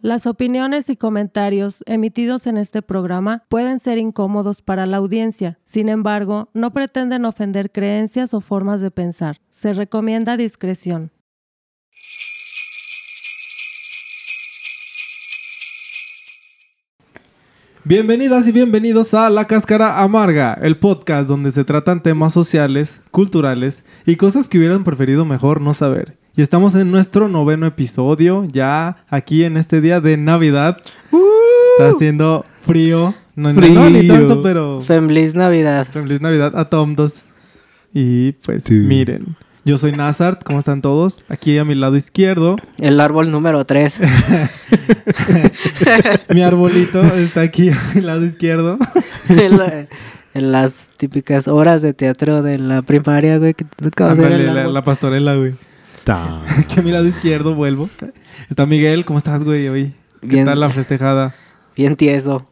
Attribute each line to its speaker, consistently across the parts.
Speaker 1: Las opiniones y comentarios emitidos en este programa pueden ser incómodos para la audiencia, sin embargo, no pretenden ofender creencias o formas de pensar. Se recomienda discreción.
Speaker 2: Bienvenidas y bienvenidos a La Cáscara Amarga, el podcast donde se tratan temas sociales, culturales y cosas que hubieran preferido mejor no saber. Y estamos en nuestro noveno episodio, ya aquí en este día de Navidad. Está haciendo frío. No, no,
Speaker 3: ¡Uh! Frío.
Speaker 2: no, ni tanto, pero...
Speaker 3: Feliz Navidad.
Speaker 2: Feliz Navidad a todos. Y pues miren, yo soy Nazart, ¿cómo están todos? Aquí a mi lado izquierdo,
Speaker 3: El árbol número 3.
Speaker 2: mi arbolito está aquí a mi lado izquierdo.
Speaker 3: en las típicas horas de teatro de la primaria, güey, que te tocaba hacer
Speaker 2: Ándale,
Speaker 3: el
Speaker 2: la,
Speaker 3: árbol.
Speaker 2: la pastorela, güey.
Speaker 4: Ta.
Speaker 2: Aquí a mi lado izquierdo vuelvo. Está Miguel, ¿cómo estás, güey? Hoy. ¿Qué
Speaker 3: Bien.
Speaker 2: tal la festejada?
Speaker 3: Bien tieso.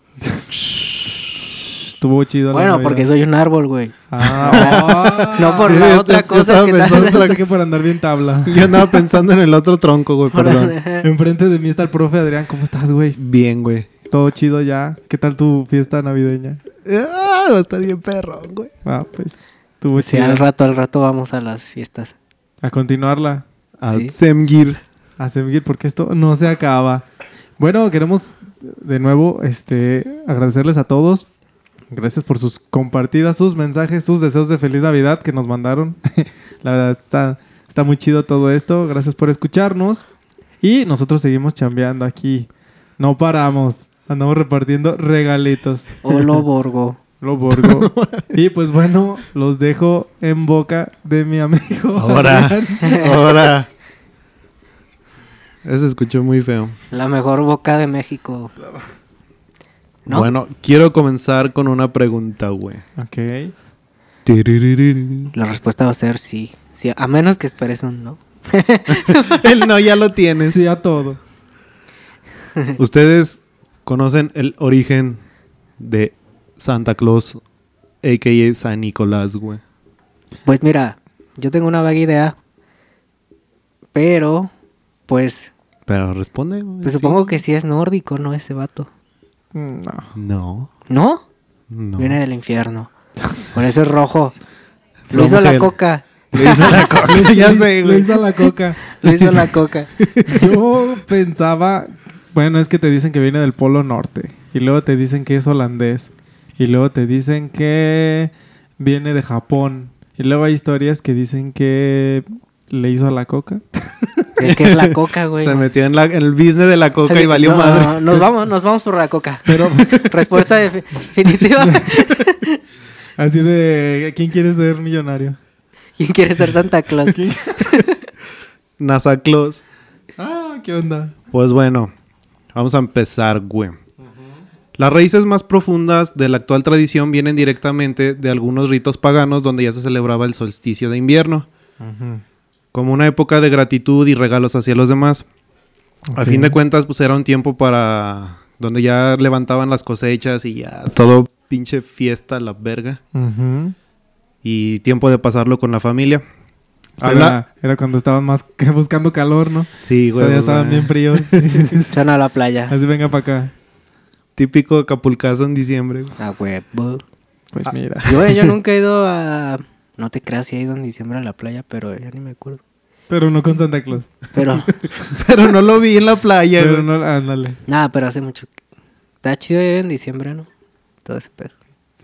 Speaker 2: Estuvo chido.
Speaker 3: bueno, porque soy un árbol, güey.
Speaker 2: Ah,
Speaker 3: No por la otra cosa
Speaker 2: estaba
Speaker 3: que
Speaker 2: pensando
Speaker 3: tal-
Speaker 2: otra que por andar bien tabla.
Speaker 4: Yo andaba pensando en el otro tronco, güey, perdón.
Speaker 2: Enfrente de mí está el profe Adrián, ¿cómo estás, güey?
Speaker 4: Bien, güey.
Speaker 2: Todo chido ya. ¿Qué tal tu fiesta navideña?
Speaker 4: Ah, va a estar bien perrón, güey.
Speaker 2: Ah, pues estuvo
Speaker 3: Sí,
Speaker 2: chido.
Speaker 3: al rato, al rato vamos a las fiestas.
Speaker 2: A continuarla.
Speaker 4: A
Speaker 3: Sí.
Speaker 4: Semgir.
Speaker 2: A seguir porque esto no se acaba. Bueno, queremos de nuevo este, agradecerles a todos. Gracias por sus compartidas, sus mensajes, sus deseos de feliz Navidad que nos mandaron. La verdad, está, está muy chido todo esto. Gracias por escucharnos. Y nosotros seguimos chambeando aquí. No paramos. Andamos repartiendo regalitos.
Speaker 3: Olo Borgo.
Speaker 2: Lo borgo. y pues bueno, los dejo en boca de mi amigo.
Speaker 4: Ahora.
Speaker 2: Adrián.
Speaker 4: Ahora. Eso se escuchó muy feo.
Speaker 3: La mejor boca de México. ¿No?
Speaker 4: Bueno, quiero comenzar con una pregunta, güey.
Speaker 2: Ok.
Speaker 4: El
Speaker 3: La respuesta va a ser sí. sí a menos que esperes un no.
Speaker 4: no ya lo tienes.
Speaker 2: Sí, a todo.
Speaker 4: ¿Ustedes conocen el origen de Santa Claus, a.k.a. San Nicolás, güey?
Speaker 3: Pues mira, yo tengo una vaga idea. Pero, pues,
Speaker 4: Pero responde, güey.
Speaker 3: pues
Speaker 4: Sí.
Speaker 3: supongo que sí es nórdico, ¿no? Ese vato.
Speaker 2: No.
Speaker 4: Mm, No,
Speaker 3: ¿No?
Speaker 4: no.
Speaker 3: Viene del infierno. Por eso es rojo. Lo
Speaker 4: From
Speaker 3: hizo la
Speaker 4: hell.
Speaker 3: coca.
Speaker 4: Le hizo la coca. ya sé,
Speaker 2: Le
Speaker 4: güey.
Speaker 2: hizo la coca.
Speaker 3: Lo hizo la coca.
Speaker 2: Yo pensaba, bueno, es que te dicen que viene del Polo Norte y luego te dicen que es holandés y luego te dicen que viene de Japón y luego hay historias que dicen que le hizo a la coca.
Speaker 3: Es que es la coca, güey.
Speaker 4: Se metió en, la- en el business de la coca y valió
Speaker 3: No,
Speaker 4: madre.
Speaker 3: no, nos, vamos, nos vamos por la coca.
Speaker 2: Pero
Speaker 3: Respuesta defi- definitiva.
Speaker 2: así de ¿quién quiere ser millonario?
Speaker 3: ¿Quién quiere ser Santa Claus?
Speaker 4: NASA Claus.
Speaker 2: Ah, ¿qué onda?
Speaker 4: Pues bueno, vamos a empezar, güey. Las raíces más profundas de la actual tradición vienen directamente de algunos ritos paganos donde ya se celebraba el solsticio de invierno, como una época de gratitud y regalos hacia los demás. A
Speaker 2: Ok.
Speaker 4: fin de cuentas, pues era un tiempo para donde ya levantaban las cosechas y ya todo pinche fiesta, a la verga,
Speaker 2: Ujú.
Speaker 4: y tiempo de pasarlo con la familia. Habla-
Speaker 2: Era, era cuando estaban más que buscando calor, ¿no?
Speaker 4: Sí, güey.
Speaker 2: Todavía
Speaker 4: pues,
Speaker 2: estaban
Speaker 4: eh,
Speaker 2: bien fríos.
Speaker 3: Suena a la playa.
Speaker 2: así venga para acá.
Speaker 4: Típico acapulcazo en diciembre. güey.
Speaker 3: Ah, güey. bu.
Speaker 2: Pues mira.
Speaker 3: Yo, yo nunca he ido a. No te creas si he ido en diciembre a la playa, pero ya ni me acuerdo.
Speaker 2: Pero no con Santa Claus.
Speaker 3: Pero,
Speaker 4: Pero no lo vi en la playa,
Speaker 2: Pero
Speaker 4: güey.
Speaker 2: no, ándale.
Speaker 3: nada, pero hace mucho. que- Está chido ir en diciembre, ¿no? Todo ese pedo.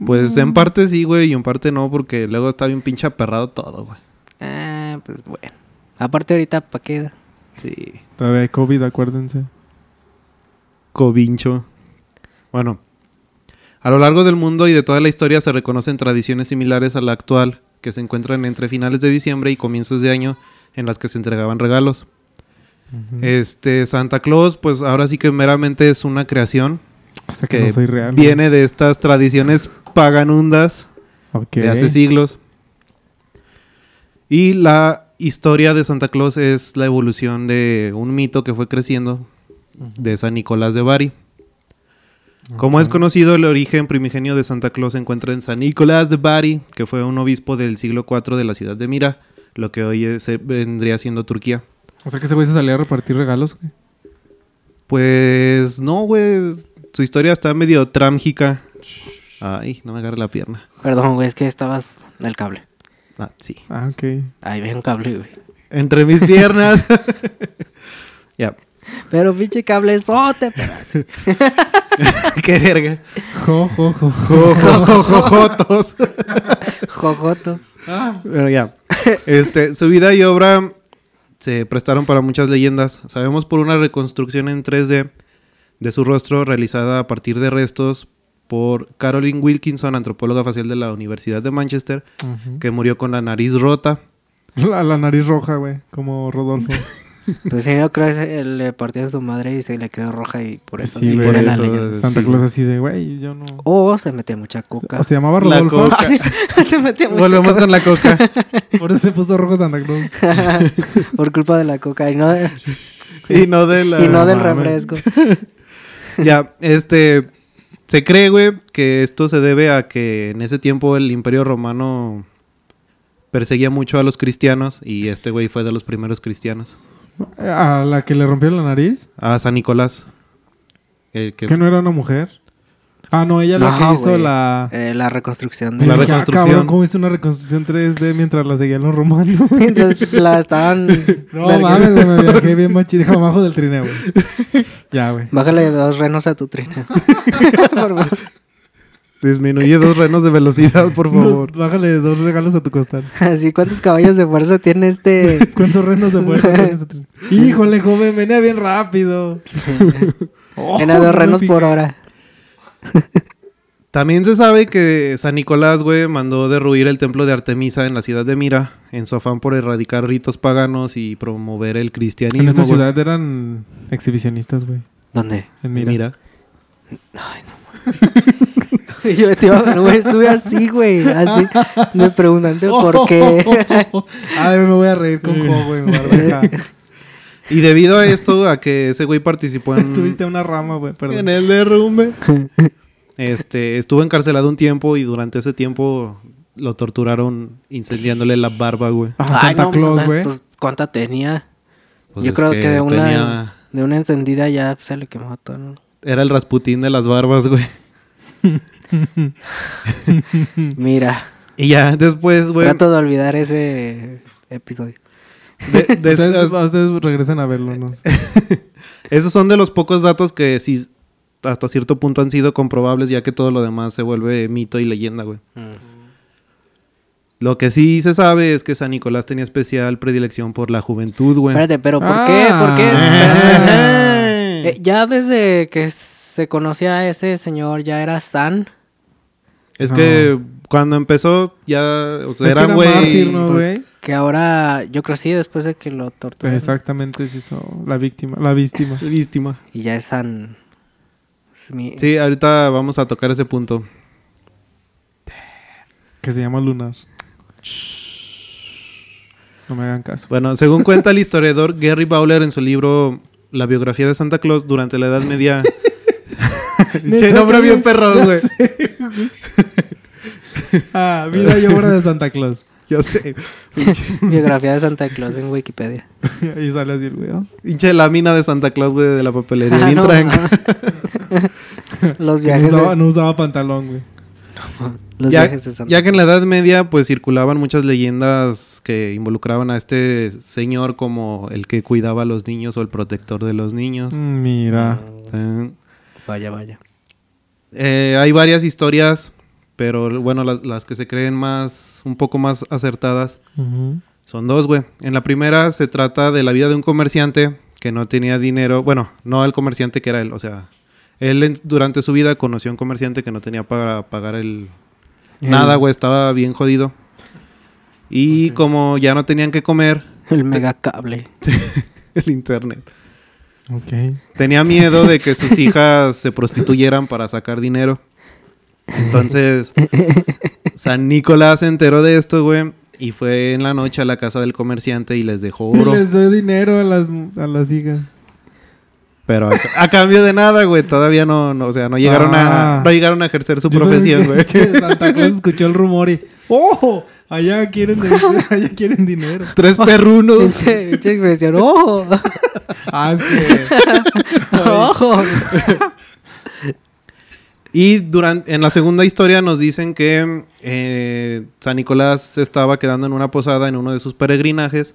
Speaker 4: Pues en parte sí, güey, y en parte no, porque luego está bien pinche aperrado todo, güey.
Speaker 3: Ah, pues bueno. Aparte, ahorita, ¿pa' qué?
Speaker 4: Sí.
Speaker 2: Todavía hay COVID, acuérdense.
Speaker 4: Covincho. Bueno, a lo largo del mundo y de toda la historia se reconocen tradiciones similares a la actual, que se encuentran entre finales de diciembre y comienzos de año, en las que se entregaban regalos. Este, Santa Claus, pues ahora sí que meramente es una creación
Speaker 2: O sea que,
Speaker 4: que
Speaker 2: no soy real. ¿no?
Speaker 4: viene de estas tradiciones paganundas.
Speaker 2: Ok.
Speaker 4: de hace siglos. Y la historia de Santa Claus es la evolución de un mito que fue creciendo de San Nicolás de Bari. Como es conocido, el origen primigenio de Santa Claus se encuentra en San Nicolás de Bari, que fue un obispo del siglo IV de la ciudad de Mira, lo que hoy es- eh, vendría siendo Turquía.
Speaker 2: O sea que ese güey se salía a repartir regalos. güey.
Speaker 4: Pues no, güey. Su historia está medio trámgica. Ay, no me agarre la pierna.
Speaker 3: Perdón, güey, es que estabas en el cable.
Speaker 4: Ah, sí.
Speaker 2: Ah, ok.
Speaker 3: Ahí ve un cable, güey.
Speaker 4: Entre mis piernas. ya.
Speaker 3: Pero pinche cablezote, pero
Speaker 4: Qué verga.
Speaker 2: Jo, jo, jo.
Speaker 4: Jo, jo, jo, jo, jotos.
Speaker 3: jojoto.
Speaker 4: Pero ya. Este, su vida y obra se prestaron para muchas leyendas. Sabemos por una reconstrucción en 3D de su rostro realizada a partir de restos por Caroline Wilkinson, antropóloga facial de la Universidad de Manchester, que murió con la nariz rota.
Speaker 2: La, la nariz roja, güey, como Rodolfo.
Speaker 3: Pues sí, yo creo que se- le partieron su madre y se le quedó roja y por eso.
Speaker 2: Sí,
Speaker 3: y
Speaker 2: güey,
Speaker 3: por la
Speaker 4: eso.
Speaker 3: leyenda.
Speaker 2: Santa
Speaker 4: Sí,
Speaker 2: Claus
Speaker 4: güey.
Speaker 2: así de, güey, yo no...
Speaker 3: O se metió mucha coca.
Speaker 2: O se llamaba
Speaker 4: La
Speaker 2: Rodolfo.
Speaker 4: coca.
Speaker 3: se metió mucha
Speaker 4: Volvemos
Speaker 3: coca
Speaker 4: con la coca.
Speaker 2: Por eso se puso rojo Santa Claus.
Speaker 3: por culpa de la coca y no, de-
Speaker 4: Y no de la.
Speaker 3: y no del
Speaker 2: mames.
Speaker 3: refresco.
Speaker 4: Ya, este. Se cree, güey, que esto se debe a que en ese tiempo el Imperio Romano perseguía mucho a los cristianos y este güey fue de los primeros cristianos.
Speaker 2: A la que le rompieron la nariz.
Speaker 4: A San Nicolás. el que
Speaker 2: Que no era una mujer. Ah, no, ella la
Speaker 3: No,
Speaker 2: que hizo
Speaker 3: güey.
Speaker 2: la...
Speaker 3: Eh, la reconstrucción de
Speaker 4: La
Speaker 2: Ah,
Speaker 4: reconstrucción.
Speaker 2: cabrón, ¿cómo hizo una reconstrucción 3D mientras la seguían los romanos?
Speaker 3: Mientras la estaban.
Speaker 2: No mames, güey, me viajé bien machi. Déjame abajo del trineo, güey. Ya, güey.
Speaker 3: Bájale dos renos a tu trina. Por favor.
Speaker 4: Disminuye dos renos de velocidad, por favor.
Speaker 2: Dos- bájale dos regalos a tu costal.
Speaker 3: Así, ¿cuántos caballos de fuerza tiene este?
Speaker 2: ¿Cuántos renos de fuerza tiene ese tren? Híjole, joven, venía bien rápido. Oh,
Speaker 3: Tiene
Speaker 2: no
Speaker 3: dos
Speaker 2: me
Speaker 3: renos
Speaker 2: fijé.
Speaker 3: por hora.
Speaker 4: También se sabe que San Nicolás, güey, mandó derruir el templo de Artemisa en la ciudad de Mira en su afán por erradicar ritos paganos y promover el cristianismo.
Speaker 2: En esta
Speaker 4: güey.
Speaker 2: ciudad eran exhibicionistas, güey.
Speaker 3: ¿Dónde?
Speaker 2: En Mira.
Speaker 4: Mira.
Speaker 3: Ay, no. Yo te iba, no, güey, estuve así, güey. Así, me preguntando por qué.
Speaker 2: Ay, me voy a reír con Jo, güey. me voy a dejar.
Speaker 4: Y debido a esto, a que ese güey
Speaker 3: Mm.
Speaker 4: participó en...
Speaker 2: Estuviste a una rama, güey,
Speaker 4: En
Speaker 2: perdón.
Speaker 4: el derrumbe. Este, estuvo encarcelado un tiempo y durante ese tiempo lo torturaron incendiándole la barba, güey.
Speaker 2: Ah,
Speaker 3: Ay,
Speaker 2: Santa
Speaker 3: no,
Speaker 2: Claus,
Speaker 3: mames,
Speaker 2: güey.
Speaker 3: Pues, ¿cuánta tenía?
Speaker 4: Pues
Speaker 3: Yo
Speaker 4: es
Speaker 3: creo que, de una
Speaker 4: tenía-
Speaker 3: de una encendida ya pues, se le quemó todo. ¿no?
Speaker 4: Era el Rasputín de las barbas, güey.
Speaker 3: Mm. Mira,
Speaker 4: Y ya después, güey...
Speaker 3: trato de olvidar ese episodio.
Speaker 4: de- de-
Speaker 2: Ustedes,
Speaker 4: as-
Speaker 2: ustedes regresen a verlo, no sé.
Speaker 4: esos son de los pocos datos que sí hasta cierto punto han sido comprobables, ya que todo lo demás se vuelve mito y leyenda, güey. Lo que sí se sabe es que San Nicolás tenía especial predilección por la juventud, güey.
Speaker 3: Espérate, pero ¿por qué?
Speaker 2: Ah.
Speaker 3: ¿Por qué?
Speaker 4: Ah.
Speaker 3: Eh, ya desde que se conocía a ese señor, ya era San.
Speaker 4: Es
Speaker 2: No.
Speaker 4: que cuando empezó ya,
Speaker 2: Ah.
Speaker 4: o sea,
Speaker 2: Es que
Speaker 4: Pues era
Speaker 2: era
Speaker 4: güey.
Speaker 2: mártir, ¿no, güey?
Speaker 3: Que ahora, yo creo sí, después de que lo torturaron.
Speaker 2: Exactamente, se hizo la víctima. La víctima.
Speaker 4: Víctima.
Speaker 3: Y ya es San. Mi-
Speaker 4: Sí, ahorita vamos a tocar ese punto.
Speaker 2: Que se llama Lunar. No me hagan caso.
Speaker 4: Bueno, según cuenta el historiador Gary Bowler en su libro La biografía de Santa Claus durante la Edad Media. che, nombre bien perro, güey.
Speaker 2: Ah, vida y obra de Santa Claus.
Speaker 4: Ya sé.
Speaker 3: Biografía de Santa Claus en Wikipedia.
Speaker 2: y sale así el güey. ¿no?
Speaker 4: Pinche lámina de Santa Claus, güey, de la papelería.
Speaker 3: Ah,
Speaker 4: bien
Speaker 3: no,
Speaker 4: tranca.
Speaker 3: ah. Los
Speaker 2: Que no
Speaker 3: viajes.
Speaker 2: usaba,
Speaker 3: de,
Speaker 2: no usaba pantalón, güey.
Speaker 3: los
Speaker 4: ya,
Speaker 3: viajes de Santa
Speaker 4: ya que en la Edad Media pues circulaban muchas leyendas que involucraban a este señor como el que cuidaba a los niños o el protector de los niños.
Speaker 2: Mm, Mira.
Speaker 4: Eh,
Speaker 3: Vaya, vaya.
Speaker 4: Eh, hay varias historias, pero bueno, las, las que se creen más, un poco más acertadas,
Speaker 2: Ujú.
Speaker 4: son dos, güey. En la primera se trata de la vida de un comerciante que no tenía dinero, bueno, no el comerciante que era él, o sea, él en- durante su vida conoció a un comerciante que no tenía para pagar el...
Speaker 3: El-
Speaker 4: Nada, güey, estaba bien jodido. Y como ya no tenían que comer,
Speaker 3: El mega cable.
Speaker 4: el internet.
Speaker 2: Ok.
Speaker 4: Tenía miedo de que sus hijas se prostituyeran para sacar dinero. Entonces, San Nicolás se enteró de esto, güey, y fue en la noche a la casa del comerciante y les dejó
Speaker 2: Y
Speaker 4: oro.
Speaker 2: les doy dinero a las, a las hijas.
Speaker 4: Pero a, a cambio de nada, güey, todavía no, no, o sea, no llegaron
Speaker 2: Ah.
Speaker 4: a no llegaron a ejercer su
Speaker 2: Yo creo
Speaker 4: profesión,
Speaker 2: que
Speaker 4: güey.
Speaker 2: Santa Claus escuchó el rumor y. ¡Oh! Allá quieren, de- allá quieren dinero.
Speaker 4: Tres perrunos.
Speaker 3: Pinche pinche expresión.
Speaker 4: "Oh".
Speaker 3: ¡Ojo!
Speaker 2: Ah, es que.
Speaker 4: Oh.
Speaker 3: ¡Ojo!
Speaker 4: Y durante, en la segunda historia nos dicen que eh, San Nicolás se estaba quedando en una posada en uno de sus peregrinajes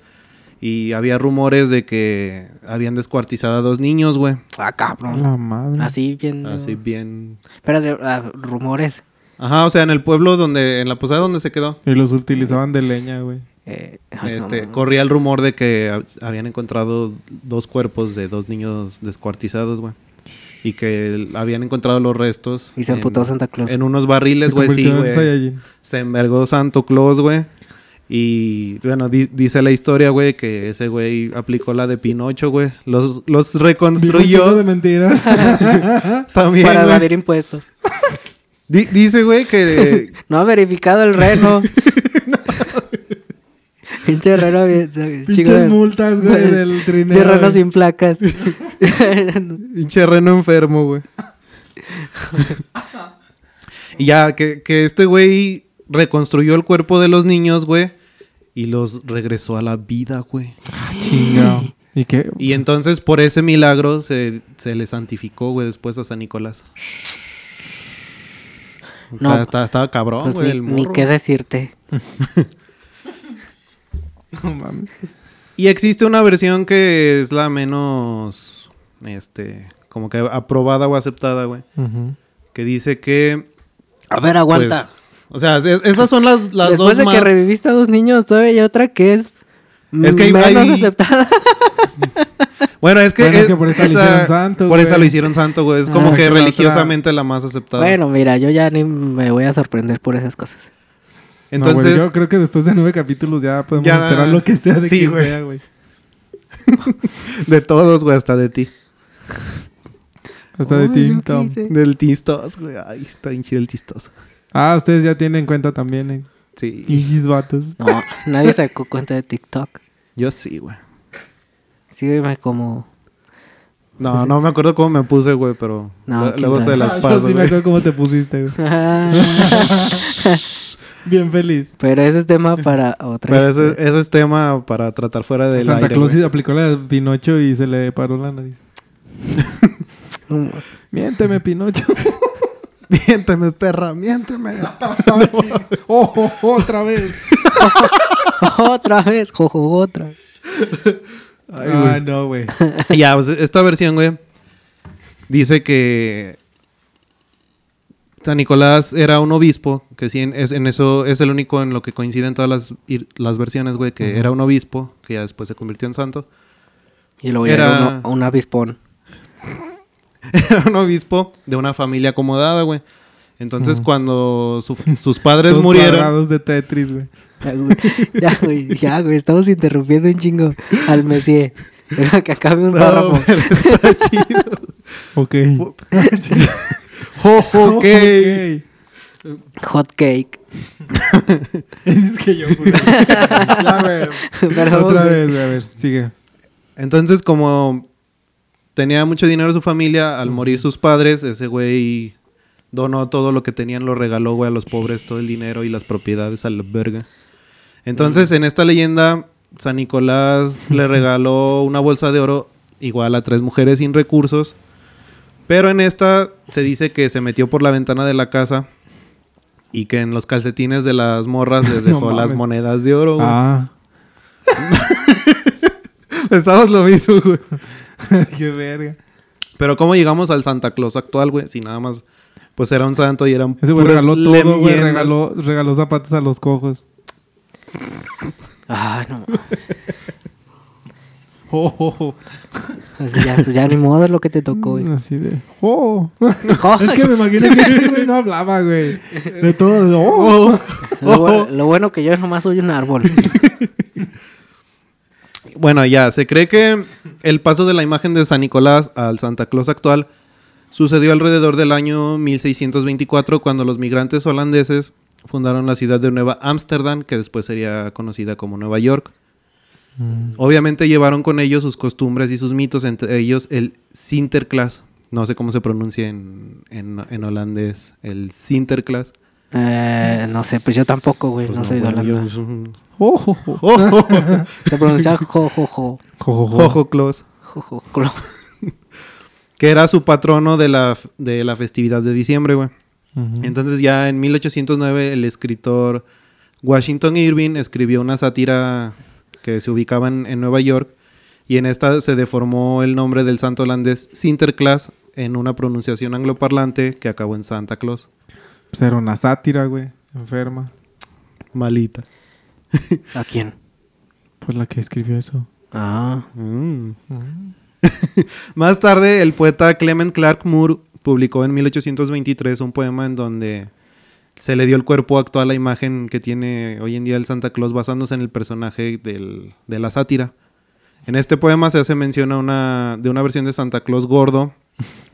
Speaker 4: y había rumores de que habían descuartizado a dos niños, güey.
Speaker 3: ¡Ah, cabrón!
Speaker 2: La madre.
Speaker 3: Así bien.
Speaker 4: Así bien.
Speaker 3: Espérate, ah, rumores.
Speaker 4: Ajá, o sea, en el pueblo donde, en la posada donde se quedó,
Speaker 2: Y los utilizaban de leña, güey.
Speaker 3: Eh, ay, no,
Speaker 4: este,
Speaker 3: no, no.
Speaker 4: corría el rumor de que hab- habían encontrado dos cuerpos de dos niños descuartizados, güey. Y que el- habían encontrado los restos.
Speaker 3: Y se
Speaker 4: en-
Speaker 3: amputó Santa Claus.
Speaker 4: En unos barriles,
Speaker 2: Se
Speaker 4: güey, sí,
Speaker 2: convirtió en
Speaker 4: güey.
Speaker 2: Saiyajin.
Speaker 4: Se envergó Santo Claus, güey. Y bueno, di- dice la historia, güey, que ese güey aplicó la de Pinocho, güey. Los,
Speaker 2: Dijo
Speaker 4: los
Speaker 2: un chingo
Speaker 4: reconstruyó
Speaker 2: de mentiras.
Speaker 4: también,
Speaker 3: Para
Speaker 4: güey.
Speaker 3: evadir impuestos.
Speaker 4: Di- dice, güey, que...
Speaker 3: No ha verificado el reno. Pinche reno. bien- chico de-
Speaker 2: Pinches multas, güey, del trineo.
Speaker 3: Pinche reno
Speaker 2: güey.
Speaker 3: sin placas.
Speaker 4: Pinche reno enfermo, güey. y ya, que, que este güey reconstruyó el cuerpo de los niños, güey. Y los regresó a la vida, güey.
Speaker 2: Chingao. ¿Y qué?
Speaker 4: Y entonces por ese milagro se, se le santificó, güey, después a San Nicolás.
Speaker 3: No.
Speaker 4: No. Estaba, estaba cabrón,
Speaker 3: Pues
Speaker 4: güey,
Speaker 3: ni,
Speaker 4: el
Speaker 3: ni
Speaker 4: morro.
Speaker 3: qué decirte.
Speaker 2: No mames.
Speaker 4: Y existe una versión que es la menos, este, como que aprobada o aceptada, güey.
Speaker 2: Ujú.
Speaker 4: Que dice que...
Speaker 3: A ver, aguanta.
Speaker 4: pues, o sea, es- esas son las, las
Speaker 3: Después
Speaker 4: dos
Speaker 3: de
Speaker 4: más...
Speaker 3: que reviviste a dos niños, todavía hay otra que es.
Speaker 4: Es que hay-
Speaker 3: menos
Speaker 4: hay-
Speaker 3: aceptada.
Speaker 4: Bueno, es que...
Speaker 2: Bueno, es
Speaker 4: es-
Speaker 2: que por esta lo hicieron santo,
Speaker 4: Por esa
Speaker 2: güey.
Speaker 4: lo hicieron santo, güey. Es
Speaker 2: Ah,
Speaker 4: como
Speaker 2: que
Speaker 4: que
Speaker 2: la otra-
Speaker 4: religiosamente la más aceptada.
Speaker 3: Bueno, mira, yo ya ni me voy a sorprender por esas cosas.
Speaker 2: No, güey,
Speaker 4: Entonces...
Speaker 2: yo creo que después de nueve capítulos ya podemos
Speaker 4: Ya-
Speaker 2: esperar lo que sea de
Speaker 4: sí,
Speaker 2: quien
Speaker 4: güey.
Speaker 2: sea, güey.
Speaker 4: De todos, güey, hasta de ti.
Speaker 2: Hasta de
Speaker 3: Ay,
Speaker 2: Tim
Speaker 3: ¿yo qué
Speaker 2: Tom.
Speaker 3: hice?
Speaker 4: Del tistos, güey. Ay, está bien chido el tistos.
Speaker 2: Ah, ustedes ya tienen en cuenta también, eh.
Speaker 4: Sí.
Speaker 2: Isis vatos.
Speaker 3: No, nadie sacó cuenta de TikTok.
Speaker 4: Yo sí, güey.
Speaker 3: Sígueme como.
Speaker 4: No, no me acuerdo cómo me puse, güey, pero
Speaker 3: No,
Speaker 4: lo-
Speaker 3: quién
Speaker 4: luego se
Speaker 3: sabe.
Speaker 4: las
Speaker 2: Pues Ah, yo
Speaker 4: paso.
Speaker 2: sí me
Speaker 4: güey.
Speaker 2: acuerdo cómo te pusiste, güey. Bien feliz.
Speaker 3: Pero ese es tema para otra.
Speaker 4: Pero ese,
Speaker 3: historia.
Speaker 4: ese es tema para tratar fuera del
Speaker 2: Santa
Speaker 4: aire,
Speaker 2: Claus
Speaker 4: güey.
Speaker 2: aplicó la de Pinocho y se le paró la nariz.
Speaker 3: Mm.
Speaker 2: Miénteme, Pinocho.
Speaker 4: Miénteme, perra, miénteme.
Speaker 2: oh, oh, oh, otra vez.
Speaker 3: otra vez, jojo, otra.
Speaker 2: Ay, ah, no, güey.
Speaker 4: ya, pues, esta versión, güey, dice que San Nicolás era un obispo, que sí, en, es, en eso es el único en lo que coinciden todas las, ir- las versiones, güey, que era un obispo, que ya después se convirtió en santo.
Speaker 3: Y luego ya
Speaker 4: Era-
Speaker 3: era uno- un avispón.
Speaker 4: era un obispo de una familia acomodada, güey. Entonces, cuando su- sus padres
Speaker 2: Dos
Speaker 4: murieron...
Speaker 2: cuadrados de Tetris, güey.
Speaker 3: Ya, güey, ya, güey, ya, güey, estamos interrumpiendo un chingo al Messier. Deja que acabe un
Speaker 4: No, este
Speaker 3: párrafo.
Speaker 4: pero está chido.
Speaker 2: Ok. Oh,
Speaker 4: Jo, jo,
Speaker 2: Ok.
Speaker 4: ok.
Speaker 3: Hot cake.
Speaker 2: es que yo, güey. Ya, güey.
Speaker 3: Pero,
Speaker 2: Otra
Speaker 3: güey,
Speaker 2: vez, güey. A ver, sigue.
Speaker 4: Entonces, como tenía mucho dinero su familia, al morir sus padres, ese güey donó todo lo que tenían, lo regaló, güey, a los pobres, todo el dinero y las propiedades al verga. Entonces, en esta leyenda, San Nicolás le regaló una bolsa de oro igual a tres mujeres sin recursos. Pero en esta se dice que se metió por la ventana de la casa y que en los calcetines de las morras les
Speaker 2: No
Speaker 4: dejó las
Speaker 2: mames.
Speaker 4: monedas de oro. güey.
Speaker 2: Ah.
Speaker 4: Pensamos lo mismo, güey.
Speaker 2: Qué verga.
Speaker 4: Pero cómo llegamos al Santa Claus actual, güey, si nada más pues era un santo y era un
Speaker 2: Ese güey regaló todo, güey.
Speaker 4: leyendas.
Speaker 2: Regaló, regaló zapatos a los cojos.
Speaker 3: Ah, no.
Speaker 2: Oh, oh, oh.
Speaker 3: Pues ya, pues ya ni modo es lo que te tocó, güey.
Speaker 2: Así de. ¡Oh!
Speaker 3: Jo,
Speaker 2: es que me imaginé que ese güey no hablaba, güey. De todo. de, ¡Oh!
Speaker 3: lo, bueno, lo bueno que yo nomás soy un árbol.
Speaker 4: Bueno, ya se cree que el paso de la imagen de San Nicolás al Santa Claus actual sucedió alrededor del año 1624 cuando los migrantes holandeses fundaron la ciudad de Nueva Ámsterdam, que después sería conocida como Nueva York.
Speaker 2: Mm.
Speaker 4: Obviamente llevaron con ellos sus costumbres y sus mitos, entre ellos el Sinterklaas. No sé cómo se pronuncia en, en- en holandés el Sinterklaas.
Speaker 3: Eh, no sé, pues yo tampoco, güey.
Speaker 4: Pues
Speaker 3: no, soy de
Speaker 4: bueno,
Speaker 3: Holanda.
Speaker 4: yo- Oh,
Speaker 2: Ojo, ojo.
Speaker 4: ¡Ojo!
Speaker 3: Se pronuncia jojojo.
Speaker 4: oh,
Speaker 2: Oh,
Speaker 4: Jojo Claus,
Speaker 3: Jojojo.
Speaker 4: que era su patrono de la, f- de la festividad de diciembre, güey. Entonces ya en 1809 el escritor Washington Irving escribió una sátira que se ubicaba en, en Nueva York y en esta se deformó el nombre del santo holandés Sinterklaas en una pronunciación angloparlante que acabó en Santa Claus.
Speaker 2: Pues era una sátira, güey. Enferma.
Speaker 4: Malita.
Speaker 3: ¿A quién?
Speaker 2: Pues la que escribió eso.
Speaker 3: Ah.
Speaker 4: Mm. Más tarde, el poeta Clement Clark Moore publicó en 1823 un poema en donde se le dio el cuerpo actual a la imagen que tiene hoy en día el Santa Claus basándose en el personaje del- de la sátira. En este poema se hace mención a una, de una versión de Santa Claus gordo,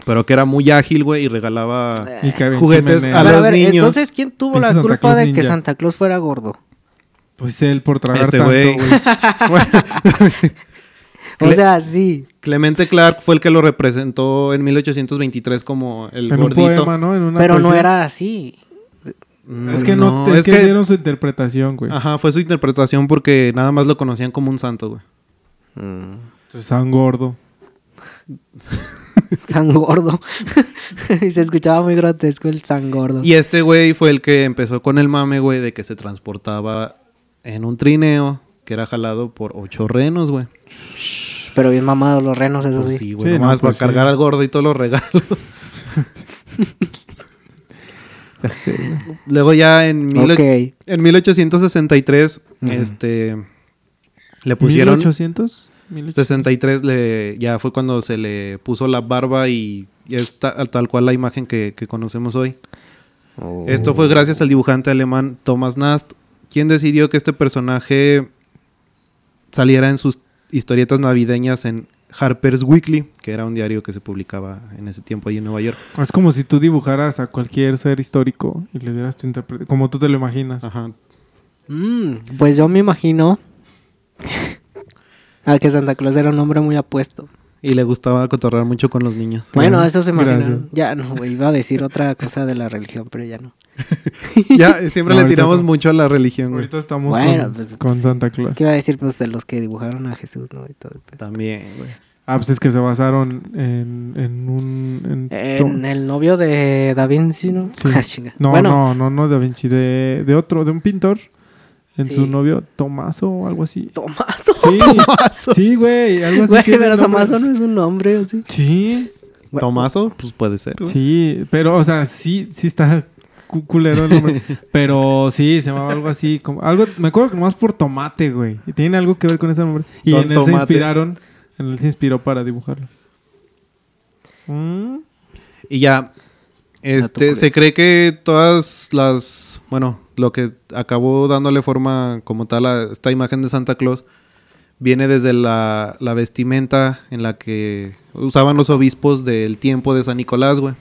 Speaker 4: pero que era muy ágil, güey, y regalaba...
Speaker 2: Y que
Speaker 4: Juguetes
Speaker 2: Jiménez.
Speaker 4: a
Speaker 3: Pero
Speaker 4: los niños.
Speaker 3: Entonces, ¿quién tuvo la
Speaker 2: Pinche Santa
Speaker 3: culpa
Speaker 2: Claus
Speaker 3: de que
Speaker 2: ninja.
Speaker 3: Santa Claus fuera gordo?
Speaker 2: Pues él por tragar
Speaker 4: Este
Speaker 2: tanto,
Speaker 4: güey.
Speaker 2: güey.
Speaker 3: O
Speaker 4: Cle-
Speaker 3: sea, sí.
Speaker 4: Clemente Clark fue el que lo representó en 1823 como el
Speaker 2: en un
Speaker 4: gordito.
Speaker 2: poema, ¿no? En una
Speaker 3: Pero no
Speaker 2: poesía.
Speaker 3: era así.
Speaker 4: Mm,
Speaker 2: Es que no, es, que, dieron su interpretación, güey.
Speaker 4: Ajá, fue su interpretación porque nada más lo conocían como un santo, güey.
Speaker 2: Entonces, tan gordo.
Speaker 3: San gordo. y se escuchaba muy grotesco el san gordo.
Speaker 4: Y este güey fue el que empezó con el mame, güey, de que se transportaba en un trineo que era jalado por ocho renos, güey.
Speaker 3: Pero bien mamados los renos, eso
Speaker 4: Pues
Speaker 3: Ah, sí.
Speaker 4: sí, güey,
Speaker 2: Sí,
Speaker 4: nomás
Speaker 2: no, pues
Speaker 4: para cargar
Speaker 2: sí.
Speaker 4: al gordo y todos los regalos.
Speaker 2: Ya sé, güey.
Speaker 4: Luego ya en, mil
Speaker 3: Ok.
Speaker 4: och- en 1863, este, le pusieron...
Speaker 2: 1800? 1800.
Speaker 4: 63 le, ya fue cuando se le puso la barba y, y es ta- tal cual la imagen que, que conocemos hoy. Esto fue gracias al dibujante alemán Thomas Nast, quien decidió que este personaje saliera en sus historietas navideñas en Harper's Weekly, que era un diario que se publicaba en ese tiempo ahí en Nueva York.
Speaker 2: Es como si tú dibujaras a cualquier ser histórico y le dieras tu interpretación. Como tú te lo imaginas.
Speaker 4: Ajá.
Speaker 3: Mm, pues yo me imagino a que Santa Claus era un hombre muy apuesto.
Speaker 4: Y le gustaba cotorrar mucho con los niños.
Speaker 3: Bueno, eso se imagina.
Speaker 2: Gracias.
Speaker 3: Ya no, güey, iba a decir otra cosa de la religión, pero ya no.
Speaker 4: ya, siempre
Speaker 2: No,
Speaker 4: le
Speaker 2: ahorita
Speaker 4: tiramos
Speaker 2: está-
Speaker 4: mucho a la religión, güey.
Speaker 2: Ahorita estamos
Speaker 3: Bueno,
Speaker 2: con,
Speaker 3: pues,
Speaker 2: con Santa Claus.
Speaker 3: Es que iba a decir, pues, de los que dibujaron a Jesús, ¿no? Y todo el pedo.
Speaker 4: También, güey.
Speaker 2: Ah, pues es que se basaron en, en un... en to-
Speaker 3: En el novio de Da Vinci, ¿no?
Speaker 2: Sí.
Speaker 3: Ah, chinga.
Speaker 2: No,
Speaker 3: bueno,
Speaker 2: no, no, no, Da Vinci, de, de otro, de un pintor. En su
Speaker 3: Sí.
Speaker 2: novio, Tomaso o algo así.
Speaker 3: Tomaso.
Speaker 2: Sí, sí, güey, algo así.
Speaker 3: Güey,
Speaker 2: tiene
Speaker 3: pero
Speaker 2: el nombre.
Speaker 3: Tomaso no es un nombre, ¿o sí?
Speaker 2: Sí,
Speaker 3: Bueno.
Speaker 4: Tomaso, pues puede ser, güey.
Speaker 2: sí, pero, o sea, sí, sí está cu- culero el nombre. pero sí, se llamaba algo así. Como, algo, me acuerdo que nomás por tomate, güey. Y tiene algo que ver con ese nombre. Y
Speaker 4: Don
Speaker 2: en él se
Speaker 4: Tomate.
Speaker 2: inspiraron. En él se inspiró para dibujarlo. Mm,
Speaker 4: Y ya, este,
Speaker 3: curioso.
Speaker 4: se cree que todas las, bueno, lo que acabó dándole forma como tal a esta imagen de Santa Claus viene desde la, la vestimenta en la que usaban los obispos del tiempo de San Nicolás, güey,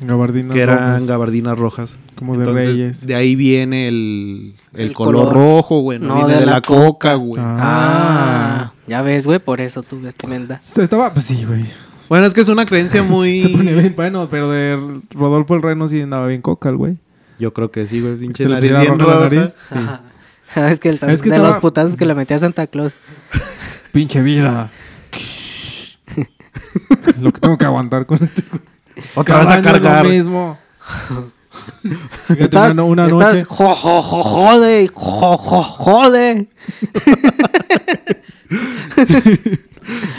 Speaker 2: gabardinas
Speaker 4: que eran
Speaker 2: rojas,
Speaker 4: gabardinas rojas.
Speaker 2: Como de reyes.
Speaker 4: De ahí viene el, el
Speaker 3: El
Speaker 4: color,
Speaker 3: color.
Speaker 4: rojo, güey, no, viene de, la, coca, güey.
Speaker 2: Ah.
Speaker 3: ya ves, güey, por eso tu vestimenta.
Speaker 2: Estaba, pues sí, güey.
Speaker 4: Bueno, es que es una creencia
Speaker 2: Se pone
Speaker 4: muy...
Speaker 2: bien bueno, pero de Rodolfo el Reno sí andaba bien coca el güey.
Speaker 4: Yo creo que sí, güey, pinche
Speaker 2: Se le
Speaker 4: nariz
Speaker 2: hacía
Speaker 4: bien
Speaker 2: roja la
Speaker 4: roja.
Speaker 2: nariz. Sí.
Speaker 3: es que el San-
Speaker 2: Es que
Speaker 3: de
Speaker 2: estaba-
Speaker 3: los putazos que le metía a Santa Claus.
Speaker 2: Pinche vida. lo que tengo que aguantar con este. güey.
Speaker 4: Otra vez a
Speaker 2: año es
Speaker 4: cargar.
Speaker 2: Lo mismo. Fíjate,
Speaker 3: Estás,
Speaker 2: una, no- una
Speaker 3: estás
Speaker 2: noche.
Speaker 3: jo, jo, jo, jode, jo, jo, jode.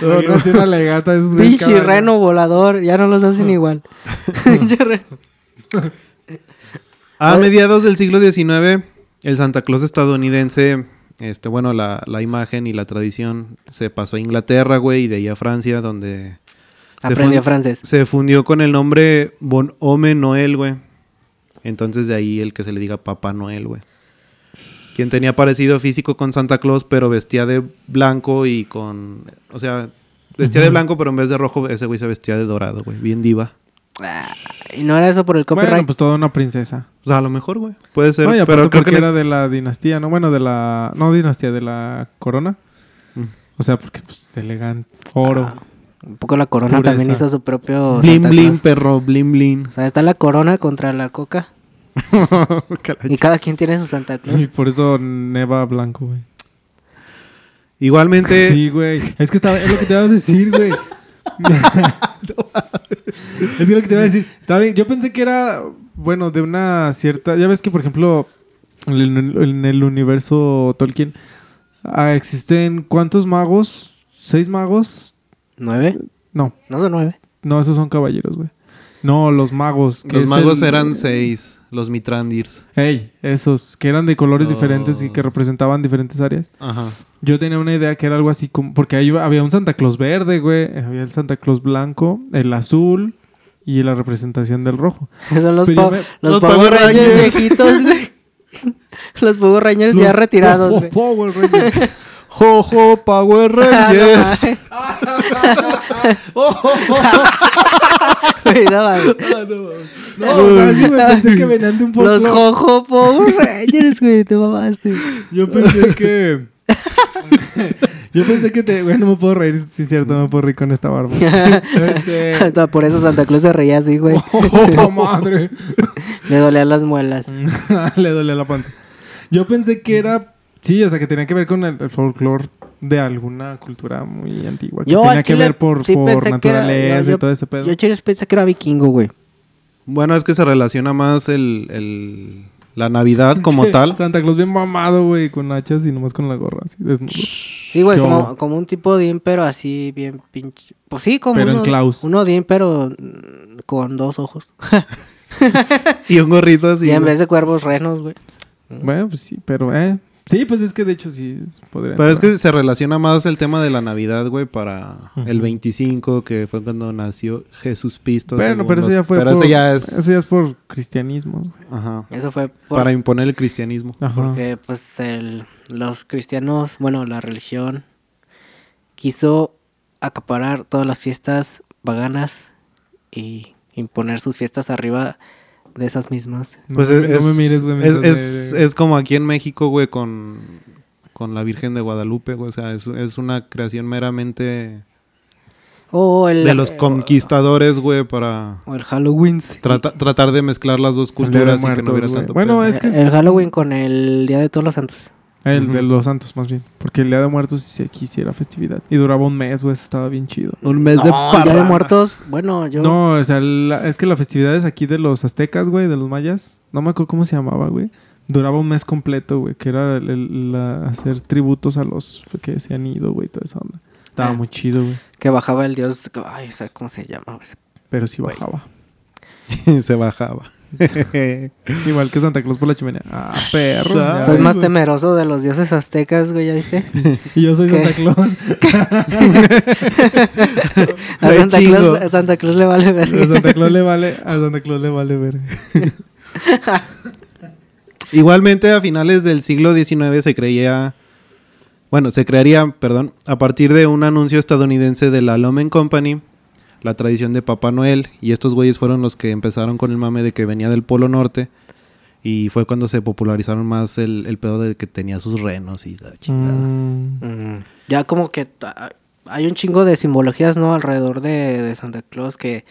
Speaker 2: imagínate una legata de esos güeyes cada
Speaker 3: Pinche
Speaker 2: año.
Speaker 3: reno volador, ya no los hacen igual. Pinche reno.
Speaker 4: A mediados del siglo XIX, el Santa Claus estadounidense, este, bueno, la, la imagen y la tradición se pasó a Inglaterra, güey, y de ahí a Francia, donde Se
Speaker 3: Aprendió
Speaker 4: fun-
Speaker 3: francés.
Speaker 4: se fundió con el nombre Bon Homme Noel, güey. Entonces de ahí el que se le diga Papá Noel, güey. Quien tenía parecido físico con Santa Claus, pero vestía de blanco y con... O sea, vestía de blanco, pero en vez de rojo, ese güey se vestía de dorado, güey. Bien diva.
Speaker 3: Ah, y no era eso por el copyright.
Speaker 2: Bueno, pues toda una princesa.
Speaker 4: O sea, a lo mejor, güey. Puede ser,
Speaker 2: No, y aparte
Speaker 4: pero creo que...
Speaker 2: porque
Speaker 4: les-
Speaker 2: era de la dinastía, ¿no? Bueno, de la. No dinastía, de la corona.
Speaker 4: Mm.
Speaker 2: O sea, porque pues elegante. Oro.
Speaker 3: Ah, un poco la corona
Speaker 2: Pureza.
Speaker 3: también hizo su propio.
Speaker 4: Blim,
Speaker 3: Santa
Speaker 4: blim,
Speaker 3: Claus.
Speaker 4: perro, blim, blim.
Speaker 3: O sea, está la corona contra la coca. Ah. Y cada quien tiene su Santa
Speaker 2: Y
Speaker 3: Claus.
Speaker 2: por eso neva blanco, güey.
Speaker 4: Igualmente,
Speaker 2: Sí, güey. Es que estaba, es lo que te iba a decir, güey. es que lo que te iba a decir. Estaba bien, Yo pensé que era, bueno, de una cierta. Ya ves que, por ejemplo, en el, en el universo Tolkien ah, existen cuántos magos? ¿Seis magos?
Speaker 3: ¿Nueve?
Speaker 2: No,
Speaker 3: No son nueve.
Speaker 2: no, esos son caballeros, güey. No, los magos. que
Speaker 4: los
Speaker 2: es
Speaker 4: magos
Speaker 2: el-
Speaker 4: eran seis, los Mitrandirs.
Speaker 2: Ey, esos, que eran de colores
Speaker 4: Oh.
Speaker 2: diferentes y que representaban diferentes áreas.
Speaker 4: Ajá.
Speaker 2: Yo tenía una idea que era algo así como. Porque ahí había un Santa Claus verde, güey. Había el Santa Claus blanco, el azul y la representación del rojo.
Speaker 3: Son los,
Speaker 2: Pero yo
Speaker 3: pa-
Speaker 2: me-
Speaker 3: los,
Speaker 4: los
Speaker 3: Power
Speaker 4: Power
Speaker 3: Rangers,
Speaker 4: Rangers.
Speaker 3: viejitos, güey. los Power Rangers ya
Speaker 2: Los-
Speaker 3: retirados,
Speaker 2: Ojo,
Speaker 3: güey.
Speaker 2: Power Rangers.
Speaker 4: Jojo Power
Speaker 3: Ah, no mames.
Speaker 4: Ranger.
Speaker 3: Güey, no mames.
Speaker 2: Ah, no, o sea, sí, güey, pensé que venían de un
Speaker 3: Los
Speaker 2: folclore.
Speaker 3: Jojo Power Rangers, güey, te mamaste.
Speaker 2: Yo pensé que. Yo pensé que te. Güey, no me puedo reír, sí, es cierto, no me puedo reír con esta barba. este.
Speaker 3: Hasta Por eso Santa Claus se reía así, güey.
Speaker 2: ¡Oh, madre!
Speaker 3: Le dolían las muelas.
Speaker 2: Le dolía la panza. Yo pensé que era. Sí, o sea, que tenía que ver con el, el folclore de alguna cultura muy antigua. Que
Speaker 3: Yo al
Speaker 2: tenía que
Speaker 3: chile
Speaker 2: ver por,
Speaker 3: sí pensé
Speaker 2: por
Speaker 3: que era-
Speaker 2: naturaleza
Speaker 3: yo-
Speaker 2: y todo ese pedo.
Speaker 3: Yo chiles pensé que era vikingo, güey.
Speaker 4: Bueno, es que se relaciona más el, el- la Navidad como tal.
Speaker 2: Santa Claus bien mamado, güey, con hachas y nomás con la gorra, así desnudo.
Speaker 3: Sí, güey,
Speaker 2: Yo-
Speaker 3: como, como un tipo de pero así bien pinche. Pues sí, como
Speaker 2: Pero en
Speaker 3: uno,
Speaker 2: Klaus.
Speaker 3: uno Dean, pero mm, con dos ojos.
Speaker 4: Y un gorrito así.
Speaker 3: y en
Speaker 4: güey.
Speaker 3: vez de cuervos renos, güey.
Speaker 2: Bueno, pues sí, pero, eh. Sí, pues es que de hecho sí es- podría.
Speaker 4: Pero es
Speaker 2: entrar.
Speaker 4: que se relaciona más el tema de la Navidad, güey, para el 25, que fue cuando nació Jesús Pisto.
Speaker 2: Bueno,
Speaker 4: según
Speaker 2: pero eso
Speaker 4: los-
Speaker 2: ya fue
Speaker 4: Pero
Speaker 2: por.
Speaker 4: eso ya es...
Speaker 2: eso ya es por cristianismos, güey.
Speaker 4: Ajá.
Speaker 3: Eso fue por-
Speaker 4: Para imponer el cristianismo.
Speaker 2: Ajá.
Speaker 3: porque pues el, los cristianos, bueno, la religión quiso acaparar todas las fiestas paganas y imponer sus fiestas arriba de esas mismas.
Speaker 2: No
Speaker 4: Pues
Speaker 2: me-
Speaker 4: es,
Speaker 2: no me mires, güey.
Speaker 4: Es,
Speaker 2: mientras
Speaker 4: es-
Speaker 2: me-
Speaker 4: es como aquí en México, güey, con, con la Virgen de Guadalupe, güey. O sea, es, es una creación meramente
Speaker 3: O el,
Speaker 4: de los conquistadores, güey, para
Speaker 3: o el Halloween.
Speaker 4: trata- tratar de mezclar las dos
Speaker 2: el Día de
Speaker 4: culturas y que
Speaker 2: Muertos,
Speaker 4: no hubiera
Speaker 2: güey.
Speaker 4: tanto.
Speaker 2: Bueno,
Speaker 4: pedo.
Speaker 2: es que. es-
Speaker 3: El Halloween con el Día de Todos los Santos.
Speaker 2: El de los santos, más bien. Porque el Día de Muertos sí, aquí sí era festividad. Y duraba un mes, güey. Eso estaba bien chido.
Speaker 4: un mes de
Speaker 3: No, Día de
Speaker 4: parranda.
Speaker 3: Muertos, bueno, yo...
Speaker 2: No, o sea, la- es que la festividad es aquí de los aztecas, güey, de los mayas. No me acuerdo cómo se llamaba, güey. Duraba un mes completo, güey. Que era el- el- la- hacer tributos a los que se han ido, güey, toda esa onda. Estaba
Speaker 3: Eh.
Speaker 2: muy chido, güey.
Speaker 3: Que bajaba el dios. Ay, ¿sabes cómo se llama? güey?
Speaker 2: Pero sí bajaba. Eh,
Speaker 4: se bajaba.
Speaker 2: Igual que Santa Claus por la chimenea. Ah, perro. ya
Speaker 3: Soy
Speaker 2: ves,
Speaker 3: más
Speaker 2: güey.
Speaker 3: temeroso de los dioses aztecas, güey, ¿ya viste?
Speaker 2: Y yo soy
Speaker 3: ¿Qué?
Speaker 2: Santa Claus.
Speaker 3: A
Speaker 4: Ay,
Speaker 3: Santa
Speaker 4: chingo.
Speaker 3: Claus, a Santa Claus le vale
Speaker 2: A
Speaker 3: verga.
Speaker 2: Santa Claus le vale, a Santa Claus le vale ver.
Speaker 4: Igualmente, a finales del siglo XIX se creía. Bueno, se crearía, perdón, a partir de un anuncio estadounidense de la Lomen Company, la tradición de Papá Noel, y estos güeyes fueron los que empezaron con el mame de que venía del Polo Norte, y fue cuando se popularizaron más el, el pedo de que tenía sus renos y la chingada.
Speaker 3: Mm, Ya como que ta- hay un chingo de simbologías, ¿no? Alrededor de, de Santa Claus que,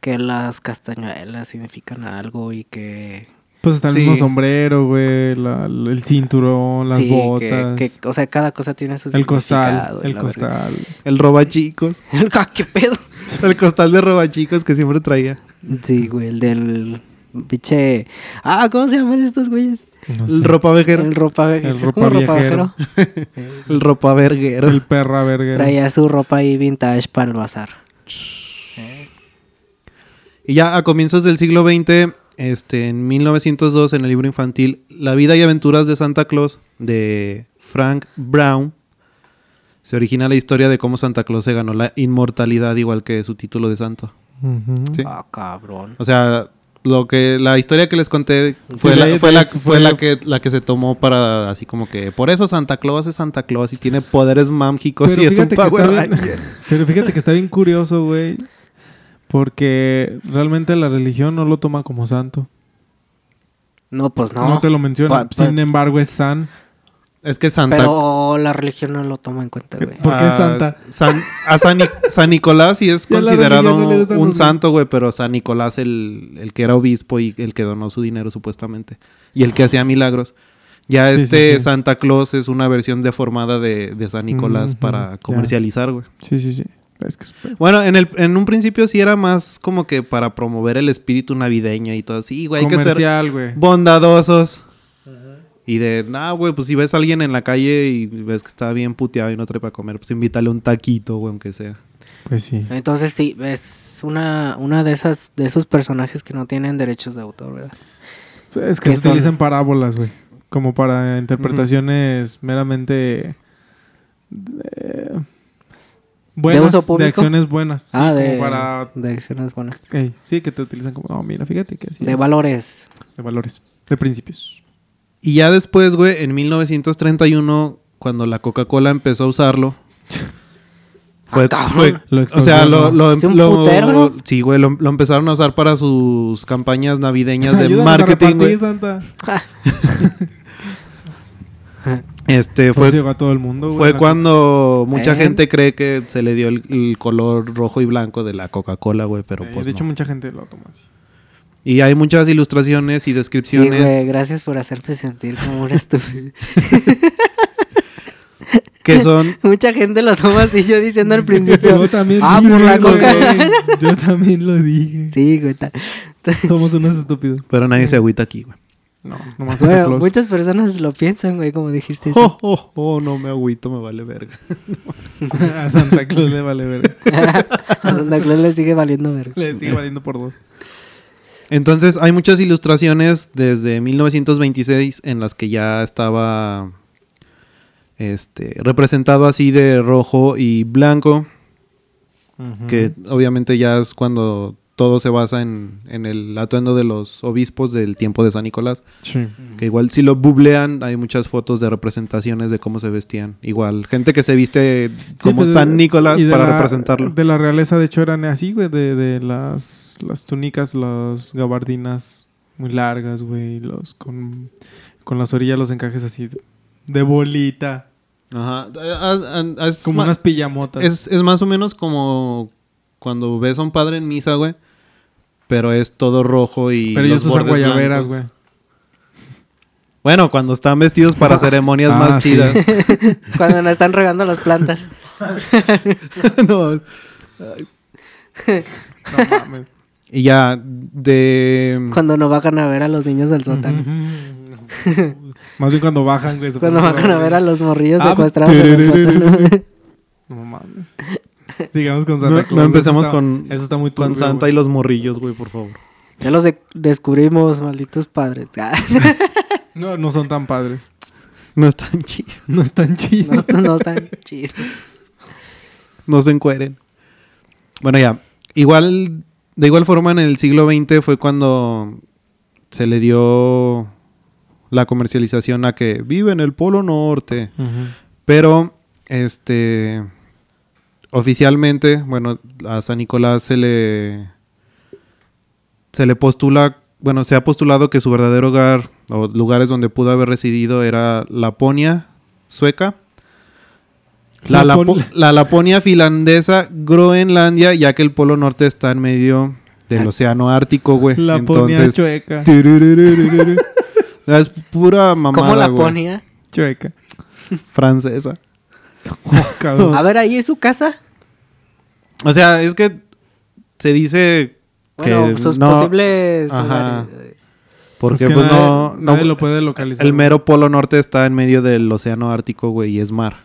Speaker 3: que las castañuelas significan algo y que...
Speaker 2: Pues está el
Speaker 4: Sí.
Speaker 2: mismo sombrero, güey, la- la- el cinturón, las
Speaker 3: sí, que-
Speaker 2: botas,
Speaker 3: Que, o sea, cada cosa tiene su
Speaker 2: el costal,
Speaker 3: significado y
Speaker 2: el
Speaker 3: la verga.
Speaker 2: costal.
Speaker 4: El robachicos,
Speaker 3: El ah, ¿qué pedo?
Speaker 4: el costal de robachicos que siempre traía.
Speaker 3: Sí, güey, el del pinche... Ah, ¿cómo se llaman estos güeyes?
Speaker 2: No sé.
Speaker 4: El ropavejero,
Speaker 3: El ropa,
Speaker 2: El
Speaker 3: es como ropa
Speaker 2: ropaviejero.
Speaker 3: viajero.
Speaker 4: el ropaverguero.
Speaker 2: El perra verga.
Speaker 3: Traía su ropa ahí vintage para el bazar.
Speaker 4: Y ya a comienzos del siglo XX, este, en 1902, en el libro infantil La vida y aventuras de Santa Claus, de Frank Brown, se origina la historia de cómo Santa Claus se ganó la inmortalidad, igual que su título de santo.
Speaker 2: Ujú.
Speaker 4: Sí.
Speaker 3: Ah, cabrón.
Speaker 4: O sea, lo que la historia que les conté fue,
Speaker 2: Sí,
Speaker 4: la,
Speaker 2: de-
Speaker 4: fue,
Speaker 2: de-
Speaker 4: la,
Speaker 2: fue-
Speaker 4: fue la que la que se tomó para así como que por eso Santa Claus es Santa Claus y tiene poderes mágicos
Speaker 2: Pero
Speaker 4: y es un
Speaker 2: fíjate que está
Speaker 4: Power
Speaker 2: bien-
Speaker 4: Ranger.
Speaker 2: Pero fíjate que está bien curioso, güey. Porque realmente la religión no lo toma como santo.
Speaker 3: No, pues no.
Speaker 2: No, te lo menciona.
Speaker 3: Pa- pa-
Speaker 2: Sin embargo, es san.
Speaker 4: Es que Santa.
Speaker 3: Pero la religión no lo toma en cuenta, güey.
Speaker 2: ¿Por qué
Speaker 4: a-
Speaker 2: Santa?
Speaker 4: San- a San, Ni- San Nicolás sí es
Speaker 2: Ya la
Speaker 4: considerado
Speaker 2: religión no le gustan
Speaker 4: un
Speaker 2: los-
Speaker 4: santo, güey, pero San Nicolás, el, el que era obispo y el que donó su dinero supuestamente, y el que hacía milagros. Ya
Speaker 2: Sí,
Speaker 4: este
Speaker 2: sí, sí.
Speaker 4: Santa Claus es una versión deformada de, de San Nicolás
Speaker 2: Ujú,
Speaker 4: para
Speaker 2: ya.
Speaker 4: comercializar, güey.
Speaker 2: Sí, sí, sí. Es que es-
Speaker 4: Bueno, en, el, en un principio sí era más como que para promover el espíritu navideño y todo así, güey. Hay que ser
Speaker 2: comercial, güey.
Speaker 4: bondadosos. Y de, nah, güey, pues si ves a alguien en la calle y ves que está bien puteado y no trae para comer, pues invítale un taquito, güey, aunque sea.
Speaker 2: Pues sí.
Speaker 3: Entonces sí, es una, una de esas, de esos personajes que no tienen derechos de autor, ¿verdad?
Speaker 2: Es que
Speaker 3: que
Speaker 2: se
Speaker 3: son-
Speaker 2: utilizan parábolas, güey. Como para interpretaciones meramente... eh, buenas, de,
Speaker 3: uso público?
Speaker 2: acciones buenas. Sí,
Speaker 3: ah, de,
Speaker 2: Como para...
Speaker 3: de acciones buenas.
Speaker 2: Ey, sí, que te utilizan como... No, mira, fíjate que así
Speaker 3: De
Speaker 2: es.
Speaker 3: valores.
Speaker 2: de valores. De principios.
Speaker 4: Y ya después, güey, en 1931, cuando la Coca-Cola empezó a usarlo, fue, fue-
Speaker 2: Lo
Speaker 4: o sea, lo,
Speaker 2: extorsionó.
Speaker 4: lo,
Speaker 3: Sí, Ah, un
Speaker 4: lo-
Speaker 3: putero, ¿no?
Speaker 4: sí, güey, lo, lo empezaron a usar para sus campañas navideñas de
Speaker 2: Ayúdanos a
Speaker 4: marketing,
Speaker 2: repartir,
Speaker 4: güey.
Speaker 2: Santa.
Speaker 4: Este
Speaker 2: Pues
Speaker 4: fue
Speaker 2: llegó a todo el mundo, güey,
Speaker 4: fue
Speaker 2: la-
Speaker 4: cuando mucha
Speaker 3: Eh.
Speaker 4: gente cree que se le dio el, el color rojo y blanco de la Coca-Cola, güey, pero
Speaker 2: Eh,
Speaker 4: pues
Speaker 2: de hecho,
Speaker 4: no.
Speaker 2: mucha gente lo toma así.
Speaker 4: Y hay muchas ilustraciones y
Speaker 3: Sí, güey,
Speaker 4: descripciones
Speaker 3: gracias por hacerte sentir como un estúpido.
Speaker 4: que son
Speaker 3: Mucha gente lo toma así yo diciendo al principio.
Speaker 2: Yo también
Speaker 3: ah,
Speaker 2: dije,
Speaker 3: por la
Speaker 2: güey.
Speaker 3: coca.
Speaker 2: Yo también lo dije.
Speaker 3: Sí, güey. ta- ta-
Speaker 2: Somos unos estúpidos.
Speaker 4: pero
Speaker 3: Mm.
Speaker 4: nadie se agüita aquí, güey.
Speaker 2: No, nomás Santa
Speaker 3: Bueno,
Speaker 2: Claus.
Speaker 3: muchas personas lo piensan, güey, como dijiste.
Speaker 4: Oh, oh, oh, no me agüito, me vale verga.
Speaker 2: A Santa Claus le vale verga.
Speaker 3: A Santa Claus le sigue valiendo verga.
Speaker 2: Le sigue valiendo por dos.
Speaker 4: Entonces, hay muchas ilustraciones desde 1926 en las que ya estaba este, representado así de rojo y blanco, que obviamente ya es cuando todo se basa en, en el atuendo de los obispos del tiempo de San Nicolás.
Speaker 2: Sí.
Speaker 4: Que igual si lo googlean, hay muchas fotos de representaciones de cómo se vestían. Igual, gente que se viste como
Speaker 2: pues,
Speaker 4: San
Speaker 2: de-
Speaker 4: Nicolás
Speaker 2: y de
Speaker 4: para
Speaker 2: la-
Speaker 4: representarlo.
Speaker 2: De la realeza, de hecho, eran así, güey, de, de las, las túnicas, las gabardinas muy largas, güey, los con, con las orillas, los encajes así de, de bolita,
Speaker 4: Ajá. Ah, ah, ah, es
Speaker 2: como
Speaker 4: ma-
Speaker 2: unas pijamotas.
Speaker 4: Es, es más o menos como cuando ves a un padre en misa, güey. Pero es todo rojo y.
Speaker 2: Pero
Speaker 4: los
Speaker 2: ellos usan
Speaker 4: bordes
Speaker 2: guayaberas, güey.
Speaker 4: blancos. Bueno, cuando están vestidos para ceremonias
Speaker 2: ah,
Speaker 4: más
Speaker 2: sí.
Speaker 4: chidas.
Speaker 3: Cuando nos están regando las plantas.
Speaker 4: No.
Speaker 2: No mames.
Speaker 4: Y ya, de.
Speaker 3: Cuando no bajan a ver a los niños del sótano.
Speaker 2: Ujú. Más bien cuando bajan, güey. se
Speaker 3: Cuando
Speaker 2: ponen
Speaker 3: bajan a ver a los morrillos
Speaker 2: Ah, pues,
Speaker 3: secuestrados en el sótano.
Speaker 2: tererere. No mames. Sigamos con Santa
Speaker 4: No,
Speaker 2: Claus.
Speaker 4: no empecemos
Speaker 2: Eso está-
Speaker 4: con,
Speaker 2: Eso está muy
Speaker 4: con
Speaker 2: turbio,
Speaker 4: Santa
Speaker 2: güey.
Speaker 4: y los morrillos, güey, por favor.
Speaker 3: Ya los de- descubrimos, malditos padres. Ah,
Speaker 2: No, no son tan padres.
Speaker 4: No están chidos.
Speaker 2: No están chidos.
Speaker 3: no, no están chidos.
Speaker 4: No se encueren. Bueno, ya. Igual. De igual forma, en el siglo XX fue cuando se le dio la comercialización a que vive en el Polo Norte. Pero, este, oficialmente, bueno, a San Nicolás se le, se le postula, bueno, se ha postulado que su verdadero hogar o lugares donde pudo haber residido era Laponia sueca, la,
Speaker 2: Lapon-
Speaker 4: Lapo- la Laponia finlandesa, Groenlandia, ya que el Polo Norte está en medio del Océano Ártico, güey.
Speaker 2: La ponía
Speaker 4: Entonces,
Speaker 2: chueca.
Speaker 4: turururururu. es pura mamada,
Speaker 3: ¿Cómo la
Speaker 4: güey,
Speaker 3: ponía?
Speaker 2: Chueca.
Speaker 4: francesa.
Speaker 2: Oh, cabrón.
Speaker 4: Ah,
Speaker 3: A ver, ahí es su casa.
Speaker 4: O sea, es que se dice que
Speaker 3: Bueno, pues, sus
Speaker 4: no,
Speaker 3: posibles
Speaker 4: Ajá.
Speaker 3: hogares.
Speaker 4: porque
Speaker 2: Es que
Speaker 4: pues
Speaker 2: nadie-
Speaker 4: no, no-
Speaker 2: nadie lo puede localizar.
Speaker 4: el mero polo norte está en medio del océano ártico, güey, y es mar.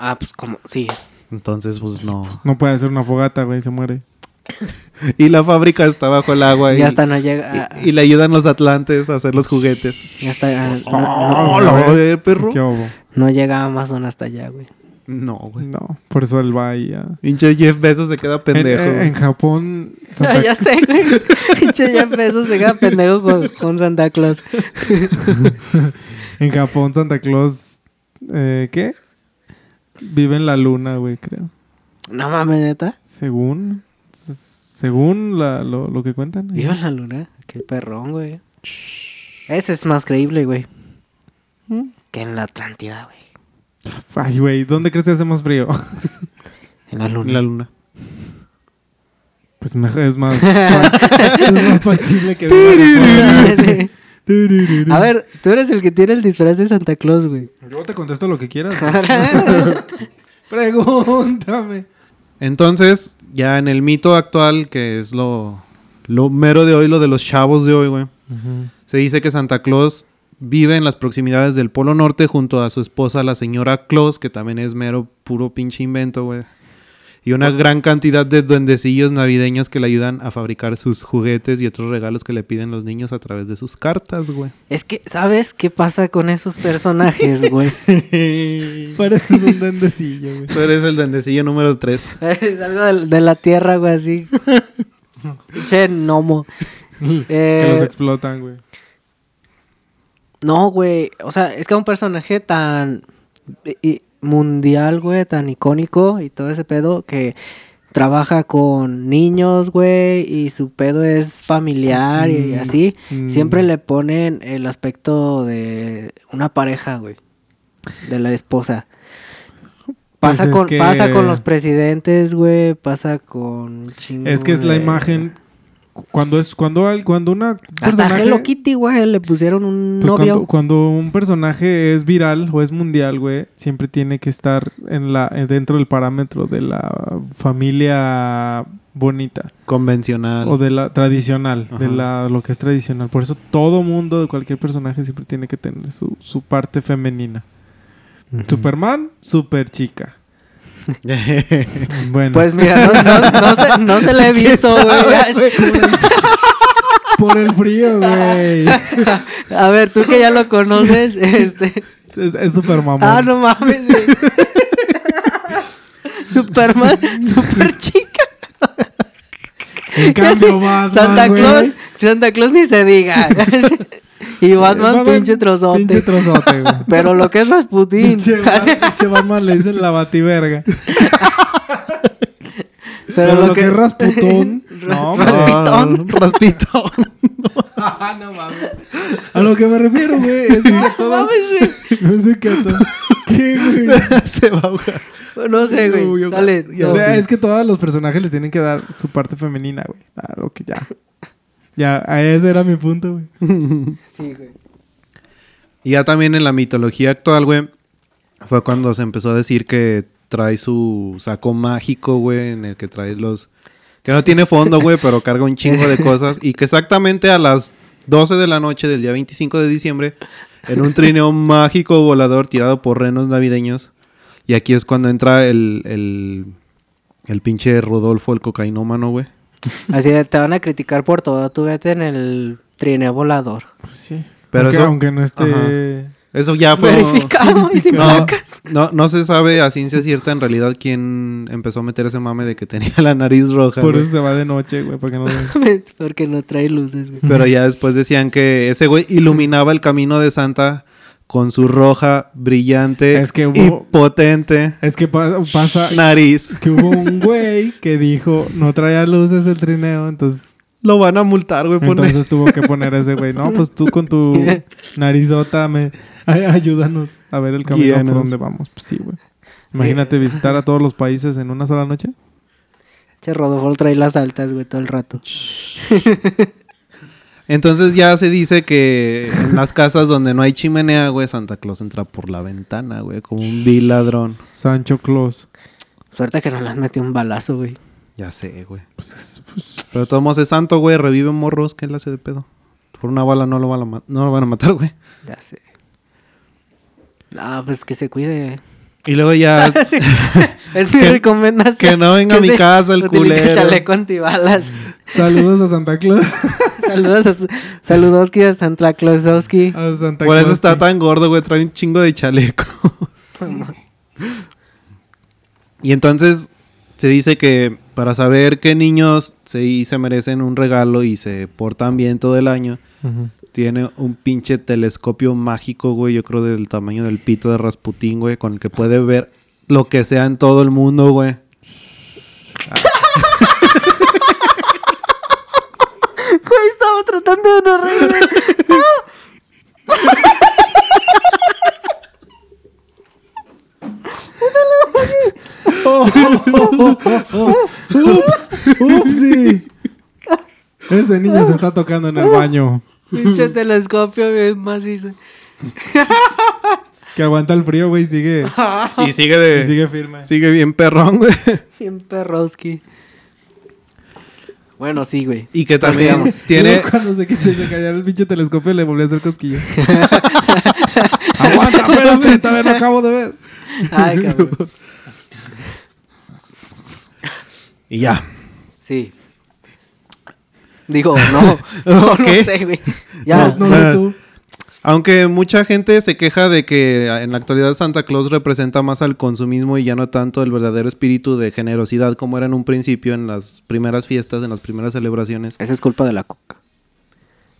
Speaker 3: Ah, pues como, sí.
Speaker 4: Entonces, pues no.
Speaker 2: No puede hacer una fogata, güey. Se muere.
Speaker 4: Y la fábrica está bajo el agua y,
Speaker 3: Ya hasta no llega. ah,
Speaker 4: y- y le ayudan los atlantes a hacer los juguetes.
Speaker 3: Ya está, ah,
Speaker 2: Oh,
Speaker 3: no, no-
Speaker 2: la
Speaker 3: no-
Speaker 2: verga.
Speaker 4: Eh, perro.
Speaker 2: ¿Qué hubo?
Speaker 3: no llega a Amazon hasta allá, güey.
Speaker 4: No, güey.
Speaker 2: No, por eso el bahía.
Speaker 4: Pinche Jeff Bezos se queda pendejo.
Speaker 2: En, en
Speaker 4: güey.
Speaker 2: Japón,
Speaker 3: Ah,
Speaker 2: Santa,
Speaker 3: ya sé, güey. Pinche ya pesos se queda pendejo con, con Santa Claus.
Speaker 2: en Japón Santa Claus, eh, ¿qué? Vive en la luna, güey, creo.
Speaker 3: No mames, neta.
Speaker 2: Según, s- según la- lo, lo que cuentan.
Speaker 3: Viva la luna. Qué perrón, güey. Ese es más creíble, güey. que en la Atlántida, güey.
Speaker 2: Ay, güey, ¿dónde crees que hace más frío?
Speaker 3: En la
Speaker 4: En
Speaker 3: luna.
Speaker 4: la luna.
Speaker 2: Pues me- es más. es más factible que.
Speaker 3: Sí. A ver, tú eres el que tiene el disfraz de Santa Claus, güey.
Speaker 2: Yo te contesto lo que quieras. Pregúntame.
Speaker 4: Entonces, ya en el mito actual, que es lo, lo mero de hoy, lo de los chavos de hoy, güey. Se dice que Santa Claus vive en las proximidades del Polo Norte junto a su esposa, la señora Claus, que también es mero puro pinche invento, güey. Y una gran cantidad de duendecillos navideños que le ayudan a fabricar sus juguetes y otros regalos que le piden los niños a través de sus cartas, güey.
Speaker 3: Es que, ¿sabes qué pasa con esos personajes, güey?
Speaker 2: Pareces un dendecillo, güey.
Speaker 4: Tú eres el duendecillo número 3.
Speaker 3: es algo del- de, la tierra, güey, así. Pinche gnomo.
Speaker 2: Que los
Speaker 3: Eh,
Speaker 2: explotan, güey.
Speaker 3: no, güey. O sea, es que un personaje tan i- i- mundial, güey, tan icónico y todo ese pedo que trabaja con niños, güey, y su pedo es familiar y
Speaker 2: Mm,
Speaker 3: así.
Speaker 2: mm.
Speaker 3: Siempre le ponen el aspecto de una pareja, güey. De la esposa.
Speaker 2: Pues
Speaker 3: Pasa,
Speaker 2: es
Speaker 3: con,
Speaker 2: que-
Speaker 3: pasa con los presidentes, güey. Pasa con chingo
Speaker 2: Es que es la
Speaker 3: de-
Speaker 2: imagen. Cuando es. Cuando, al- cuando una. un
Speaker 3: Hasta a
Speaker 2: personaje-
Speaker 3: Hello Kitty, güey, le pusieron un
Speaker 2: pues cuando,
Speaker 3: novio.
Speaker 2: cuando un personaje es viral o es mundial, güey, siempre tiene que estar en la eh, dentro del parámetro de la familia bonita
Speaker 4: Convencional.
Speaker 2: o de la tradicional, de
Speaker 4: Ajá.
Speaker 2: la lo que es tradicional. Por eso todo mundo de cualquier personaje siempre tiene que tener su, su parte femenina. Superman, super chica. Bueno,
Speaker 3: Pues mira, no, no, no se, no se le he visto, güey.
Speaker 2: por el frío, güey.
Speaker 3: A ver, tú que ya lo conoces, este.
Speaker 2: Es, es super mamón.
Speaker 3: Ah, no mames, güey. Superman, super chica.
Speaker 2: En cambio, Batman,
Speaker 3: Santa
Speaker 2: güey.
Speaker 3: Claus, Santa Claus ni se diga. y Batman,
Speaker 2: Batman,
Speaker 3: pinche trozote.
Speaker 2: Pinche trozote, güey.
Speaker 3: Pero lo que es Rasputín.
Speaker 2: Pinche Bat- pinche Batman le dicen la bativerga. Pero, lo, que es Rasputón. no, hombre.
Speaker 4: Raspitón. Ah, Raspitón.
Speaker 2: A lo que me refiero, güey. Es que todas. No sé qué. to- ¿Qué, güey?
Speaker 4: Se va a ahogar.
Speaker 3: No sé,
Speaker 4: Uy,
Speaker 3: güey.
Speaker 4: yo-
Speaker 3: Dale.
Speaker 2: O
Speaker 3: no.
Speaker 2: sea, es que todos los personajes les tienen que dar su parte femenina, güey. A lo que ya. Ya, a ese era mi punto, güey.
Speaker 3: Sí, güey.
Speaker 4: Y ya también en la mitología actual, güey, fue cuando se empezó a decir que trae su saco mágico, güey, en el que trae los... Que no tiene fondo, güey, pero carga un chingo de cosas. Y que exactamente a las 12 de la noche del día 25 de diciembre, en un trineo mágico volador tirado por renos navideños. Y aquí es cuando entra el, el, el pinche Rodolfo, el cocainómano, güey.
Speaker 3: Así de, te van a criticar por todo. Tú vete en el trineo volador.
Speaker 2: sí.
Speaker 4: Pero
Speaker 2: aunque,
Speaker 4: eso-
Speaker 2: aunque no esté.
Speaker 4: Ajá. Eso ya fue...
Speaker 3: Verificado y sin
Speaker 4: No,
Speaker 3: placas.
Speaker 4: no, no se sabe a ciencia cierta en realidad quién empezó a meter ese mame de que tenía la nariz roja.
Speaker 2: Por
Speaker 4: güey.
Speaker 2: eso se va de noche, güey. Porque no.
Speaker 3: Porque no trae luces, güey.
Speaker 4: Pero ya después decían que ese güey iluminaba el camino de Santa con su roja, brillante
Speaker 2: Es que hubo-
Speaker 4: Eh, y potente
Speaker 2: es que pa- pasa
Speaker 4: nariz.
Speaker 2: que hubo un güey que dijo no traía luces el trineo, entonces
Speaker 4: Lo van a multar, güey, por
Speaker 2: Entonces tuvo que poner ese güey. No, pues tú con tu
Speaker 3: Sí.
Speaker 2: narizota me ay- ayúdanos a ver el camino
Speaker 4: Guíanos.
Speaker 2: por donde vamos. Pues sí, güey. Imagínate visitar a todos los países en una sola noche.
Speaker 3: Che, Rodolfo trae las altas, güey, todo el rato.
Speaker 4: Entonces ya se dice que en las casas donde no hay chimenea, güey, Santa Claus entra por la ventana, güey, como un vil ladrón.
Speaker 2: Sancho Claus.
Speaker 3: Suerte que no las metió un balazo, güey.
Speaker 4: Ya sé, güey. Pero de todos modos es santo, güey. Revive morros. ¿Qué le hace de pedo? Por una bala no lo van a, ma- no lo van a matar, güey.
Speaker 3: Ya sé. Ah, pues que se cuide.
Speaker 4: Y luego ya...
Speaker 3: Es mi
Speaker 4: Ah, Que-
Speaker 3: recomendación.
Speaker 4: que no venga a mi
Speaker 3: se-
Speaker 4: casa el
Speaker 3: utilice
Speaker 4: culero.
Speaker 3: chaleco antibalas.
Speaker 2: Saludos a Santa Claus.
Speaker 3: Saludos a, saludoski a Santa Clausowski.
Speaker 4: Ah.
Speaker 2: A Santa
Speaker 4: por eso
Speaker 2: Claus,
Speaker 4: está
Speaker 2: sí.
Speaker 4: tan gordo, güey. Trae un chingo de chaleco. y entonces se dice que para saber qué niños se, se merecen un regalo y se portan bien todo el año,
Speaker 2: Ujú.
Speaker 4: tiene un pinche telescopio mágico, güey. Yo creo del tamaño del pito de Rasputín, güey. Con el que puede ver lo que sea en todo el mundo, güey.
Speaker 3: Güey, estaba tratando de no reír.
Speaker 2: Ese niño se está tocando en el baño.
Speaker 3: Pinche telescopio bien macizo.
Speaker 2: Que aguanta el frío, güey, sigue,
Speaker 4: Y sigue
Speaker 2: y
Speaker 4: de.
Speaker 2: sigue
Speaker 4: Sigue,
Speaker 2: firme.
Speaker 4: bien perrón, güey.
Speaker 3: Bien perroski. Bueno, sí, güey.
Speaker 4: Y que también
Speaker 3: Prosigamos.
Speaker 4: tiene.
Speaker 2: Luego Cuando se quite de callar el pinche telescopio, le volví a hacer cosquillo. Aguanta, espérame, todavía no acabo de ver.
Speaker 3: Ay, cabrón.
Speaker 4: Y ya.
Speaker 3: Sí. Digo, no. No, no
Speaker 4: ¿Qué?
Speaker 3: sé, güey. Ya.
Speaker 2: No, no, tú.
Speaker 4: Aunque mucha gente se queja de que en la actualidad Santa Claus representa más al consumismo y ya no tanto el verdadero espíritu de generosidad como era en un principio en las primeras fiestas, en las primeras celebraciones.
Speaker 3: Esa es culpa de la coca.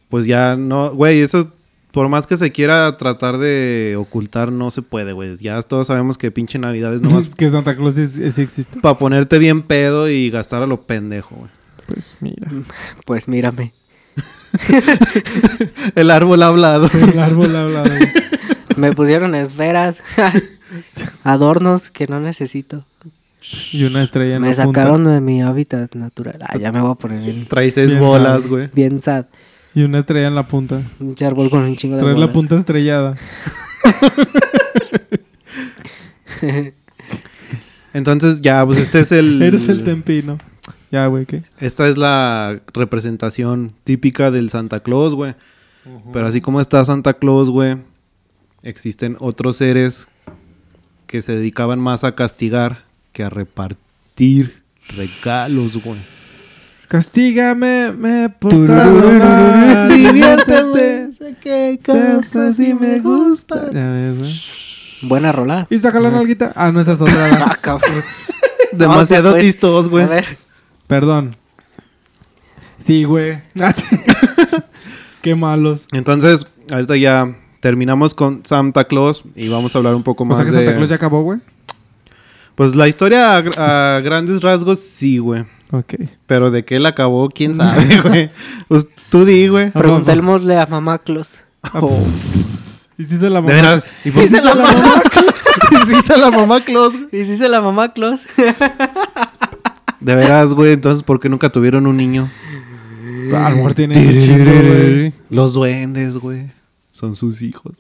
Speaker 4: Pues ya no, güey, eso por más que se quiera tratar de ocultar no se puede, güey. Ya todos sabemos que pinche Navidad es nomás
Speaker 2: que Santa Claus sí, sí existe.
Speaker 4: para ponerte bien pedo y gastar a lo pendejo, güey.
Speaker 2: Pues mira.
Speaker 3: Pues mírame.
Speaker 4: El árbol ha hablado.
Speaker 2: El árbol ha hablado. güey.
Speaker 3: Me pusieron esferas. Adornos que no necesito.
Speaker 2: Y una estrella en
Speaker 3: Me
Speaker 2: la punta.
Speaker 3: sacaron de mi hábitat natural. Ah, ya me voy a poner bien,
Speaker 4: Trae seis
Speaker 2: Bien
Speaker 4: bolas,
Speaker 2: sabe.
Speaker 4: güey.
Speaker 3: bien sad.
Speaker 2: Y una estrella en la punta.
Speaker 3: Un árbol con un chingo de
Speaker 2: Traes la
Speaker 3: bolas.
Speaker 2: punta estrellada.
Speaker 4: Entonces ya, pues este es el...
Speaker 2: Eres el tempino. Ya, güey, ¿qué?
Speaker 4: Esta es la representación típica del Santa Claus, güey. Pero así como está Santa Claus, güey, existen otros seres que se dedicaban más a castigar que a repartir regalos, güey.
Speaker 2: Castígame, me he portado mal.
Speaker 4: Turururururu.
Speaker 2: Diviértete.
Speaker 4: qué
Speaker 2: Cosas sí me gusta. Ya ves, güey.
Speaker 3: Buena rola.
Speaker 2: Y saca la nalguita. Ah, no, esa es otra. ¿verdad?
Speaker 3: Ah, cabrón.
Speaker 4: Demasiado
Speaker 3: No, pues,
Speaker 4: tistos, güey.
Speaker 3: A ver.
Speaker 2: Perdón. Sí, güey. Qué malos.
Speaker 4: Entonces, ahorita ya terminamos con Santa Claus y vamos a hablar un poco
Speaker 2: O
Speaker 4: más
Speaker 2: sea que
Speaker 4: de...
Speaker 2: Santa Claus ya acabó, güey.
Speaker 4: Pues la historia a gr- a grandes rasgos sí, güey.
Speaker 2: Ok.
Speaker 4: Pero de qué él acabó, quién sabe, güey. Pues tú di, güey.
Speaker 2: Ah, vamos.
Speaker 3: Preguntémosle a mamá Claus.
Speaker 2: Ah, pues. Y si se la mamá.
Speaker 4: Oh. De veras. Y pues,
Speaker 3: Dice la mamá.
Speaker 4: hizo la mamá Claus, güey.
Speaker 3: Y dice la mamá Claus.
Speaker 4: De veras, güey. Entonces, ¿por qué nunca tuvieron un niño?
Speaker 2: A lo mejor tiene un chingo, güey.
Speaker 4: Los duendes, güey. Son sus hijos.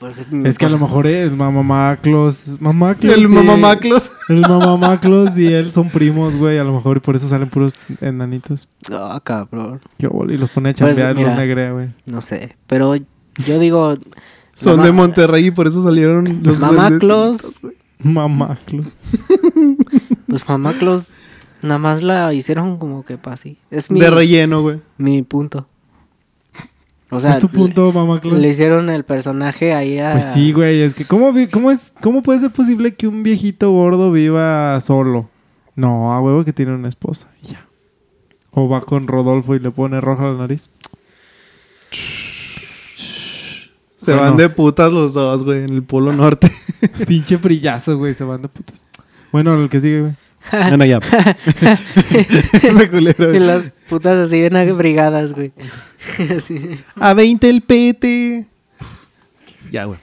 Speaker 3: pues,
Speaker 2: Es que a lo mejor es mamá Claus. Mamá Claus.
Speaker 4: El
Speaker 2: y-
Speaker 4: mamá Claus.
Speaker 2: El mamá Claus y él son primos, güey. A lo mejor por eso salen puros enanitos.
Speaker 3: Ah, cabrón.
Speaker 2: Qué bol- Y los pone a
Speaker 3: Pues,
Speaker 2: chambear en
Speaker 3: mira.
Speaker 2: una negrea, güey.
Speaker 3: No sé. Pero yo digo.
Speaker 4: Son
Speaker 3: mamá-
Speaker 4: de Monterrey y por eso salieron los
Speaker 3: Mamá
Speaker 4: duendes.
Speaker 3: Claus.
Speaker 2: Mamá Claus.
Speaker 3: Pues mamá Claus. Nada más la hicieron como que para así. Es mi,
Speaker 4: De relleno, güey.
Speaker 3: mi punto. O sea,
Speaker 2: ¿Es tu punto, mamá
Speaker 3: le,
Speaker 2: Claus?
Speaker 3: le hicieron el personaje ahí a.
Speaker 2: Pues sí, güey, es que ¿cómo, vi- cómo, es, ¿cómo puede ser posible que un viejito gordo viva solo? No, a huevo que tiene una esposa y ya. O va con Rodolfo y le pone roja la nariz.
Speaker 4: Se
Speaker 2: Bueno.
Speaker 4: van de putas los dos, güey, en el Polo Norte.
Speaker 2: Pinche frillazo, güey, se van de putas. Bueno, el que sigue, güey.
Speaker 4: bueno, ya. Ese culero.
Speaker 3: Y las putas así bien abrigadas, güey. Así.
Speaker 4: A 20 el pete. Ya, güey.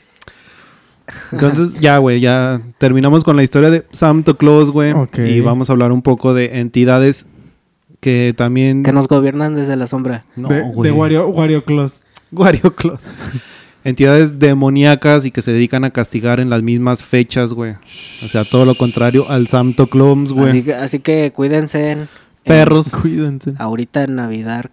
Speaker 4: Entonces, ya, güey, ya terminamos con la historia de Santo Claus, güey.
Speaker 2: Ok.
Speaker 4: Y vamos a hablar un poco de entidades que también.
Speaker 3: Que nos gobiernan desde la sombra.
Speaker 4: No,
Speaker 2: de,
Speaker 4: güey.
Speaker 2: de Wario, Wario Claus.
Speaker 3: Eh,
Speaker 4: Wario Claus. entidades demoníacas y que se dedican a castigar en las mismas fechas, güey. O sea, todo lo contrario al Santo Claus,
Speaker 3: Así
Speaker 4: Pues, güey.
Speaker 3: que, así que cuídense. en- en-
Speaker 4: Perros.
Speaker 2: Cuídense.
Speaker 3: ahorita en Navidad.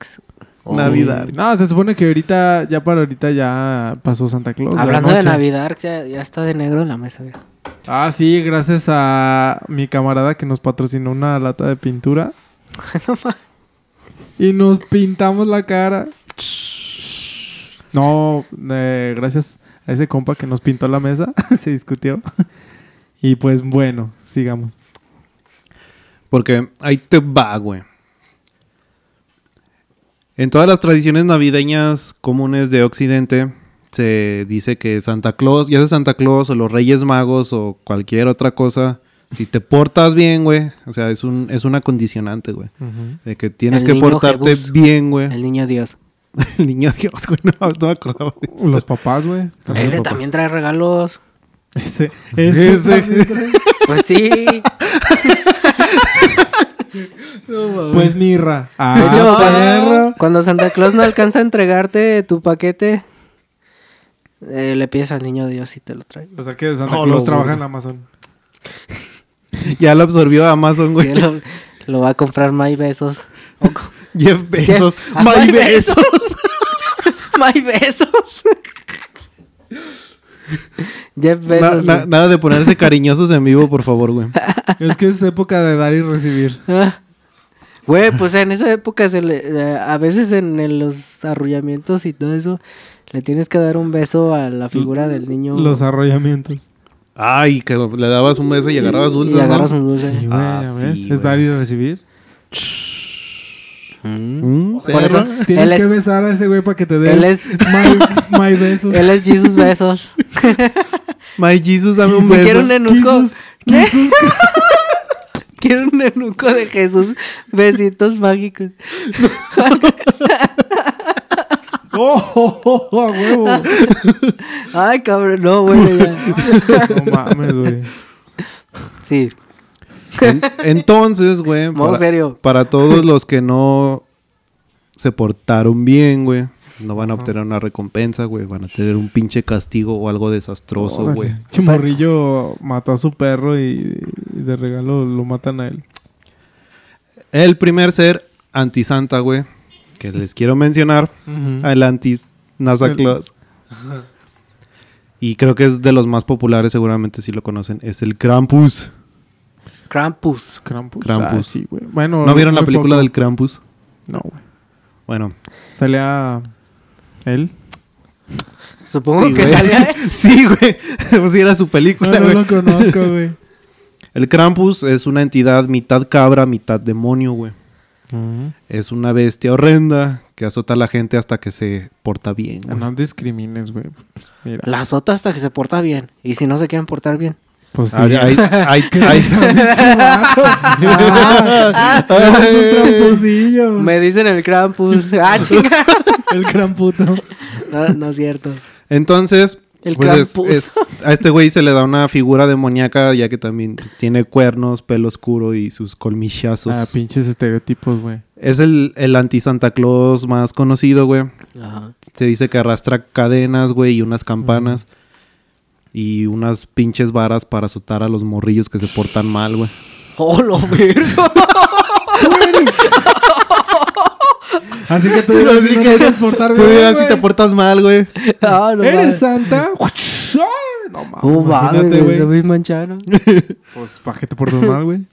Speaker 3: Oh.
Speaker 4: Navidad.
Speaker 2: No, se supone que ahorita, ya para ahorita ya pasó Santa Claus. la
Speaker 3: Hablando de
Speaker 2: noche.
Speaker 3: Navidad, ya, ya está de negro en la mesa. viejo.
Speaker 2: Ah, sí, gracias a mi camarada que nos patrocinó una lata de pintura. y nos pintamos la cara. No, eh, gracias a ese compa que nos pintó la mesa, se discutió. y pues bueno, sigamos.
Speaker 4: Porque ahí te va, güey. En todas las tradiciones navideñas comunes de Occidente se dice que Santa Claus, ya sea Santa Claus o los Reyes Magos o cualquier otra cosa, si te portas bien, güey, o sea, es un es una condicionante, güey, de que tienes
Speaker 3: El
Speaker 4: que
Speaker 3: niño
Speaker 4: portarte
Speaker 3: Jesús.
Speaker 4: bien, güey.
Speaker 3: El niño Dios.
Speaker 4: El niño Dios, güey, no, no me acordaba de eso.
Speaker 2: Los papás, güey.
Speaker 3: Ese también trae regalos.
Speaker 2: Ese, ese
Speaker 4: Ese.
Speaker 2: también trae-
Speaker 3: Pues sí.
Speaker 2: Pues mirra. Ah,
Speaker 3: De hecho, cuando,
Speaker 2: perro.
Speaker 3: cuando Santa Claus no alcanza a entregarte tu paquete, eh, le pides al niño Dios y te lo trae.
Speaker 2: O sea que Santa
Speaker 4: No,
Speaker 2: Claus
Speaker 4: lo
Speaker 2: trabaja
Speaker 4: bueno.
Speaker 2: en Amazon.
Speaker 4: Ya lo absorbió Amazon,
Speaker 3: Ya
Speaker 4: güey.
Speaker 3: Lo, lo va a comprar My Besos. O co-
Speaker 4: Jeff Bezos.
Speaker 3: Ah,
Speaker 4: My
Speaker 3: My
Speaker 4: Bezos.
Speaker 3: My Besos. Jeff
Speaker 4: Na-
Speaker 3: Besos.
Speaker 4: na- nada de ponerse cariñosos en vivo, por favor, güey.
Speaker 2: Es que es época de dar y recibir.
Speaker 3: Ah. Güey, pues en esa época se le- eh, a veces en, en los arrullamientos y todo eso, le tienes que dar un beso a la figura del niño.
Speaker 2: Los arrollamientos.
Speaker 4: Ay, que le dabas un beso y agarrabas dulces,
Speaker 3: Y agarras
Speaker 4: ¿no?
Speaker 3: un dulce.
Speaker 2: Y, güey,
Speaker 4: Ah,
Speaker 2: ya
Speaker 4: sí,
Speaker 2: ves,
Speaker 4: güey.
Speaker 2: es dar y recibir.
Speaker 4: Mm,
Speaker 3: Por eso
Speaker 4: perra.
Speaker 2: Tienes
Speaker 3: él,
Speaker 2: que
Speaker 3: es,
Speaker 2: besar a ese güey para que te dé
Speaker 3: él es-
Speaker 2: my, my besos.
Speaker 3: él es Jesus Besos.
Speaker 4: My Jesus, dame un
Speaker 3: Me
Speaker 4: beso.
Speaker 3: quiero un enuco.
Speaker 2: Jesus,
Speaker 3: ¿Qué? Quiero un enuco de Jesús. Besitos mágicos.
Speaker 2: Oh, oh, oh, oh, a huevo.
Speaker 3: Ay, cabrón. No, bueno, ya.
Speaker 2: No mames, güey.
Speaker 3: Sí.
Speaker 4: En- entonces, güey,
Speaker 3: Modo
Speaker 4: para,
Speaker 3: serio.
Speaker 4: para todos los que no se portaron bien, güey, no van a obtener una recompensa, güey, van a tener un pinche castigo o algo desastroso,
Speaker 2: Órale.
Speaker 4: güey.
Speaker 2: Chimorrillo mató a su perro y, y de regalo lo matan a él.
Speaker 4: El primer ser antisanta, güey, que les quiero mencionar, el anti NASA
Speaker 2: El-
Speaker 4: Claus. Y creo que es de los más populares, seguramente si lo conocen, es el Krampus.
Speaker 3: Krampus.
Speaker 2: Krampus.
Speaker 4: Krampus.
Speaker 2: Ah, sí, güey. Bueno,
Speaker 4: ¿No vieron la
Speaker 2: muy
Speaker 4: película
Speaker 2: poco.
Speaker 4: del Krampus?
Speaker 2: No, güey.
Speaker 4: Bueno,
Speaker 2: Salía él.
Speaker 3: Supongo
Speaker 4: Sí,
Speaker 3: que
Speaker 4: güey.
Speaker 3: salía. ¿eh?
Speaker 4: sí, güey, pues sí era su película, güey.
Speaker 2: conozco, güey.
Speaker 4: El Krampus es una entidad mitad cabra, mitad demonio, güey. Es una bestia horrenda que azota a la gente hasta que se porta bien, güey.
Speaker 2: Ah, No discrimines, güey. Pues, mira.
Speaker 3: La azota hasta que se porta bien. Y si no se quieren portar bien.
Speaker 2: Pues
Speaker 3: Ah,
Speaker 2: sí.
Speaker 4: Ay, ay, ay, ay.
Speaker 3: Ah,
Speaker 2: es un tramposillo.
Speaker 3: Me dicen el Krampus. Ah, chinga.
Speaker 2: El gran puto.
Speaker 3: No, no es cierto.
Speaker 4: Entonces,
Speaker 3: El
Speaker 4: pues, es-
Speaker 3: Krampus.
Speaker 4: es- a este güey se le da una figura demoníaca ya que también pues, tiene cuernos, pelo oscuro y sus colmillazos.
Speaker 2: Ah, pinches estereotipos, güey.
Speaker 4: es el, el anti-Santa Claus más conocido, güey.
Speaker 3: Ajá.
Speaker 4: Se dice que arrastra cadenas, güey, y unas campanas. Y unas pinches varas para azotar a los morrillos que se portan mal, güey.
Speaker 3: Oh, lo vergo.
Speaker 2: Así que tú dirás si no te quieres portar
Speaker 4: Tú
Speaker 2: bien,
Speaker 4: dirás si
Speaker 2: güey.
Speaker 4: te portas mal, güey.
Speaker 3: Ah, no
Speaker 2: ¿Eres
Speaker 3: mames.
Speaker 2: santa? Ay, no mames.
Speaker 3: No
Speaker 2: imagínate,
Speaker 3: mames,
Speaker 2: güey.
Speaker 3: David Manchano.
Speaker 2: Pues, ¿para qué te portas mal, güey?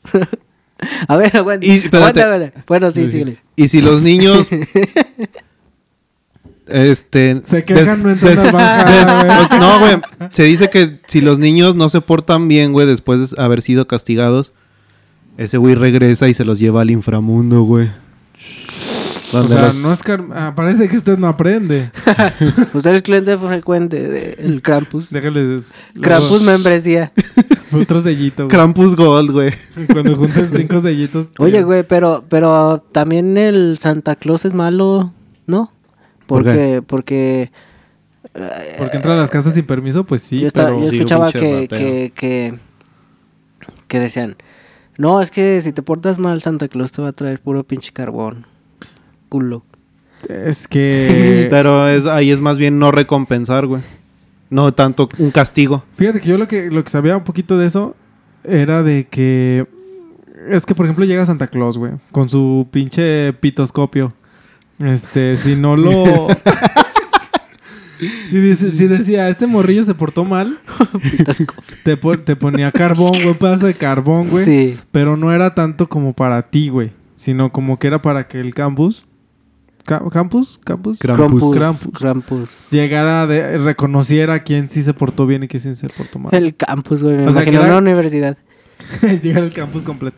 Speaker 3: A ver, aguanta.
Speaker 4: Y- espérate.
Speaker 3: Aguanta, aguanta. Bueno, sí,
Speaker 2: Sí, sí.
Speaker 3: síguele.
Speaker 4: Y si los niños. este.
Speaker 2: Se quejan,
Speaker 4: des-
Speaker 2: no entran
Speaker 4: des-
Speaker 2: al
Speaker 4: des-
Speaker 2: banca,
Speaker 4: pues, no, güey. Se dice que si los niños no se portan bien, güey, después de haber sido castigados, ese güey regresa y se los lleva al inframundo, güey.
Speaker 2: O
Speaker 4: Donde
Speaker 2: sea,
Speaker 4: los-
Speaker 2: no es car- ah, Parece que usted no aprende.
Speaker 3: Usted es cliente frecuente del Krampus.
Speaker 2: Déjales.
Speaker 3: Krampus membresía.
Speaker 2: luego Otro sellito, güey.
Speaker 4: Krampus Gold, güey.
Speaker 2: Cuando juntes cinco sellitos. te-
Speaker 3: Oye, güey, pero, pero también el Santa Claus es malo, ¿no?
Speaker 4: ¿Por
Speaker 3: Porque, porque
Speaker 2: Porque entra a las casas sin permiso, pues sí.
Speaker 3: yo, estaba-
Speaker 2: pero...
Speaker 3: yo
Speaker 4: Sí,
Speaker 3: escuchaba
Speaker 4: pinche
Speaker 3: que,
Speaker 4: ratero.
Speaker 3: que, que, que decían, no, es que si te portas mal, Santa Claus te va a traer puro pinche carbón. Culo.
Speaker 2: Es que.
Speaker 4: Pero es, ahí es más bien no recompensar, güey. No tanto un castigo.
Speaker 2: Fíjate que yo lo que, lo que sabía un poquito de eso era de que. Es que, por ejemplo, llega Santa Claus, güey, con su pinche pitoscopio. Este, si no lo. si, dice- si decía, este morrillo se portó mal, te, po- te ponía carbón, güey, un pedazo de carbón, güey.
Speaker 3: Sí.
Speaker 2: Pero no era tanto como para ti, güey. Sino como que era para que el campus. ca- ¿Campus? ¿Campus?
Speaker 4: Krampus.
Speaker 2: Krampus.
Speaker 3: Krampus.
Speaker 2: llegara de, reconociera quién sí se portó bien y quién sí se portó mal.
Speaker 3: El campus, güey. Me
Speaker 2: O sea, que
Speaker 3: imagino
Speaker 2: era-
Speaker 3: una universidad.
Speaker 2: Llegar al campus completo.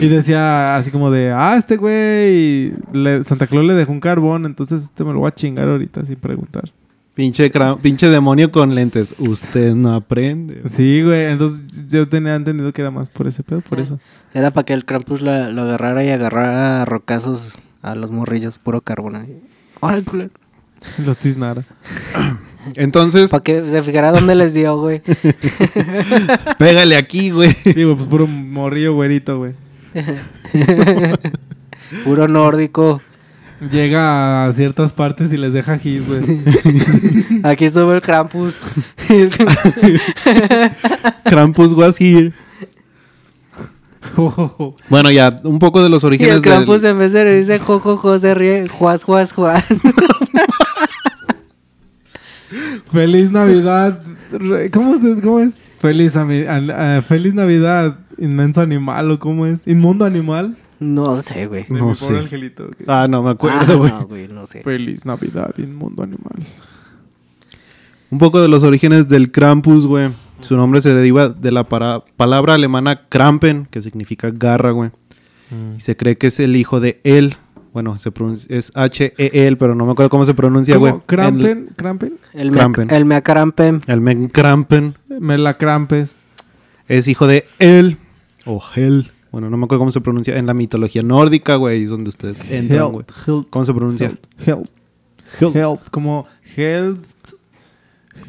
Speaker 2: Y decía así como de, ah, este güey, le- Santa Claus le dejó un carbón, entonces este me lo voy a chingar ahorita sin preguntar.
Speaker 4: Pinche, cra- pinche demonio con lentes. Usted no aprende.
Speaker 2: Sí, güey, entonces yo tenía entendido que era más por ese pedo, por eso.
Speaker 3: Era para que el Krampus la- lo agarrara y agarrara a rocazos a los morrillos, puro carbón. así. Ahora, culero.
Speaker 2: Los tiznara.
Speaker 4: Entonces,
Speaker 3: Para que se fijara dónde les dio, güey.
Speaker 4: pégale aquí, güey.
Speaker 2: Sí, güey, pues puro morrillo güerito, güey.
Speaker 3: Puro nórdico.
Speaker 2: Llega a ciertas partes y les deja gis, güey.
Speaker 3: Aquí estuvo el Krampus.
Speaker 4: Krampus was here. Bueno, ya, un poco de
Speaker 3: y
Speaker 4: los
Speaker 3: el
Speaker 4: orígenes del-
Speaker 3: Krampus en vez de reírse, jo, jo, jo, se ríe, juas, juas, juas.
Speaker 2: Feliz Navidad. re- ¿Cómo es? ¿Cómo es? Feliz, ami- an- ah, feliz Navidad, inmenso animal, ¿o cómo es? ¿Inmundo animal?
Speaker 3: No sé, güey.
Speaker 2: De
Speaker 4: No
Speaker 2: mi pobre
Speaker 4: sé.
Speaker 2: angelito. ok.
Speaker 4: Ah, no me acuerdo,
Speaker 3: Ah,
Speaker 4: güey.
Speaker 3: no, güey, no sé.
Speaker 2: Feliz Navidad, inmundo animal.
Speaker 4: Un poco de los orígenes del Krampus, güey. Su nombre se deriva de la para- palabra alemana Krampen, que significa garra, güey.
Speaker 3: Mm.
Speaker 4: Y se cree que es el hijo de él. Bueno, se pronuncia- es H-E-L, pero no me acuerdo cómo se pronuncia, güey.
Speaker 2: ¿Cómo? ¿Crampen? ¿Crampen?
Speaker 3: El,
Speaker 4: Krampen.
Speaker 3: mea- el Meacrampen.
Speaker 4: El, el men Krampen
Speaker 2: Me la crampes.
Speaker 4: es hijo de él o Hel. Bueno, no me acuerdo cómo se pronuncia. En la mitología nórdica, güey, es donde ustedes entran, güey.
Speaker 2: health,
Speaker 4: ¿Cómo se pronuncia?
Speaker 2: health, health, health, como health,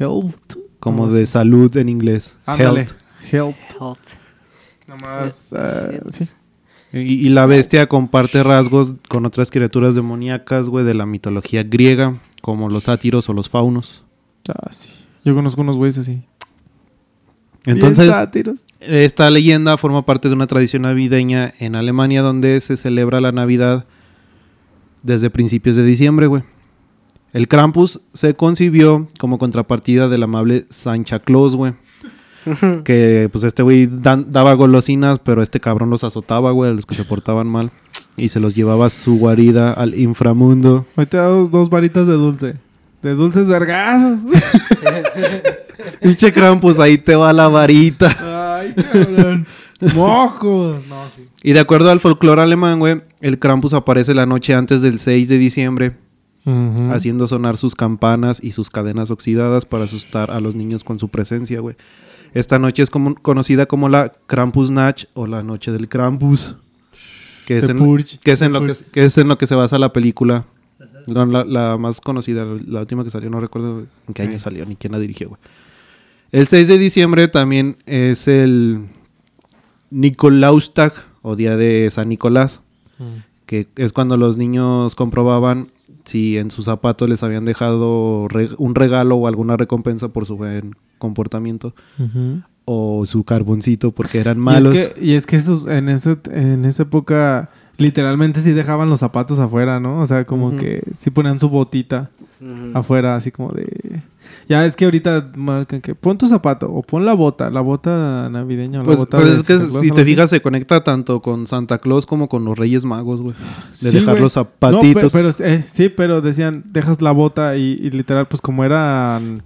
Speaker 2: health.
Speaker 4: Como de salud en inglés.
Speaker 2: Ándale,
Speaker 4: Health.
Speaker 2: health.
Speaker 3: Health.
Speaker 2: Nomás, eh, sí.
Speaker 4: Y, y la bestia comparte rasgos con otras criaturas demoníacas, güey, de la mitología griega, como los sátiros o los faunos.
Speaker 2: Ya, sí. Yo conozco unos güeyes así.
Speaker 4: Entonces,
Speaker 2: Bien sátiros.
Speaker 4: esta leyenda forma parte de una tradición navideña en Alemania donde se celebra la Navidad desde principios de diciembre, güey. El Krampus se concibió como contrapartida del amable Sancha Claus, güey. que pues este güey dan- daba golosinas, pero este cabrón los azotaba, güey, a los que se portaban mal. Y se los llevaba a su guarida al inframundo.
Speaker 2: Hoy te he dado dos varitas de dulce. De dulces vergazos.
Speaker 4: Pinche Krampus, ahí te va la varita.
Speaker 2: Ay, cabrón. Mocos. No, sí.
Speaker 4: Y de acuerdo al folclore alemán, güey, el Krampus aparece la noche antes del 6 de diciembre, haciendo sonar sus campanas y sus cadenas oxidadas para asustar a los niños con su presencia, güey. Esta noche es como- conocida como la Krampusnacht o la noche del Krampus, que es,
Speaker 2: The
Speaker 4: en,
Speaker 2: Purge.
Speaker 4: que es en lo
Speaker 2: The
Speaker 4: que, que es en lo que se basa la película. No, la, la más conocida, la última que salió, no recuerdo en qué año salió ni quién la dirigió, güey. El 6 de diciembre también es el Nicolaustag o Día de San Nicolás, que es cuando los niños comprobaban si en sus zapatos les habían dejado re- un regalo o alguna recompensa por su buen comportamiento o su carboncito porque eran malos.
Speaker 2: Y es que, y es que esos, en, ese, en esa época literalmente sí dejaban los zapatos afuera, ¿no? O sea, como
Speaker 4: Ujú.
Speaker 2: que sí ponían su botita
Speaker 3: Ujú.
Speaker 2: afuera, así como de... Ya es que ahorita marcan que pon tu zapato o pon la bota, la bota navideña o la
Speaker 4: Pues,
Speaker 2: bota
Speaker 4: pues
Speaker 2: de
Speaker 4: es que
Speaker 2: Santa Claus,
Speaker 4: si
Speaker 2: algo
Speaker 4: te
Speaker 2: así.
Speaker 4: fijas se conecta tanto con Santa Claus como con los Reyes Magos, güey. De
Speaker 2: Sí,
Speaker 4: dejar
Speaker 2: güey.
Speaker 4: los
Speaker 2: No,
Speaker 4: zapatitos.
Speaker 2: pe- pero, eh, sí, pero decían, dejas la bota y, y literal, pues como eran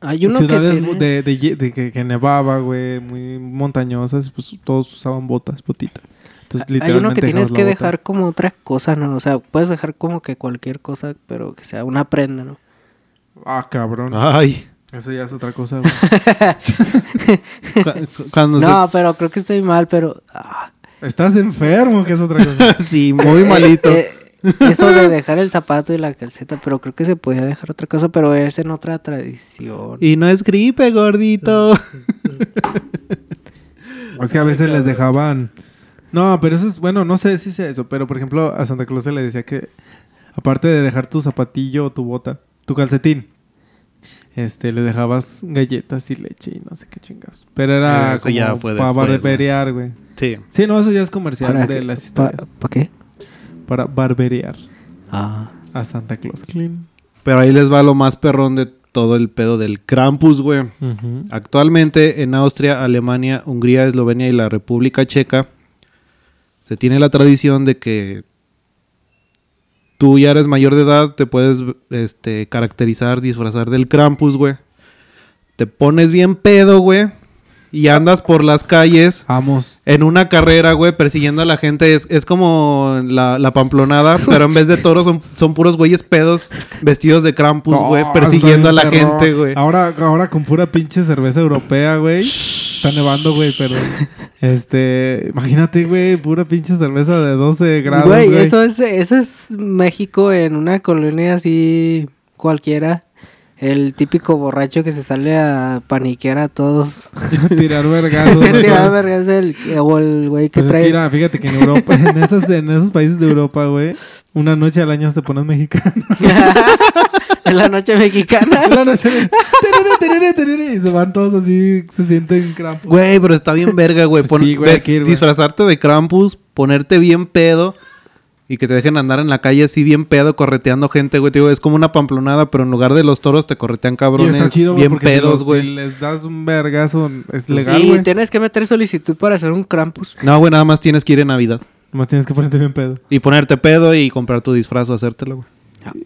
Speaker 3: Hay uno
Speaker 2: ciudades
Speaker 3: que
Speaker 2: mu-
Speaker 3: tiene...
Speaker 2: de, de ye- de que, que nevaba, güey, muy montañosas, pues todos usaban botas, botitas. Entonces,
Speaker 3: Hay
Speaker 2: literalmente
Speaker 3: uno que
Speaker 2: dejabas
Speaker 3: tienes
Speaker 2: la
Speaker 3: que
Speaker 2: bota.
Speaker 3: dejar como otra cosa, ¿no? O sea, puedes dejar como que cualquier cosa, pero que sea una prenda, ¿no?
Speaker 2: Ah, cabrón.
Speaker 4: Ay.
Speaker 2: Eso ya es otra cosa, güey.
Speaker 4: cu- cu- Cuando se-
Speaker 3: No, pero creo que estoy mal, pero... ah.
Speaker 2: Estás enfermo, que es otra cosa.
Speaker 4: sí, muy malito.
Speaker 3: Eh, eso de dejar el zapato y la calceta, pero creo que se podía dejar otra cosa, pero es en otra tradición.
Speaker 4: y no es gripe, gordito.
Speaker 2: es que a veces les dejaban. No, pero eso es, bueno, no sé si sea eso, pero por ejemplo, a Santa Claus se le decía que, aparte de dejar tu zapatillo o tu bota, tu calcetín, este, le dejabas galletas y leche y no sé qué chingas. Pero era
Speaker 4: Eso ya fue
Speaker 2: para
Speaker 4: después,
Speaker 2: barberear, güey.
Speaker 4: Sí.
Speaker 2: Sí, no, eso ya es comercial de
Speaker 3: qué?
Speaker 2: las historias.
Speaker 3: ¿Para qué?
Speaker 2: para barberear
Speaker 3: Ah.
Speaker 2: a Santa Claus.
Speaker 4: Pero ahí les va lo más perrón de todo el pedo del Krampus, güey.
Speaker 2: Ujú.
Speaker 4: Actualmente en Austria, Alemania, Hungría, Eslovenia y la República Checa se tiene la tradición de que tú ya eres mayor de edad, te puedes este, caracterizar, disfrazar del Krampus, güey. Te pones bien pedo, güey, y andas por las calles
Speaker 2: Vamos.
Speaker 4: en una carrera, güey, persiguiendo a la gente. Es, es como la, la pamplonada, pero en vez de toros son, son puros güeyes pedos vestidos de Krampus, pues, güey,
Speaker 2: No,
Speaker 4: persiguiendo a la
Speaker 2: está bien perro.
Speaker 4: gente, güey.
Speaker 2: Ahora, ahora con pura pinche cerveza europea, güey. Está nevando, güey, pero. Este. Imagínate, güey, pura pinche cerveza de 12 grados. Güey,
Speaker 3: Güey, eso es, eso es México en una colonia así cualquiera. El típico borracho que se sale a paniquear a todos.
Speaker 2: Tirar vergazos.
Speaker 3: Se
Speaker 2: güey.
Speaker 3: tira, verga, es el, o el güey que
Speaker 2: Pues es
Speaker 3: trae.
Speaker 2: que mira, fíjate que en Europa, en, esas- en esos países de Europa, güey, una noche al año se ponen mexicanos.
Speaker 3: en la noche mexicana.
Speaker 2: la noche de- terere, terere, terere, y se van todos así, se sienten crampos.
Speaker 4: Güey, pero está bien verga, güey.
Speaker 2: Pues
Speaker 4: Pon-
Speaker 2: sí, güey, hay
Speaker 4: ves-
Speaker 2: que ir, güey.
Speaker 4: disfrazarte de Krampus, ponerte bien pedo y que te dejen andar en la calle así bien pedo correteando gente, güey. Te digo, es como una pamplonada, pero en lugar de los toros te corretean
Speaker 2: Y
Speaker 4: cabrones
Speaker 2: está chido, güey,
Speaker 4: bien
Speaker 2: porque si los-
Speaker 4: pedos,
Speaker 2: si,
Speaker 4: güey.
Speaker 2: les das un vergazo, es legal,
Speaker 3: y
Speaker 2: güey.
Speaker 3: tienes que meter solicitud para hacer un Krampus.
Speaker 4: No, güey, nada más tienes que ir en Navidad
Speaker 2: Nomás tienes que ponerte bien pedo.
Speaker 4: y ponerte pedo y comprar tu disfraz o hacértelo, güey.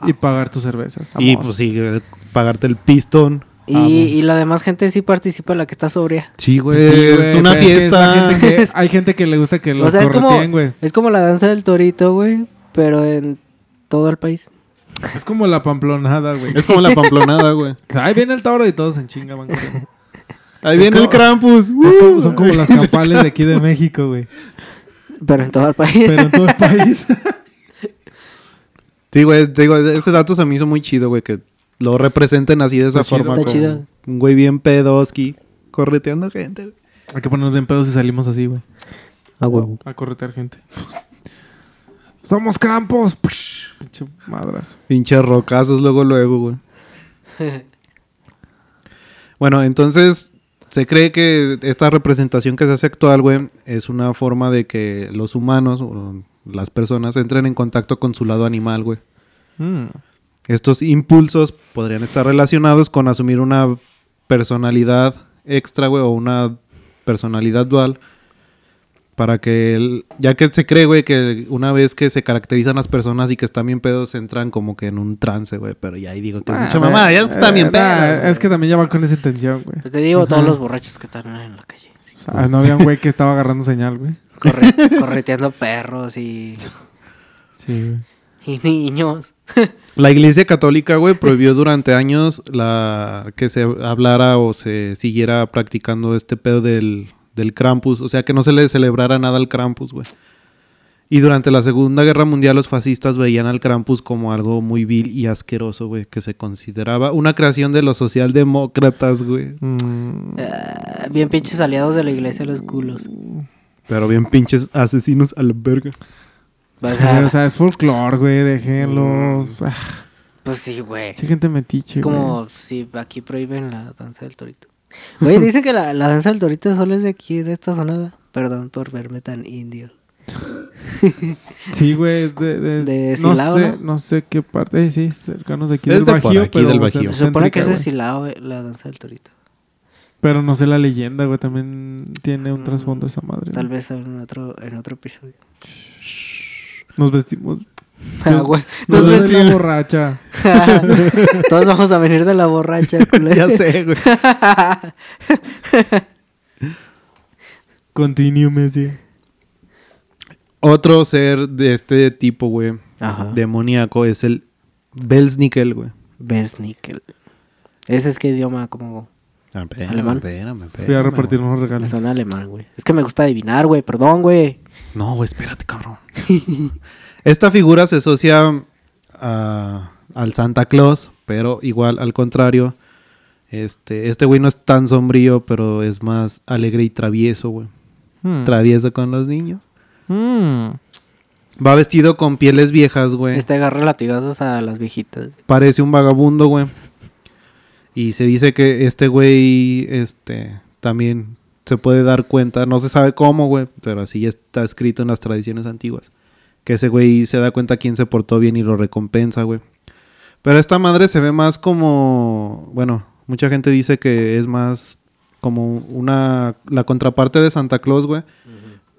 Speaker 2: Y pagar tus cervezas.
Speaker 4: Y pues sí, eh, pagarte el pistón.
Speaker 2: Ah,
Speaker 3: Y, y la demás gente sí participa, la que está sobria.
Speaker 4: Sí, güey.
Speaker 2: Sí, güey,
Speaker 4: es una
Speaker 2: pero que es la
Speaker 4: fiesta.
Speaker 2: gente que- hay gente que le gusta que los
Speaker 3: o sea, es como,
Speaker 2: correteen, güey.
Speaker 3: es como la danza del torito, güey, pero en todo el país.
Speaker 2: Es como la pamplonada, güey.
Speaker 4: Es como la pamplonada, güey.
Speaker 2: Ahí viene el toro y todos en chinga van corriendo.
Speaker 4: Ahí viene el
Speaker 2: como-
Speaker 4: Krampus.
Speaker 2: Es como-
Speaker 4: ¡uh!
Speaker 2: son como las campales de aquí de México, güey.
Speaker 3: Pero en todo el país.
Speaker 2: Pero en todo el país.
Speaker 4: Sí, güey, te digo, eh, ese dato se me hizo muy chido, güey, que lo representen así de esa
Speaker 2: Está chido.
Speaker 4: forma.
Speaker 3: Está
Speaker 4: con
Speaker 3: chido.
Speaker 4: Un güey bien pedoski, correteando gente. güey.
Speaker 2: Hay que ponernos bien pedos si salimos así, güey.
Speaker 3: A huevo.
Speaker 2: A corretear gente. ¡Somos crampos! Psh, Pinche madrazo.
Speaker 4: Pinche rocazos luego, luego, güey. bueno, entonces se cree que esta representación que se hace actual, güey, es una forma de que los humanos o las personas entren en contacto con su lado animal, güey.
Speaker 2: Mm.
Speaker 4: Estos impulsos podrían estar relacionados con asumir una personalidad extra, güey, o una personalidad dual. Para que, el- ya que se cree, güey, que una vez que se caracterizan las personas y que están bien pedos, entran como que en un trance, güey. Pero ya ahí digo que es
Speaker 2: Ah,
Speaker 4: mucha
Speaker 2: güey.
Speaker 4: mamada, ya están bien
Speaker 2: Eh,
Speaker 4: pedos.
Speaker 2: nah, es que también ya va con esa intención, güey.
Speaker 3: Pues te digo, todos los borrachos que están en la calle.
Speaker 2: O sea, no había un güey que estaba agarrando señal, güey.
Speaker 3: Corre- correteando perros y,
Speaker 2: Sí, güey.
Speaker 3: y niños.
Speaker 4: La Iglesia Católica, güey, prohibió durante años la que se hablara o se siguiera practicando este pedo del, del Krampus. O sea, que no se le celebrara nada al Krampus, güey. Y durante la Segunda Guerra Mundial los fascistas veían al Krampus como algo muy vil y asqueroso, güey, que se consideraba una creación de los socialdemócratas, güey.
Speaker 2: Mm,
Speaker 3: Ah, Bien pinches aliados de la iglesia los culos.
Speaker 4: Pero bien pinches asesinos a la verga.
Speaker 3: O
Speaker 2: sí,
Speaker 3: sea,
Speaker 2: o sea, es folclore, güey. Déjenlos. Ah,
Speaker 3: pues sí, güey.
Speaker 2: sí, gente metiche,
Speaker 3: Mm. Es
Speaker 2: güey.
Speaker 3: como si aquí prohíben la danza del torito. Oye, dice que la, la danza del torito solo es de aquí, de esta zona. Perdón por verme tan indio.
Speaker 2: Sí, güey. Es de, de-
Speaker 3: De
Speaker 2: no,
Speaker 3: Silao,
Speaker 2: sé,
Speaker 3: ¿no?
Speaker 2: ¿no? sé qué parte. eh, Sí, cercanos de aquí del
Speaker 4: Es de por
Speaker 2: Bajío.
Speaker 4: aquí
Speaker 2: pero
Speaker 4: del Bajío.
Speaker 3: Se Pues supone
Speaker 2: excéntrica,
Speaker 3: que es de
Speaker 2: güey.
Speaker 3: Silao güey, la danza del torito.
Speaker 2: Pero no sé la leyenda, güey. También tiene un trasfondo esa madre.
Speaker 3: Mm, Tal
Speaker 2: güey.
Speaker 3: vez en otro, en otro episodio.
Speaker 2: Nos vestimos.
Speaker 3: Ah, güey,
Speaker 2: Nos,
Speaker 3: nos
Speaker 2: vestimos de la
Speaker 3: vestimos.
Speaker 2: borracha.
Speaker 3: Todos vamos a venir de la borracha, culero.
Speaker 4: ya sé, güey.
Speaker 2: Continue, Messi.
Speaker 4: Otro ser de este tipo, güey,
Speaker 3: Ajá.
Speaker 4: demoníaco, es el Belsnickel, güey.
Speaker 3: Ves níquel. Ese es que idioma como... Alemán.
Speaker 2: Voy a repartir unos
Speaker 3: Me
Speaker 2: regalos.
Speaker 3: suena alemán, güey. Es que me gusta adivinar, güey. Perdón, güey.
Speaker 4: No, güey, espérate, cabrón. Esta figura se asocia a- al Santa Claus, pero igual al contrario. Este, este güey no es tan sombrío, pero es más alegre y travieso, güey.
Speaker 2: Hmm.
Speaker 4: Travieso con los niños.
Speaker 2: Hmm.
Speaker 4: Va vestido con pieles viejas, güey.
Speaker 3: Este agarra latigazos a las viejitas.
Speaker 4: Parece un vagabundo, güey. Y se dice que este güey, este, también se puede dar cuenta, no se sabe cómo, güey, pero así ya está escrito en las tradiciones antiguas. Que ese güey se da cuenta quién se portó bien y lo recompensa, güey. Pero esta madre se ve más como, bueno, mucha gente dice que es más como una, la contraparte de Santa Claus, güey.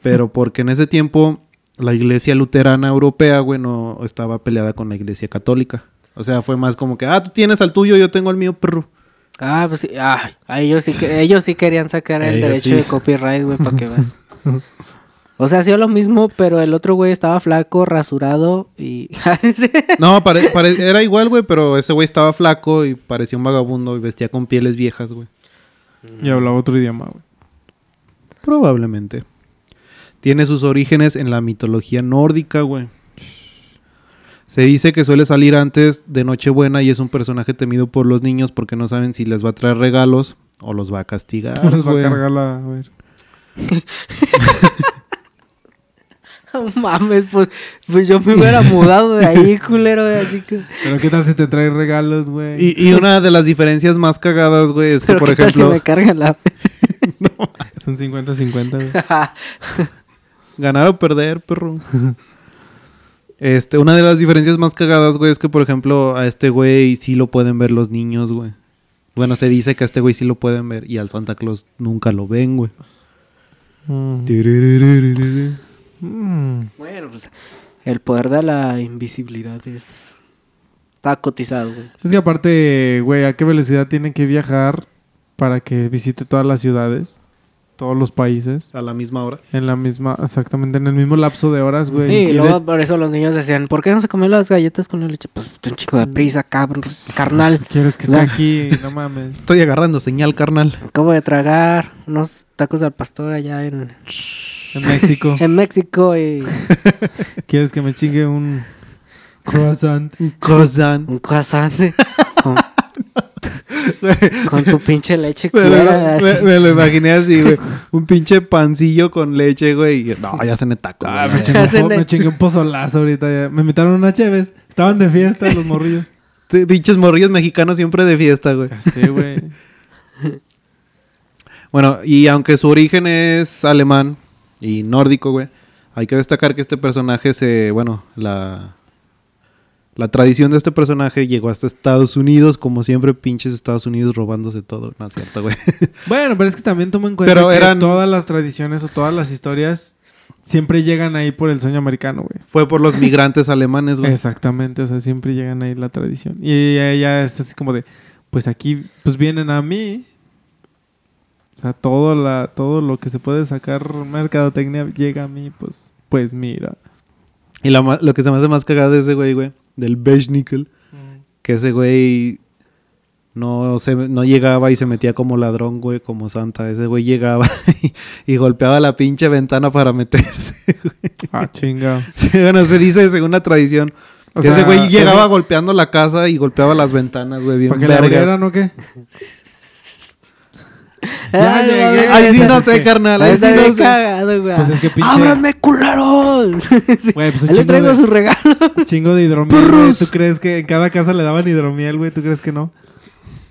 Speaker 4: Pero porque en ese tiempo la iglesia luterana europea, güey, no estaba peleada con la iglesia católica. O sea, fue más como que, ah, tú tienes al tuyo, yo tengo al mío, perro.
Speaker 3: Ah, pues sí. Ay, a ellos sí que ellos sí querían sacar el
Speaker 4: Ellos
Speaker 3: derecho
Speaker 4: sí.
Speaker 3: de copyright, güey, para que veas. O sea, hacía lo mismo, pero el otro güey estaba flaco, rasurado y...
Speaker 4: No, pare- pare- era igual, güey, pero ese güey estaba flaco y parecía un vagabundo y vestía con pieles viejas, güey.
Speaker 2: Y hablaba otro idioma, güey.
Speaker 4: Probablemente. Tiene sus orígenes en la mitología nórdica, güey. Se dice que suele salir antes de Nochebuena y es un personaje temido por los niños porque no saben si les va a traer regalos o los va a castigar.
Speaker 2: Nos va a
Speaker 4: Ah, güey.
Speaker 2: cargar la. a ver.
Speaker 3: No mames, pues, pues yo me hubiera mudado de ahí, culero, así que...
Speaker 2: Pero qué tal si te trae regalos, güey.
Speaker 4: Y, y una de las diferencias más cagadas, güey, es que,
Speaker 3: Pero
Speaker 4: por
Speaker 3: qué tal si
Speaker 4: ejemplo,
Speaker 3: me cargan la...
Speaker 2: Son 50-50, güey.
Speaker 4: ganar o perder, perro. Este, una de las diferencias más cagadas, güey, es que, por ejemplo, a este güey sí lo pueden ver los niños, güey. Bueno, se dice que a este güey sí lo pueden ver y al Santa Claus nunca lo ven, güey.
Speaker 2: Hmm.
Speaker 4: Tiriririririri.
Speaker 2: Mm.
Speaker 3: bueno, pues el poder de la invisibilidad es... Está cotizado, güey.
Speaker 2: Es que aparte, güey, ¿a qué velocidad tienen que viajar para que visite todas las ciudades? Todos los países.
Speaker 4: A la misma hora.
Speaker 2: En la misma, exactamente, en el mismo lapso de horas, güey.
Speaker 3: Sí,
Speaker 2: Y
Speaker 3: y
Speaker 2: de-
Speaker 3: luego por eso los niños decían, ¿por qué no se comió las galletas con la leche? Pues un chico de prisa, cabrón, pues, carnal.
Speaker 2: Quieres que esté aquí, no mames.
Speaker 4: Estoy agarrando señal, carnal.
Speaker 3: Acabo de tragar unos tacos al pastor allá en,
Speaker 2: En México.
Speaker 3: en México y
Speaker 2: Quieres que me chingue un croissant.
Speaker 4: Cosan.
Speaker 3: un croissant con, con tu pinche leche
Speaker 4: Me, lo-
Speaker 3: culera, así.
Speaker 4: me- me lo imaginé así, güey. Un pinche pancillo con leche, güey. y- No, ya se me tacó.
Speaker 2: Ah,
Speaker 4: güey.
Speaker 2: me chingué, un
Speaker 3: Hacen
Speaker 2: po-
Speaker 3: el-
Speaker 2: me chingué un pozolazo ahorita. ya. Me invitaron unas cheves. Estaban de fiesta los morrillos.
Speaker 4: Te- Pinches morrillos mexicanos siempre de fiesta, güey.
Speaker 2: Sí, güey.
Speaker 4: Bueno, y aunque su origen es alemán y nórdico, güey, hay que destacar que este personaje se, bueno, la la tradición de este personaje llegó hasta Estados Unidos, como siempre pinches Estados Unidos robándose todo, no es cierto, güey.
Speaker 2: Bueno, pero es que también toma en cuenta
Speaker 4: Pero
Speaker 2: que
Speaker 4: eran-
Speaker 2: todas las tradiciones o todas las historias siempre llegan ahí por el sueño americano, güey.
Speaker 4: Fue por los migrantes alemanes, güey.
Speaker 2: Exactamente, o sea, siempre llegan ahí la tradición. Y ella, ella es así como de, pues aquí, pues vienen a mí. O sea, todo, la, todo lo que se puede sacar mercadotecnia llega a mí, pues, pues mira.
Speaker 4: Y la ma- lo que se me hace más cagado de ese güey, güey, del Bechnickel, que ese güey no, se, no llegaba y se metía como ladrón, güey, como santa. Ese güey llegaba y, y golpeaba la pinche ventana para meterse, güey.
Speaker 2: Ah, chinga.
Speaker 4: bueno, se dice según la tradición.
Speaker 2: O
Speaker 4: que
Speaker 2: sea,
Speaker 4: ese güey llegaba
Speaker 2: era-
Speaker 4: golpeando la casa y golpeaba las ventanas, güey, bien
Speaker 2: ¿Para que la
Speaker 4: vergas.
Speaker 2: abrieran o qué?
Speaker 3: Ay,
Speaker 2: Ya
Speaker 3: no,
Speaker 2: llegué.
Speaker 4: Ahí sí no
Speaker 2: Es
Speaker 4: sé,
Speaker 2: que-
Speaker 4: carnal.
Speaker 3: Ahí
Speaker 4: Ahí sí
Speaker 3: está bien
Speaker 4: no sé.
Speaker 3: cagado, güey.
Speaker 2: Pues es que pinche-
Speaker 3: ¡Ábranme, culeros! Sí.
Speaker 2: Güey, pues un
Speaker 3: Ahí les
Speaker 2: chingo
Speaker 3: traigo
Speaker 2: de,
Speaker 3: su regalo.
Speaker 2: chingo de hidromiel, güey.
Speaker 4: ¡Perros!
Speaker 2: ¿Tú crees que en cada casa le daban hidromiel, güey? ¿Tú crees que no?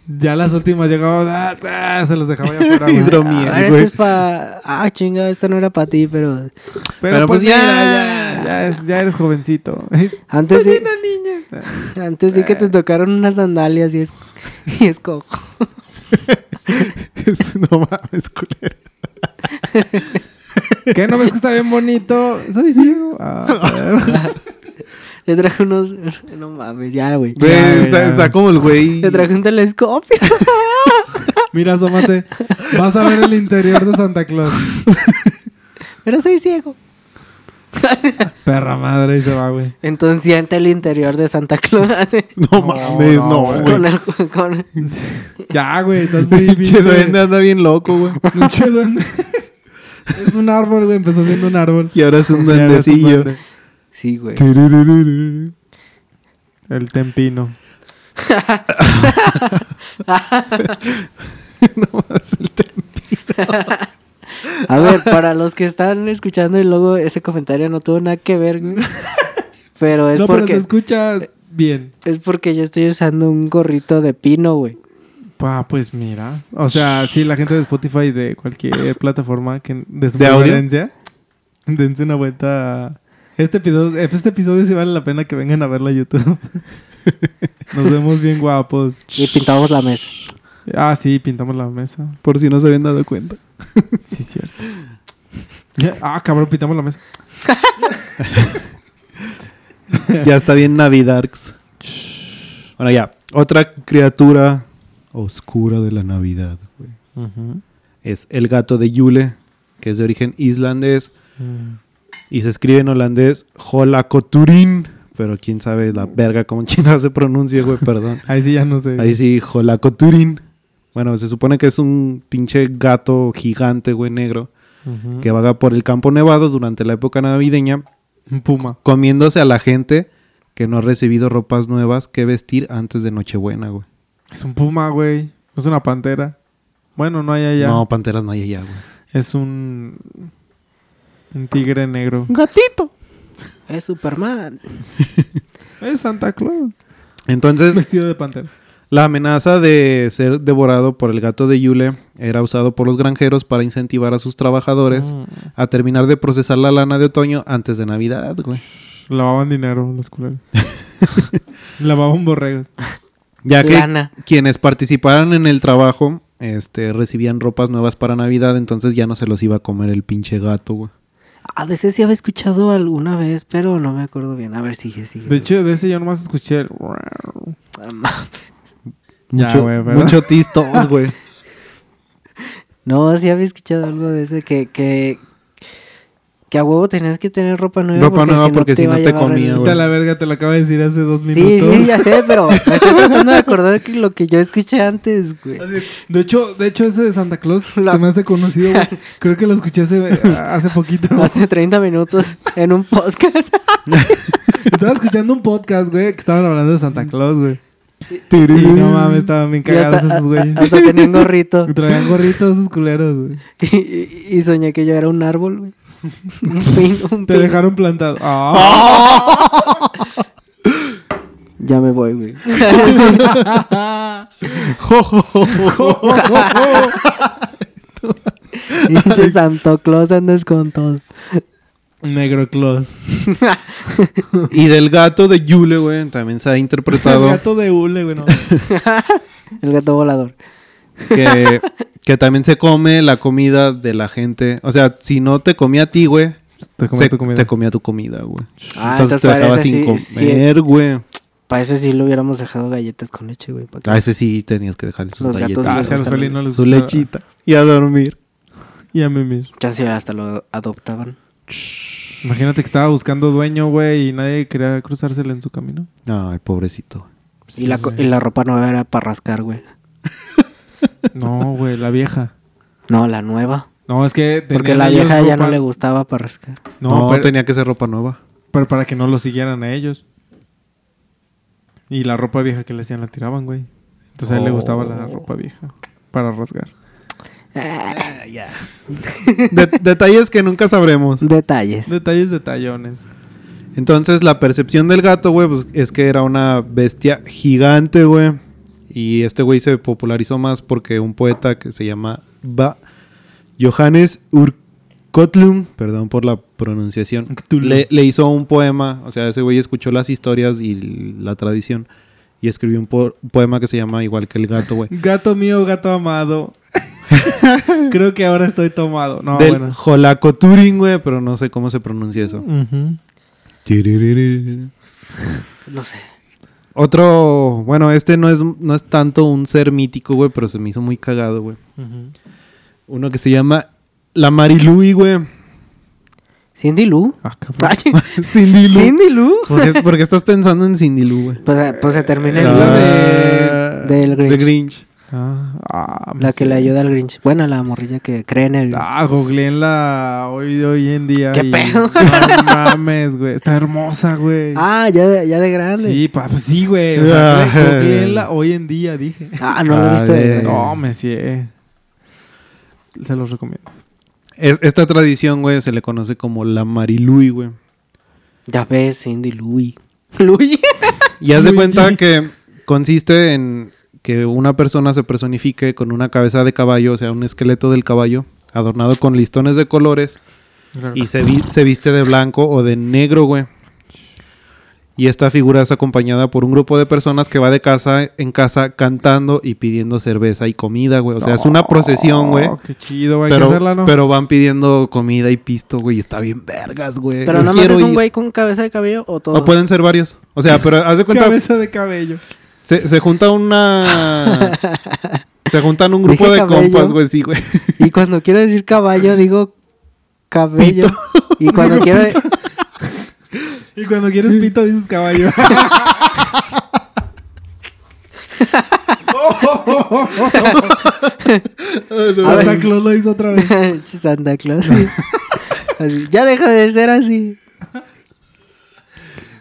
Speaker 2: Ya las últimas llegaban, ah, ah, se los dejaba ya afuera, güey.
Speaker 4: Hidromiel,
Speaker 3: A ver,
Speaker 4: güey.
Speaker 3: esto este es para... Ah, chinga, esta no era para ti, pero...
Speaker 2: Pero, pues, ya, ya, ya, es- ya eres jovencito.
Speaker 3: Antes sí,
Speaker 2: niña. Ah.
Speaker 3: antes sí que te tocaron unas sandalias y es... Y es cojo.
Speaker 4: no mames, culero.
Speaker 2: ¿Qué no ves que está bien bonito? Soy ciego. Ah,
Speaker 3: Te trajo unos... No mames, ya, güey.
Speaker 4: Güey,
Speaker 2: Ya,
Speaker 4: está,
Speaker 2: ya.
Speaker 4: está como el güey.
Speaker 3: Te trajo un telescopio.
Speaker 2: mira, asómate. Vas a ver el interior de Santa Claus.
Speaker 3: Pero soy ciego.
Speaker 2: Perra madre, y se va, güey.
Speaker 3: Entonces siente el interior de Santa Claus. así,
Speaker 4: No mames,
Speaker 2: no,
Speaker 4: no,
Speaker 2: güey.
Speaker 4: güey.
Speaker 3: con el, con-
Speaker 2: Ya, güey, estás muy
Speaker 4: Pinche
Speaker 2: pinche
Speaker 4: duende anda bien loco, güey.
Speaker 2: Pinche duende. Es un árbol, güey. Empezó siendo un árbol.
Speaker 4: Y ahora es un
Speaker 2: Ya eres un
Speaker 4: duendecillo.
Speaker 2: duende.
Speaker 3: Sí, güey.
Speaker 4: Tiririririr.
Speaker 2: El tempino.
Speaker 4: no mames, el tema.
Speaker 3: A ver, para los que están escuchando y luego ese comentario no tuvo nada que ver, güey. Pero es
Speaker 2: no, pero se
Speaker 3: porque
Speaker 2: escucha bien.
Speaker 3: es porque yo estoy usando un gorrito de pino, güey.
Speaker 2: Ah, pues mira. O sea, sí, la gente de Spotify de cualquier plataforma que de su
Speaker 4: ¿De audio?
Speaker 2: preferencia, dense una vuelta. a- Este episodio, este episodio sí vale la pena que vengan a verlo a YouTube. Nos vemos bien guapos.
Speaker 3: Y pintamos la mesa.
Speaker 2: Ah, sí, pintamos la mesa.
Speaker 4: Por si no se habían dado cuenta.
Speaker 2: Sí, cierto. Ya- Ah, cabrón, pintamos la mesa.
Speaker 4: ya está bien Navidarks. Bueno, ya. Otra criatura oscura de la Navidad, güey. Es el gato de Yule, que es de origen islandés y se escribe en holandés Holakoturin. Pero quién sabe la verga cómo chingada se pronuncia, güey, perdón.
Speaker 2: Ahí sí ya no sé.
Speaker 4: Ahí sí, Holakoturin. Bueno, se supone que es un pinche gato gigante, güey, negro,
Speaker 2: Ujú.
Speaker 4: que vaga por el campo nevado durante la época navideña
Speaker 2: Un puma.
Speaker 4: comiéndose a la gente que no ha recibido ropas nuevas que vestir antes de Nochebuena, güey.
Speaker 2: Es un puma, güey. Es una pantera. Bueno, no hay allá.
Speaker 4: No, panteras no hay allá, güey.
Speaker 2: Es un. Un tigre negro.
Speaker 4: gatito.
Speaker 3: Es Superman.
Speaker 2: Es Santa Claus.
Speaker 4: Entonces,
Speaker 2: Vestido de pantera.
Speaker 4: La amenaza de ser devorado por el gato de Yule era usado por los granjeros para incentivar a sus trabajadores
Speaker 2: Mm.
Speaker 4: a terminar de procesar la lana de otoño antes de Navidad, güey.
Speaker 2: Lavaban dinero los culeros. Lavaban borregos.
Speaker 4: Ya que
Speaker 3: Lana.
Speaker 4: quienes participaran en el trabajo este, recibían ropas nuevas para Navidad, entonces ya no se los iba a comer el pinche gato, güey.
Speaker 3: Ah, de ese sí había escuchado alguna vez, pero no me acuerdo bien. A ver, sigue, sigue.
Speaker 2: De hecho, de ese yo nomás escuché el...
Speaker 3: Ah, ma-
Speaker 2: Ya,
Speaker 4: Mucho,
Speaker 2: güey, ¿verdad?
Speaker 4: mucho tistos, güey.
Speaker 3: No, sí había escuchado algo de ese que, que, que a huevo tenías que tener ropa nueva.
Speaker 4: Ropa nueva porque si
Speaker 3: iba
Speaker 4: no
Speaker 3: a
Speaker 4: te
Speaker 3: llevar
Speaker 4: comía,
Speaker 3: el-
Speaker 4: güey.
Speaker 2: Vete a la verga, te lo acabo de decir hace dos
Speaker 3: Sí,
Speaker 2: minutos.
Speaker 3: sí, ya sé, pero me estoy tratando de acordar que lo que yo escuché antes, güey.
Speaker 2: De hecho, de hecho ese de Santa Claus se me hace conocido, güey. Creo que lo escuché hace, hace poquito.
Speaker 3: Hace 30 minutos en un podcast.
Speaker 2: Estaba escuchando un podcast, güey, que estaban hablando de Santa Claus, güey. Y no mames, estaban bien
Speaker 3: Y
Speaker 2: cagados esos güeyes.
Speaker 3: Hasta tenía un gorrito.
Speaker 2: Y Traían gorritos esos culeros, güey.
Speaker 3: Y, y- y soñé que yo era un árbol, güey. Un pin, un
Speaker 2: Te
Speaker 3: pin.
Speaker 2: dejaron plantado. Ah.
Speaker 3: Ya me voy, güey.
Speaker 4: Jo, jo, jo, jo.
Speaker 3: Pinche Santo Claus andas con todo.
Speaker 2: Negro Claus.
Speaker 4: y del gato de Yule, güey, también se ha
Speaker 2: El
Speaker 4: interpretado
Speaker 2: gato de hule, güey. no.
Speaker 3: El gato volador.
Speaker 4: que, que también se come la comida de la gente. O sea, si no te comía a ti, güey,
Speaker 2: Te comí
Speaker 4: se-
Speaker 2: tu comida.
Speaker 4: te comía tu comida, güey.
Speaker 3: Ah,
Speaker 4: entonces, te dejaba
Speaker 3: parece
Speaker 4: sin
Speaker 3: sí- sí-
Speaker 4: comer, güey.
Speaker 3: Para ese sí le hubiéramos dejado galletas con leche, güey. para que-
Speaker 4: A ese sí tenías que dejarle sus
Speaker 3: Los gatos
Speaker 4: galletas.
Speaker 2: Ah, sí, a los
Speaker 3: gusta
Speaker 2: felinos les
Speaker 4: su
Speaker 2: gusta-
Speaker 4: lechita. Y a dormir.
Speaker 2: Y a mimir.
Speaker 3: Chance hasta lo adoptaban.
Speaker 2: Imagínate que estaba buscando dueño, güey, y nadie quería cruzársele en su camino.
Speaker 4: Ay, pobrecito.
Speaker 3: Y la, co- y la ropa nueva era para rascar, güey.
Speaker 2: No, güey, la vieja.
Speaker 3: No, la nueva.
Speaker 2: No, es que
Speaker 3: Porque
Speaker 2: tenían
Speaker 3: la
Speaker 2: ellos
Speaker 3: vieja ya
Speaker 2: ropa-
Speaker 3: no le gustaba para rascar.
Speaker 2: No,
Speaker 4: No,
Speaker 2: pero,
Speaker 4: tenía que ser ropa nueva.
Speaker 2: pero para que no lo siguieran a ellos. Y la ropa vieja que le hacían la tiraban, güey. Entonces
Speaker 4: Oh.
Speaker 2: a él le gustaba la ropa vieja para rasgar.
Speaker 4: De- detalles que nunca sabremos.
Speaker 3: Detalles.
Speaker 2: Detalles de tallones.
Speaker 4: Entonces, la percepción del gato, güey, pues, es que era una bestia gigante, güey. Y este güey se popularizó más porque un poeta que se llama Ba Johannes Urkotlum, perdón por la pronunciación,
Speaker 2: Cthulhu.
Speaker 4: le, le hizo un poema. O sea, ese güey escuchó las historias y la tradición y escribió un, po- un poema que se llama igual que el gato, güey.
Speaker 2: Gato mío, gato amado. Creo que ahora estoy tomado. No,
Speaker 4: del
Speaker 2: Ah, bueno.
Speaker 4: Jolacoturin, güey, pero no sé cómo se pronuncia eso.
Speaker 2: Ujú.
Speaker 4: Tiririri.
Speaker 3: No sé.
Speaker 4: Otro, bueno, este no es, no es tanto un ser mítico, güey, pero se me hizo muy cagado, güey. Uno que se llama La Marilui, güey.
Speaker 3: ¿Cindy Lou?
Speaker 2: Ah, cabrón.
Speaker 3: Ay,
Speaker 4: Cindy Lou.
Speaker 3: ¿Cindy Lou?
Speaker 4: ¿Por qué, por qué estás pensando en Cindy Lou, güey?
Speaker 3: Pues, eh, pues se termina el
Speaker 2: La
Speaker 3: libro de-
Speaker 4: Ah.
Speaker 2: de-
Speaker 3: del Grinch.
Speaker 4: de Grinch.
Speaker 2: Ah, ah, me
Speaker 3: La que le ayuda al Grinch. Bueno, la morrilla que cree en el...
Speaker 2: Ah, googleenla hoy, hoy en día.
Speaker 3: ¿Qué
Speaker 2: y-
Speaker 3: pedo?
Speaker 2: No mames, güey. Está hermosa, güey.
Speaker 3: Ah, ya de, ya de grande.
Speaker 2: sí, pa- pues sí, güey. O sea,
Speaker 4: Ah.
Speaker 2: güey, googleenla hoy en día, dije.
Speaker 3: Ah, no
Speaker 4: Ah,
Speaker 3: lo viste.
Speaker 4: de-
Speaker 2: No, me sí. eh. Se los recomiendo.
Speaker 4: Es- esta tradición, güey, se le conoce como La Marilui, güey.
Speaker 3: Ya ves, Cindy Louie. Louie.
Speaker 4: Y haz de
Speaker 2: Luigi.
Speaker 4: cuenta que consiste en que una persona se personifique con una cabeza de caballo, o sea, un esqueleto del caballo, adornado con listones de colores, y se, vi- se viste de blanco o de negro, güey. Y esta figura es acompañada por un grupo de personas que va de casa en casa cantando y pidiendo cerveza y comida, güey. O sea, es una procesión, güey.
Speaker 2: Oh, qué chido, güey. Hay que
Speaker 4: Pero,
Speaker 2: hacerla, ¿no?
Speaker 4: pero van pidiendo comida y pisto, güey. Y está bien vergas, güey.
Speaker 3: Pero
Speaker 4: Yo
Speaker 3: nada más
Speaker 4: quiero
Speaker 3: es un
Speaker 4: ir.
Speaker 3: güey con cabeza de cabello o todo.
Speaker 4: O pueden ser varios. O sea, pero haz de cuenta.
Speaker 2: Cabeza de cabello.
Speaker 4: Se, se junta una. se juntan un grupo
Speaker 3: Dije
Speaker 4: de
Speaker 3: cabello.
Speaker 4: compas, güey, sí, güey.
Speaker 3: Y cuando quiero decir caballo, digo cabello. Y cuando quiero.
Speaker 2: Y cuando quieres pito, dices caballo.
Speaker 3: A
Speaker 2: Oh. Santa
Speaker 3: ver.
Speaker 2: Claus lo hizo otra vez.
Speaker 3: Che, Santa Claus. Así, Ya deja de ser así.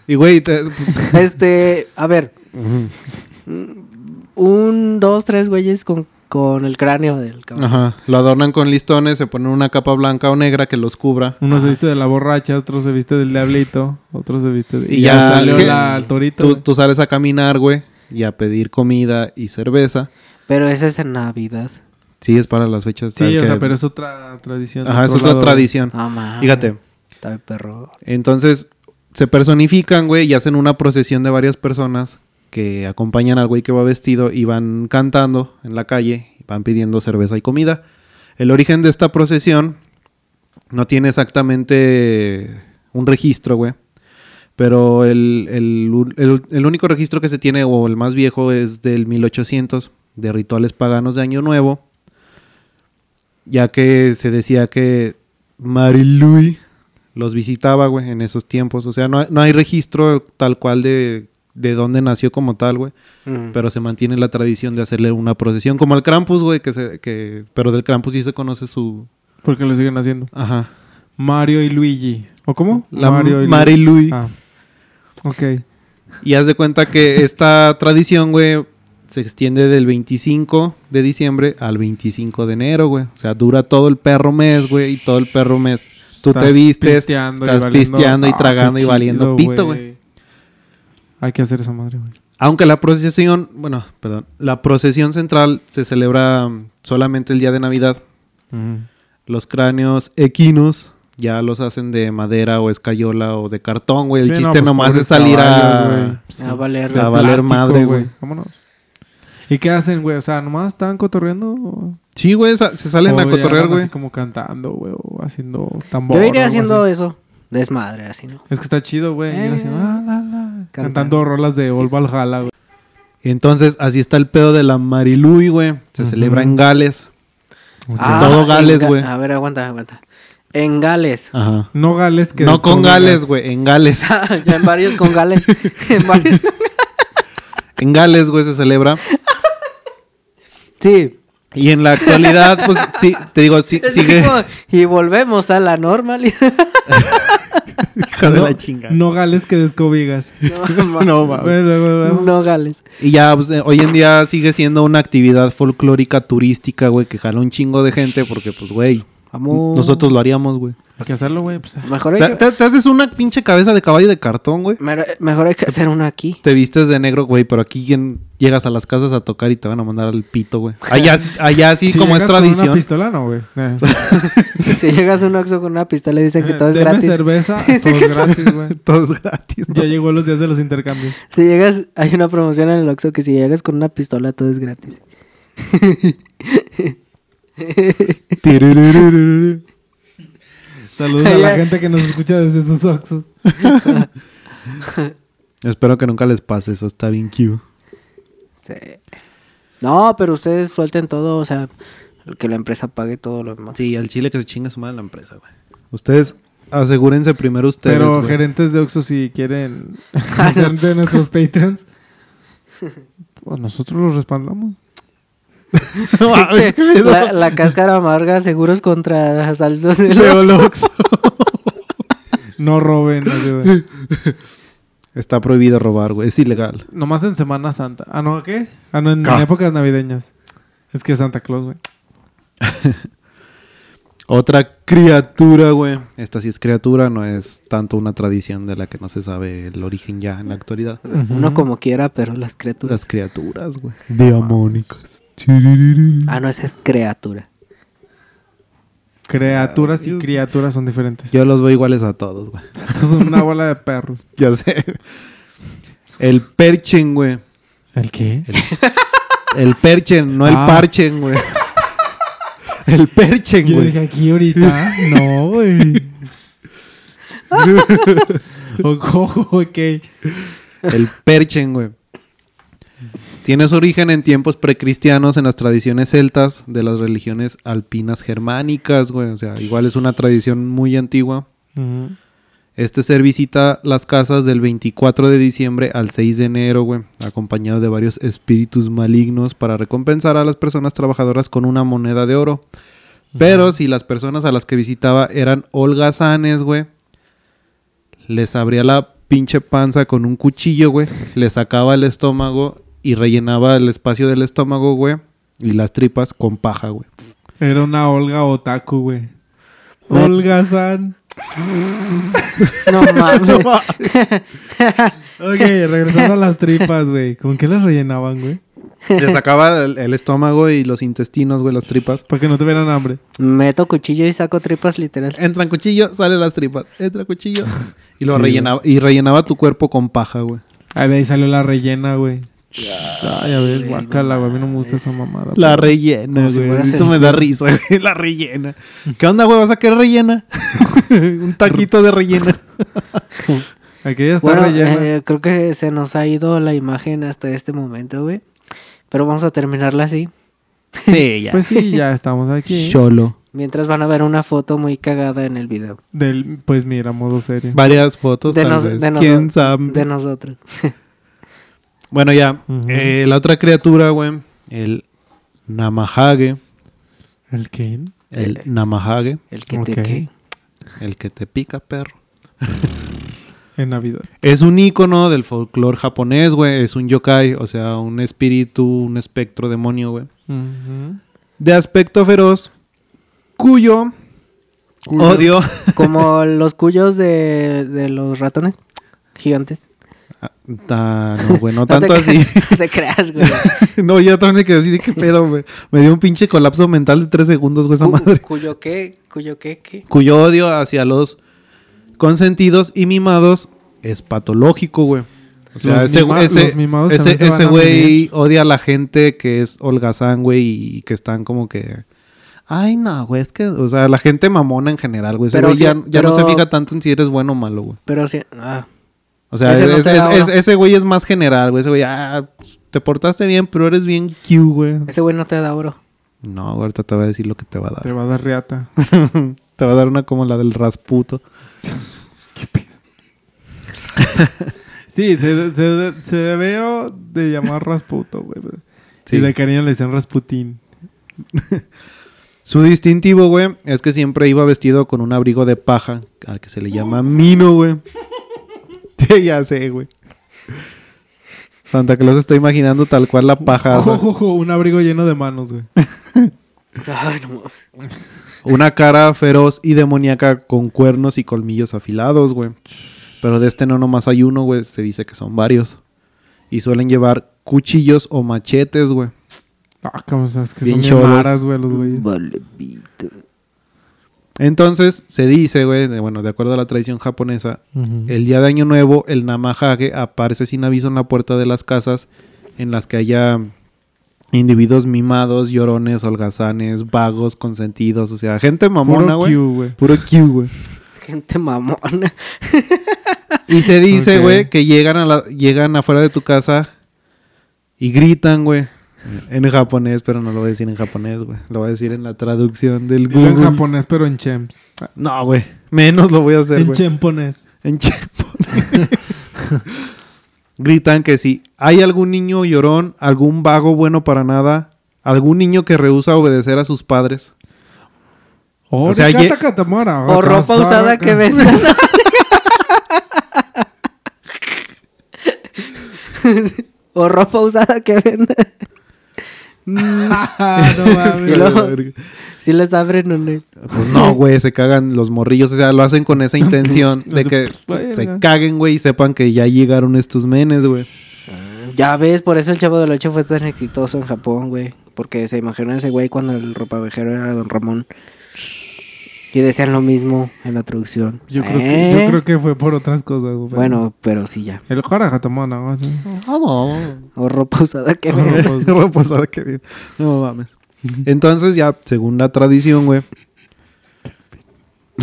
Speaker 4: Y güey, te-
Speaker 3: Este, a ver. Un, dos, tres güeyes con, con el cráneo del cabrón.
Speaker 4: ajá, lo adornan con listones, se ponen una capa blanca o negra que los cubra.
Speaker 2: Uno se viste de la borracha, otro se viste del diablito, otro se viste de...
Speaker 4: Y ya
Speaker 2: salió
Speaker 4: que-
Speaker 2: la el torito.
Speaker 4: Tú,
Speaker 2: güey.
Speaker 4: tú sales a caminar, güey, y a pedir comida y cerveza.
Speaker 3: Pero ese es en Navidad.
Speaker 4: Sí, es para las fechas.
Speaker 2: Sí,
Speaker 4: ¿sabes
Speaker 2: o
Speaker 4: qué?
Speaker 2: sea, pero es otra tradición. de
Speaker 4: Ajá, es
Speaker 2: otro
Speaker 4: otra
Speaker 2: lado, güey.
Speaker 4: tradición.
Speaker 3: No mames.
Speaker 4: Fíjate,
Speaker 3: Está bien perro.
Speaker 4: entonces se personifican, güey, y hacen una procesión de varias personas que acompañan al güey que va vestido y van cantando en la calle, y van pidiendo cerveza y comida. El origen de esta procesión no tiene exactamente un registro, güey. Pero el, el u- el- el único registro que se tiene, o el más viejo, es del 1800, de rituales paganos de Año Nuevo, ya que se decía que Marilui los visitaba, güey, en esos tiempos. O sea, no, hay- no hay registro tal cual de, de dónde nació como tal, güey.
Speaker 3: Mm.
Speaker 4: Pero se mantiene la tradición de hacerle una procesión, como el Krampus, güey, que se, que, pero del Krampus sí se conoce su...
Speaker 2: Porque lo siguen haciendo.
Speaker 4: Ajá.
Speaker 2: Mario y Luigi. ¿O cómo?
Speaker 4: La
Speaker 2: Mario
Speaker 4: Marilui.
Speaker 2: Lu- Ah. Ok.
Speaker 4: Y haz de cuenta que esta tradición, güey, se extiende del 25 de diciembre al 25 de enero, güey. O sea, dura todo el perro mes, güey, y todo el perro mes. Tú te
Speaker 2: Estás
Speaker 4: vistes,
Speaker 2: pisteando y
Speaker 4: estás
Speaker 2: valiendo-
Speaker 4: pisteando y
Speaker 2: Ah,
Speaker 4: tragando
Speaker 2: qué
Speaker 4: y
Speaker 2: chido,
Speaker 4: valiendo pito, güey.
Speaker 2: Hay que hacer esa madre, güey.
Speaker 4: Aunque la procesión, bueno, perdón, la procesión central se celebra mm, solamente el día de Navidad. Los cráneos equinos ya los hacen de madera o escayola o de cartón, güey. El
Speaker 2: Sí, no,
Speaker 4: chiste
Speaker 2: pues,
Speaker 4: nomás
Speaker 2: pobres
Speaker 4: es salir
Speaker 2: caballos, güey.
Speaker 4: a...
Speaker 2: Sí.
Speaker 3: A valer.
Speaker 4: La
Speaker 2: De
Speaker 4: valer
Speaker 2: plástico,
Speaker 4: madre, güey.
Speaker 2: Vámonos. ¿Y qué hacen, güey? O sea, nomás estaban cotorreando. o-
Speaker 4: Sí, güey, sa- se salen
Speaker 2: o
Speaker 4: a cotorrear,
Speaker 2: llegaban
Speaker 4: güey.
Speaker 2: Así como cantando, güey, o haciendo tambor.
Speaker 3: Yo
Speaker 2: o algo
Speaker 3: iría haciendo
Speaker 2: así.
Speaker 3: eso. Desmadre, así, ¿no?
Speaker 2: Es que está chido, güey. ir
Speaker 3: Eh,
Speaker 2: haciendo, ah, la, la,
Speaker 3: cantando.
Speaker 2: Cantando rolas de Old Valhalla, güey.
Speaker 4: Entonces, así está el pedo de la Marilui, güey. Se
Speaker 2: Ujú.
Speaker 4: celebra en Gales.
Speaker 3: Ah,
Speaker 4: Todo
Speaker 3: en
Speaker 4: Gales,
Speaker 3: Ga-
Speaker 4: güey. Ah.
Speaker 3: A ver, aguanta, aguanta. En Gales.
Speaker 4: Ajá.
Speaker 2: No gales que...
Speaker 4: No con
Speaker 2: descongas.
Speaker 4: Gales, güey. En Gales.
Speaker 3: ya en varios con Gales. en varios.
Speaker 4: En Gales, güey, se celebra.
Speaker 3: Sí.
Speaker 4: Y en la actualidad, pues sí, te digo, sí,
Speaker 3: Es
Speaker 4: sigue.
Speaker 3: como- y volvemos a la normalidad.
Speaker 4: Hijo de
Speaker 2: No-
Speaker 4: la chinga.
Speaker 2: No gales que descobigas.
Speaker 3: No,
Speaker 4: No,
Speaker 2: Güey, güey, güey, güey.
Speaker 3: no Gales.
Speaker 4: Y ya, pues, eh, hoy en día sigue siendo una actividad folclórica turística, güey, que jala un chingo de gente porque, pues, güey,
Speaker 3: Vamos.
Speaker 4: nosotros lo haríamos, güey.
Speaker 2: Hay que hacerlo, güey. Pues,
Speaker 3: Mejor hay
Speaker 4: Te,
Speaker 3: que,
Speaker 4: te- te haces una pinche cabeza de caballo de cartón, güey.
Speaker 3: mer- mejor hay que hacer una aquí.
Speaker 4: Te vistes de negro, güey, pero aquí quien llegas a las casas a tocar y te van a mandar al pito, güey. Allá, sí- allá sí,
Speaker 2: Si
Speaker 4: como es
Speaker 2: llegas con
Speaker 4: tradición.
Speaker 2: una pistola, no, güey. Eh.
Speaker 3: Si llegas a un Oxxo con una pistola y dicen que todo es
Speaker 2: Deme
Speaker 3: gratis.
Speaker 2: cerveza, todo es gratis, güey.
Speaker 4: Todos gratis.
Speaker 2: Ya llegó los días de los intercambios.
Speaker 3: Si llegas, hay una promoción en el Oxxo que si llegas con una pistola todo es gratis.
Speaker 2: Saludos a la
Speaker 3: Ya.
Speaker 2: gente que nos escucha desde sus oxos.
Speaker 4: Espero que nunca les pase eso, está bien cute.
Speaker 3: Sí. No, pero ustedes suelten todo, o sea, que la empresa pague todo lo demás.
Speaker 4: Sí, al chile que se chinga su madre la empresa, güey. Ustedes asegúrense primero ustedes,
Speaker 2: Pero
Speaker 4: güey.
Speaker 2: gerentes de Oxxo si quieren hacer de nuestros patrons, pues nosotros los respaldamos.
Speaker 4: No mames, qué pedo.
Speaker 3: La, la cáscara amarga, seguros contra asaltos de
Speaker 4: Leo
Speaker 3: los-
Speaker 4: Lox.
Speaker 2: No roben. así, güey.
Speaker 4: Está prohibido robar, güey, es ilegal.
Speaker 2: Nomás en Semana Santa. Ah, no, ¿qué? Ah, no, en,
Speaker 4: Ah.
Speaker 2: épocas navideñas. Es que Santa Claus, güey.
Speaker 4: Otra criatura, güey. Esta sí es criatura, no es tanto una tradición de la que no se sabe el origen ya en la actualidad.
Speaker 3: Uno como quiera, pero las criaturas.
Speaker 4: Las criaturas, güey. Diamónicas.
Speaker 3: Ah, no, esa es criatura.
Speaker 2: Criaturas y criaturas son diferentes.
Speaker 4: Yo los veo iguales a todos, güey.
Speaker 2: Estos son una bola de perros.
Speaker 4: Ya sé. El perchen, güey.
Speaker 2: ¿El qué?
Speaker 4: El perchen, no el
Speaker 2: Ah.
Speaker 4: parchen, güey. El perchen,
Speaker 2: Yo
Speaker 4: güey.
Speaker 2: dije aquí ahorita. No, güey. O cojo, ok.
Speaker 4: El perchen, güey. Tiene su origen en tiempos precristianos en las tradiciones celtas de las religiones alpinas germánicas, güey. O sea, igual es una tradición muy antigua. Este ser visita las casas del 24 de diciembre al 6 de enero, güey, acompañado de varios espíritus malignos para recompensar a las personas trabajadoras con una moneda de oro. Pero si las personas a las que visitaba eran holgazanes, güey, les abría la pinche panza con un cuchillo, güey. Le sacaba el estómago y rellenaba el espacio del estómago, güey. Y las tripas con paja, güey.
Speaker 2: Era una Olga Otaku, güey.
Speaker 3: Güey.
Speaker 2: Olga San.
Speaker 3: No mames.
Speaker 2: Ok, regresando a las tripas, güey. ¿Con qué las rellenaban, güey?
Speaker 4: Le sacaba el, el estómago y los intestinos, güey, las tripas.
Speaker 2: Para que no tuvieran hambre.
Speaker 3: Meto cuchillo y saco tripas literal.
Speaker 4: Entran cuchillo, salen las tripas. Entra cuchillo. Y lo
Speaker 2: Sí,
Speaker 4: rellenaba. Y rellenaba tu cuerpo con paja, güey.
Speaker 2: Ay, de ahí salió la rellena, güey. Ay, a ver, guacala, güey. A mí no me gusta esa mamada.
Speaker 4: La rellena,
Speaker 3: Como si
Speaker 4: güey.
Speaker 3: fueras
Speaker 4: Eso
Speaker 3: el-
Speaker 4: me da risa, güey. La rellena. ¿Qué onda, güey? ¿Vas a querer rellena? Un taquito de rellena.
Speaker 2: Aquella está
Speaker 3: Bueno,
Speaker 2: rellena.
Speaker 3: eh, creo que se nos ha ido la imagen hasta este momento, güey. Pero vamos a terminarla así.
Speaker 4: Sí, ya.
Speaker 2: Pues sí, ya estamos aquí.
Speaker 4: Cholo.
Speaker 3: Mientras van a ver una foto muy cagada en el video.
Speaker 2: Del, pues mira, modo serio.
Speaker 4: Varias fotos,
Speaker 3: De
Speaker 4: Pues tal
Speaker 3: nos-
Speaker 4: vez.
Speaker 3: de nos-
Speaker 4: ¿Quién sabe?
Speaker 3: De nosotros.
Speaker 4: Bueno, ya.
Speaker 2: Ujú.
Speaker 4: Eh, la otra criatura, güey. El Namahage.
Speaker 2: ¿El quién?
Speaker 4: El Namahage.
Speaker 3: El que te
Speaker 2: Ok.
Speaker 3: que.
Speaker 4: El que te pica, perro.
Speaker 2: En Navidad.
Speaker 4: Es un icono del folclore japonés, güey. Es un yokai, o sea, un espíritu, un espectro demonio, güey. De aspecto feroz, cuyo,
Speaker 2: Cuyo.
Speaker 4: odio.
Speaker 3: Como los cuyos de, de los ratones gigantes.
Speaker 4: Ah, ta- no, güey, no
Speaker 3: te
Speaker 4: tanto así.
Speaker 3: creas- No te creas, güey.
Speaker 4: no, ya también me quedé así de qué pedo, güey. Me dio un pinche colapso mental de tres segundos, güey, esa
Speaker 3: Cu-
Speaker 4: madre.
Speaker 3: ¿Cuyo qué? ¿Cuyo qué? qué?
Speaker 4: Cuyo odio hacia los consentidos y mimados es patológico, güey. O sea,
Speaker 2: Los
Speaker 4: ese,
Speaker 2: mima-
Speaker 4: ese-
Speaker 2: los mimados
Speaker 4: ese-
Speaker 2: también se van
Speaker 4: ese
Speaker 2: a
Speaker 4: güey odia a la gente que es holgazán, güey, y que están como que... Ay, no, güey, es que... O sea, la gente mamona en general, güey. Ese
Speaker 3: Pero
Speaker 4: güey
Speaker 3: sí,
Speaker 4: ya, ya no se
Speaker 3: pero-
Speaker 4: fija tanto en si eres bueno o malo, güey.
Speaker 3: Pero sí. Ah.
Speaker 4: O sea,
Speaker 3: Ese
Speaker 4: es-
Speaker 3: no
Speaker 4: es- es-
Speaker 3: te da
Speaker 4: ese,
Speaker 3: uno.
Speaker 4: güey es más general, güey. Ese güey, ah, pues, te portaste bien, pero eres bien cute, güey.
Speaker 3: Ese güey no te da oro.
Speaker 4: No, güey, ahorita te voy a decir lo que te va a dar.
Speaker 2: Te va a dar riata.
Speaker 4: Te va a dar una como la del Rasputo.
Speaker 2: Sí, se, se, se debió de llamar Rasputo, güey.
Speaker 4: Sí.
Speaker 2: Y de cariño le decían Rasputín.
Speaker 4: Su distintivo, güey, es que siempre iba vestido con un abrigo de paja, al que se le llama mino, güey. Sí, ya sé, güey. Santa Claus está imaginando tal cual la paja.
Speaker 2: Ojo, ojo, ojo, un abrigo lleno de manos, güey.
Speaker 3: Ay, no.
Speaker 4: Una cara feroz y demoníaca con cuernos y colmillos afilados, güey. Pero de este no nomás hay uno, güey. Se dice que son varios. Y suelen llevar cuchillos o machetes, güey.
Speaker 2: Ah, cómo sabes que son
Speaker 4: Bien
Speaker 2: bien
Speaker 4: cholos.
Speaker 2: maras, güey, los güeyes.
Speaker 3: Vale, pito.
Speaker 4: Entonces, se dice, güey, de- bueno, de acuerdo a la tradición japonesa, El día de Año Nuevo, el Namahage aparece sin aviso en la puerta de las casas en las que haya individuos mimados, llorones, holgazanes, vagos, consentidos, o sea, gente mamona,
Speaker 2: Puro Q,
Speaker 4: güey.
Speaker 2: güey.
Speaker 4: Puro Q, güey.
Speaker 3: Gente mamona.
Speaker 4: Y se dice,
Speaker 2: Ok.
Speaker 4: güey, que llegan a la, llegan afuera de tu casa y gritan, güey. En japonés, pero no lo voy a decir en japonés, güey. Lo voy a decir en la traducción del
Speaker 2: Dilo
Speaker 4: Google.
Speaker 2: en japonés, pero en chems.
Speaker 4: No, güey. Menos lo voy a hacer,
Speaker 2: En
Speaker 4: güey.
Speaker 2: chemponés.
Speaker 4: En Chipotle. Gritan que si hay algún niño llorón, algún vago bueno para nada, algún niño que rehúsa obedecer a sus padres.
Speaker 2: O,
Speaker 4: sea,
Speaker 2: Ricata
Speaker 4: ye-
Speaker 2: Catamara,
Speaker 3: O ropa
Speaker 2: Catasara,
Speaker 3: usada que
Speaker 2: ca-
Speaker 3: venden. o ropa usada que venden.
Speaker 2: Ah, no mames.
Speaker 3: Y luego- Si les abren un...
Speaker 4: Pues no, güey, se cagan los morrillos. O sea, lo hacen con esa intención de que se caguen, güey, y sepan que ya llegaron estos menes, güey.
Speaker 3: Ya ves, por eso el Chavo del Ocho fue tan exitoso en Japón, güey. Porque se imaginó ese güey cuando el ropavejero era Don Ramón. Y decían lo mismo en la traducción.
Speaker 2: Yo creo,
Speaker 3: ¿Eh?
Speaker 2: que, yo creo que fue por otras cosas, güey.
Speaker 3: Bueno, pero sí ya.
Speaker 2: El Jarajatamana, güey. sí.
Speaker 3: O ropa usada que venden.
Speaker 4: Pues, no, pues, ahora que bien. No mames. Entonces, ya, según la tradición, güey.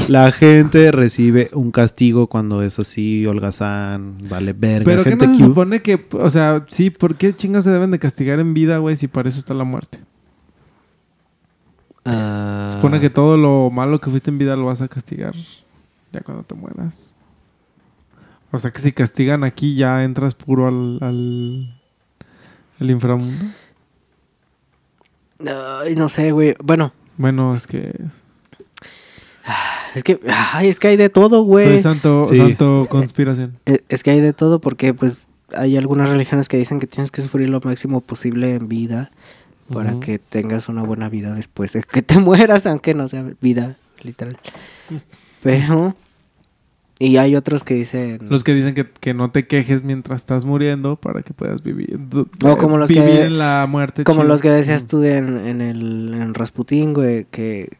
Speaker 4: La gente recibe un castigo cuando es así, holgazán, vale verga,
Speaker 2: Pero que
Speaker 4: gente
Speaker 2: no se
Speaker 4: cute.
Speaker 2: supone que, o sea, sí, ¿por qué chingas se deben de castigar en vida, güey, si para eso está la muerte?
Speaker 3: Ah,
Speaker 2: Se supone que todo lo malo que fuiste en vida lo vas a castigar ya cuando te mueras. O sea que si castigan aquí ya entras puro al, al, al inframundo.
Speaker 3: Ay, no sé, güey. Bueno,
Speaker 2: Bueno, es que
Speaker 3: Es que, ay, es que hay de todo, güey.
Speaker 2: Soy santo,
Speaker 4: Sí.
Speaker 2: santo conspiración.
Speaker 3: Es, E, es que hay de todo porque pues hay algunas religiones que dicen que tienes que sufrir lo máximo posible en vida para
Speaker 2: Ujú.
Speaker 3: que tengas una buena vida después de que te mueras, aunque no sea vida, literal. Pero... Y hay otros que dicen...
Speaker 2: Los que dicen que, que no te quejes mientras estás muriendo para que puedas vivir. du-
Speaker 3: No, como los que-
Speaker 2: vivir en la muerte.
Speaker 3: Como
Speaker 2: chido.
Speaker 3: los que decías tú de en, en el en Rasputín, güey, que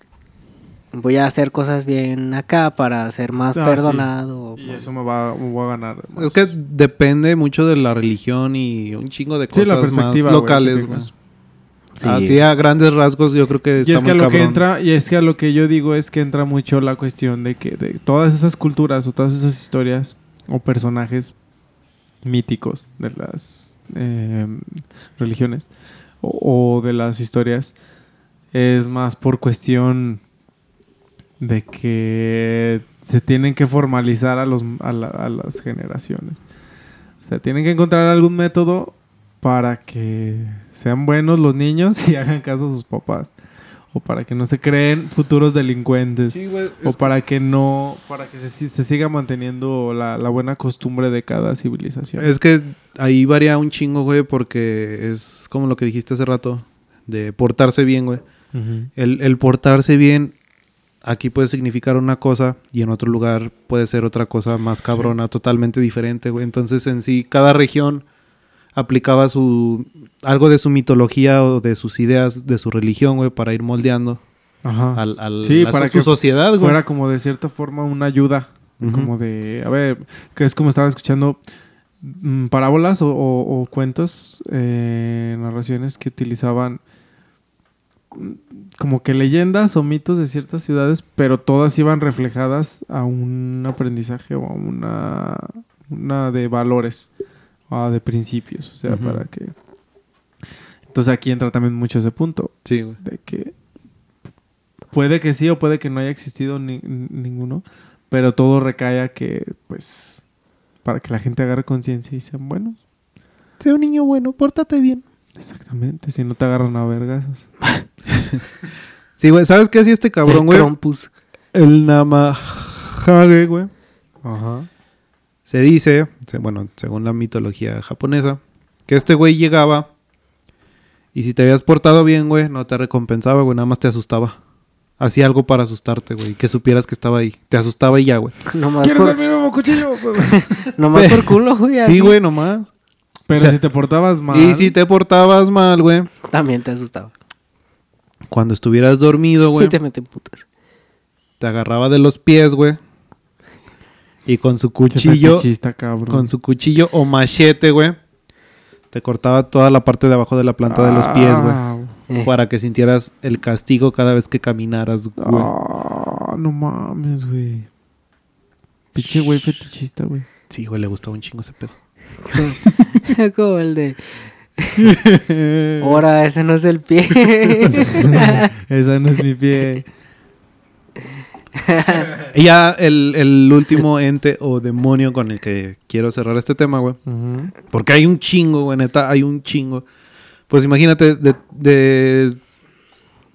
Speaker 3: voy a hacer cosas bien acá para ser más
Speaker 2: Ah, sí.
Speaker 4: Mm.
Speaker 3: perdonado.
Speaker 2: Y eso me va, me va a ganar. más.
Speaker 4: Es que depende mucho de la religión y un chingo de
Speaker 2: Sí,
Speaker 4: cosas
Speaker 2: la
Speaker 4: más
Speaker 2: perspectiva, güey, que
Speaker 4: locales, güey.
Speaker 2: tengas.
Speaker 3: Sí.
Speaker 4: Así a grandes rasgos yo creo que está
Speaker 2: Y es que a
Speaker 4: muy
Speaker 2: lo que
Speaker 4: cabrón.
Speaker 2: entra, y es que a lo que yo digo es que entra mucho la cuestión de que de todas esas culturas o todas esas historias o personajes míticos de las eh, religiones o, o de las historias es más por cuestión de que se tienen que formalizar a, los, a, la- a las generaciones. O sea, tienen que encontrar algún método para que sean buenos los niños y hagan caso a sus papás. O para que no se creen futuros delincuentes.
Speaker 4: Sí, güey,
Speaker 2: o
Speaker 4: es-
Speaker 2: para que no, para que se, si- se siga manteniendo la, la buena costumbre de cada civilización.
Speaker 4: Es que ahí varía un chingo, güey, porque es como lo que dijiste hace rato, de portarse bien, güey.
Speaker 2: Ujú.
Speaker 4: El, el portarse bien aquí puede significar una cosa y en otro lugar puede ser otra cosa más cabrona, totalmente diferente, güey. Entonces, en sí, cada región aplicaba su algo de su mitología o de sus ideas, de su religión, güey, para ir moldeando
Speaker 2: Ajá.
Speaker 4: al, al-
Speaker 2: Sí,
Speaker 4: a
Speaker 2: para
Speaker 4: su
Speaker 2: que
Speaker 4: sociedad, güey.
Speaker 2: fuera como de cierta forma una ayuda,
Speaker 4: Ujú.
Speaker 2: como de, a ver, que es como estaba escuchando mm, parábolas o, o- o cuentos, eh, narraciones que utilizaban mm, como que leyendas o mitos de ciertas ciudades, pero todas iban reflejadas a un aprendizaje o a una, una de valores, a de principios, o sea,
Speaker 4: Ujú.
Speaker 2: para que... Entonces aquí entra también mucho ese punto
Speaker 4: Sí, güey.
Speaker 2: de que puede que sí o puede que no haya existido ni- n- ninguno, pero todo recae a que, pues, para que la gente agarre conciencia y sean buenos.
Speaker 4: Sea un niño bueno, pórtate bien.
Speaker 2: Exactamente, si no te agarran a vergas.
Speaker 4: Sí, güey, ¿sabes qué hacía este
Speaker 3: El
Speaker 4: cabrón, güey?
Speaker 3: Trompus.
Speaker 4: El Namahage, güey.
Speaker 2: Ajá.
Speaker 4: Se dice, se- bueno, según la mitología japonesa, que este güey llegaba y si te habías portado bien, güey, no te recompensaba, güey, nada más te asustaba. Hacía algo para asustarte, güey, que supieras que estaba ahí. Te asustaba y ya, güey.
Speaker 3: Nomás
Speaker 2: ¿Quieres ver
Speaker 3: por,
Speaker 2: mi nuevo cuchillo?
Speaker 3: nomás por culo, güey. así.
Speaker 4: Sí, güey, nomás.
Speaker 2: pero si te portabas mal.
Speaker 4: Y si te portabas mal, güey,
Speaker 3: También te asustaba.
Speaker 4: cuando estuvieras dormido,
Speaker 3: Y
Speaker 4: güey,
Speaker 3: te meten putas.
Speaker 4: te agarraba de los pies, güey. Y con su
Speaker 2: Qué
Speaker 4: cuchillo,
Speaker 2: fetichista, cabrón.
Speaker 4: con su cuchillo o machete, güey, te cortaba toda la parte de abajo de la planta de los pies, güey.
Speaker 2: Ah,
Speaker 3: Eh,
Speaker 4: para que sintieras el castigo cada vez que caminaras, güey.
Speaker 2: ah, no mames, güey. Pinche güey fetichista, güey.
Speaker 4: Sí, güey, le gustaba un chingo ese pedo.
Speaker 3: Como el de... Ahora, ese no es el pie.
Speaker 2: Esa no es mi pie.
Speaker 4: Y ya el, el último ente o demonio con el que quiero cerrar este tema, güey.
Speaker 2: Ujú.
Speaker 4: Porque hay un chingo, güey, neta, hay un chingo. Pues imagínate, de, de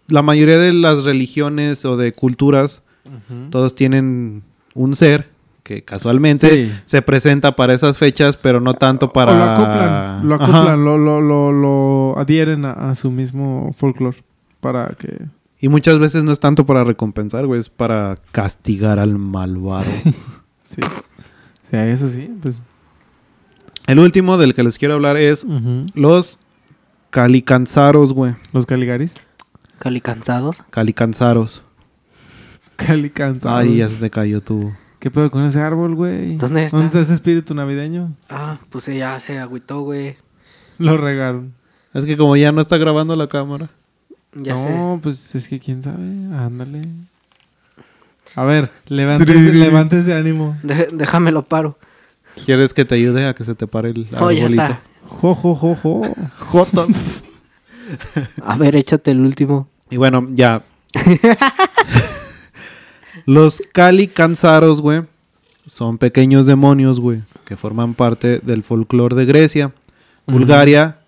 Speaker 4: la mayoría de las religiones o de culturas, todos tienen un ser que casualmente
Speaker 2: Sí.
Speaker 4: se presenta para esas fechas, pero no tanto para...
Speaker 2: O lo acoplan, lo
Speaker 4: Ajá.
Speaker 2: acoplan, lo, lo, lo, lo adhieren a, a su mismo folclore para que...
Speaker 4: Y muchas veces no es tanto para recompensar, güey, es para castigar al malvado.
Speaker 2: Sí. O sea, eso sí, pues...
Speaker 4: El último del que les quiero hablar es los calicanzaros, güey.
Speaker 2: Los caligaris.
Speaker 3: Calicanzados.
Speaker 4: Calicanzaros.
Speaker 2: Calicanzados.
Speaker 4: Ay, ya se te cayó tu...
Speaker 2: ¿Qué pedo con ese árbol, güey?
Speaker 3: ¿Dónde está?
Speaker 2: ¿Dónde está ese espíritu navideño?
Speaker 3: Ah, pues ya se agüitó, güey.
Speaker 2: Lo regaron.
Speaker 4: Es que como ya no está grabando la cámara.
Speaker 3: Ya sé.
Speaker 2: no, pues es que quién sabe. Ándale. A ver, levántese,
Speaker 4: Tririri.
Speaker 2: levántese ánimo.
Speaker 3: Dé- déjamelo paro.
Speaker 4: ¿Quieres que te ayude a que se te pare el arbolito?
Speaker 3: Oh, ya está.
Speaker 2: Jo, jo, jo, jo.
Speaker 4: Jotos.
Speaker 3: A ver, échate el último.
Speaker 4: Y bueno, ya. Los calicanzaros, güey, son pequeños demonios, güey, que forman parte del folclore de Grecia, Mm. Bulgaria,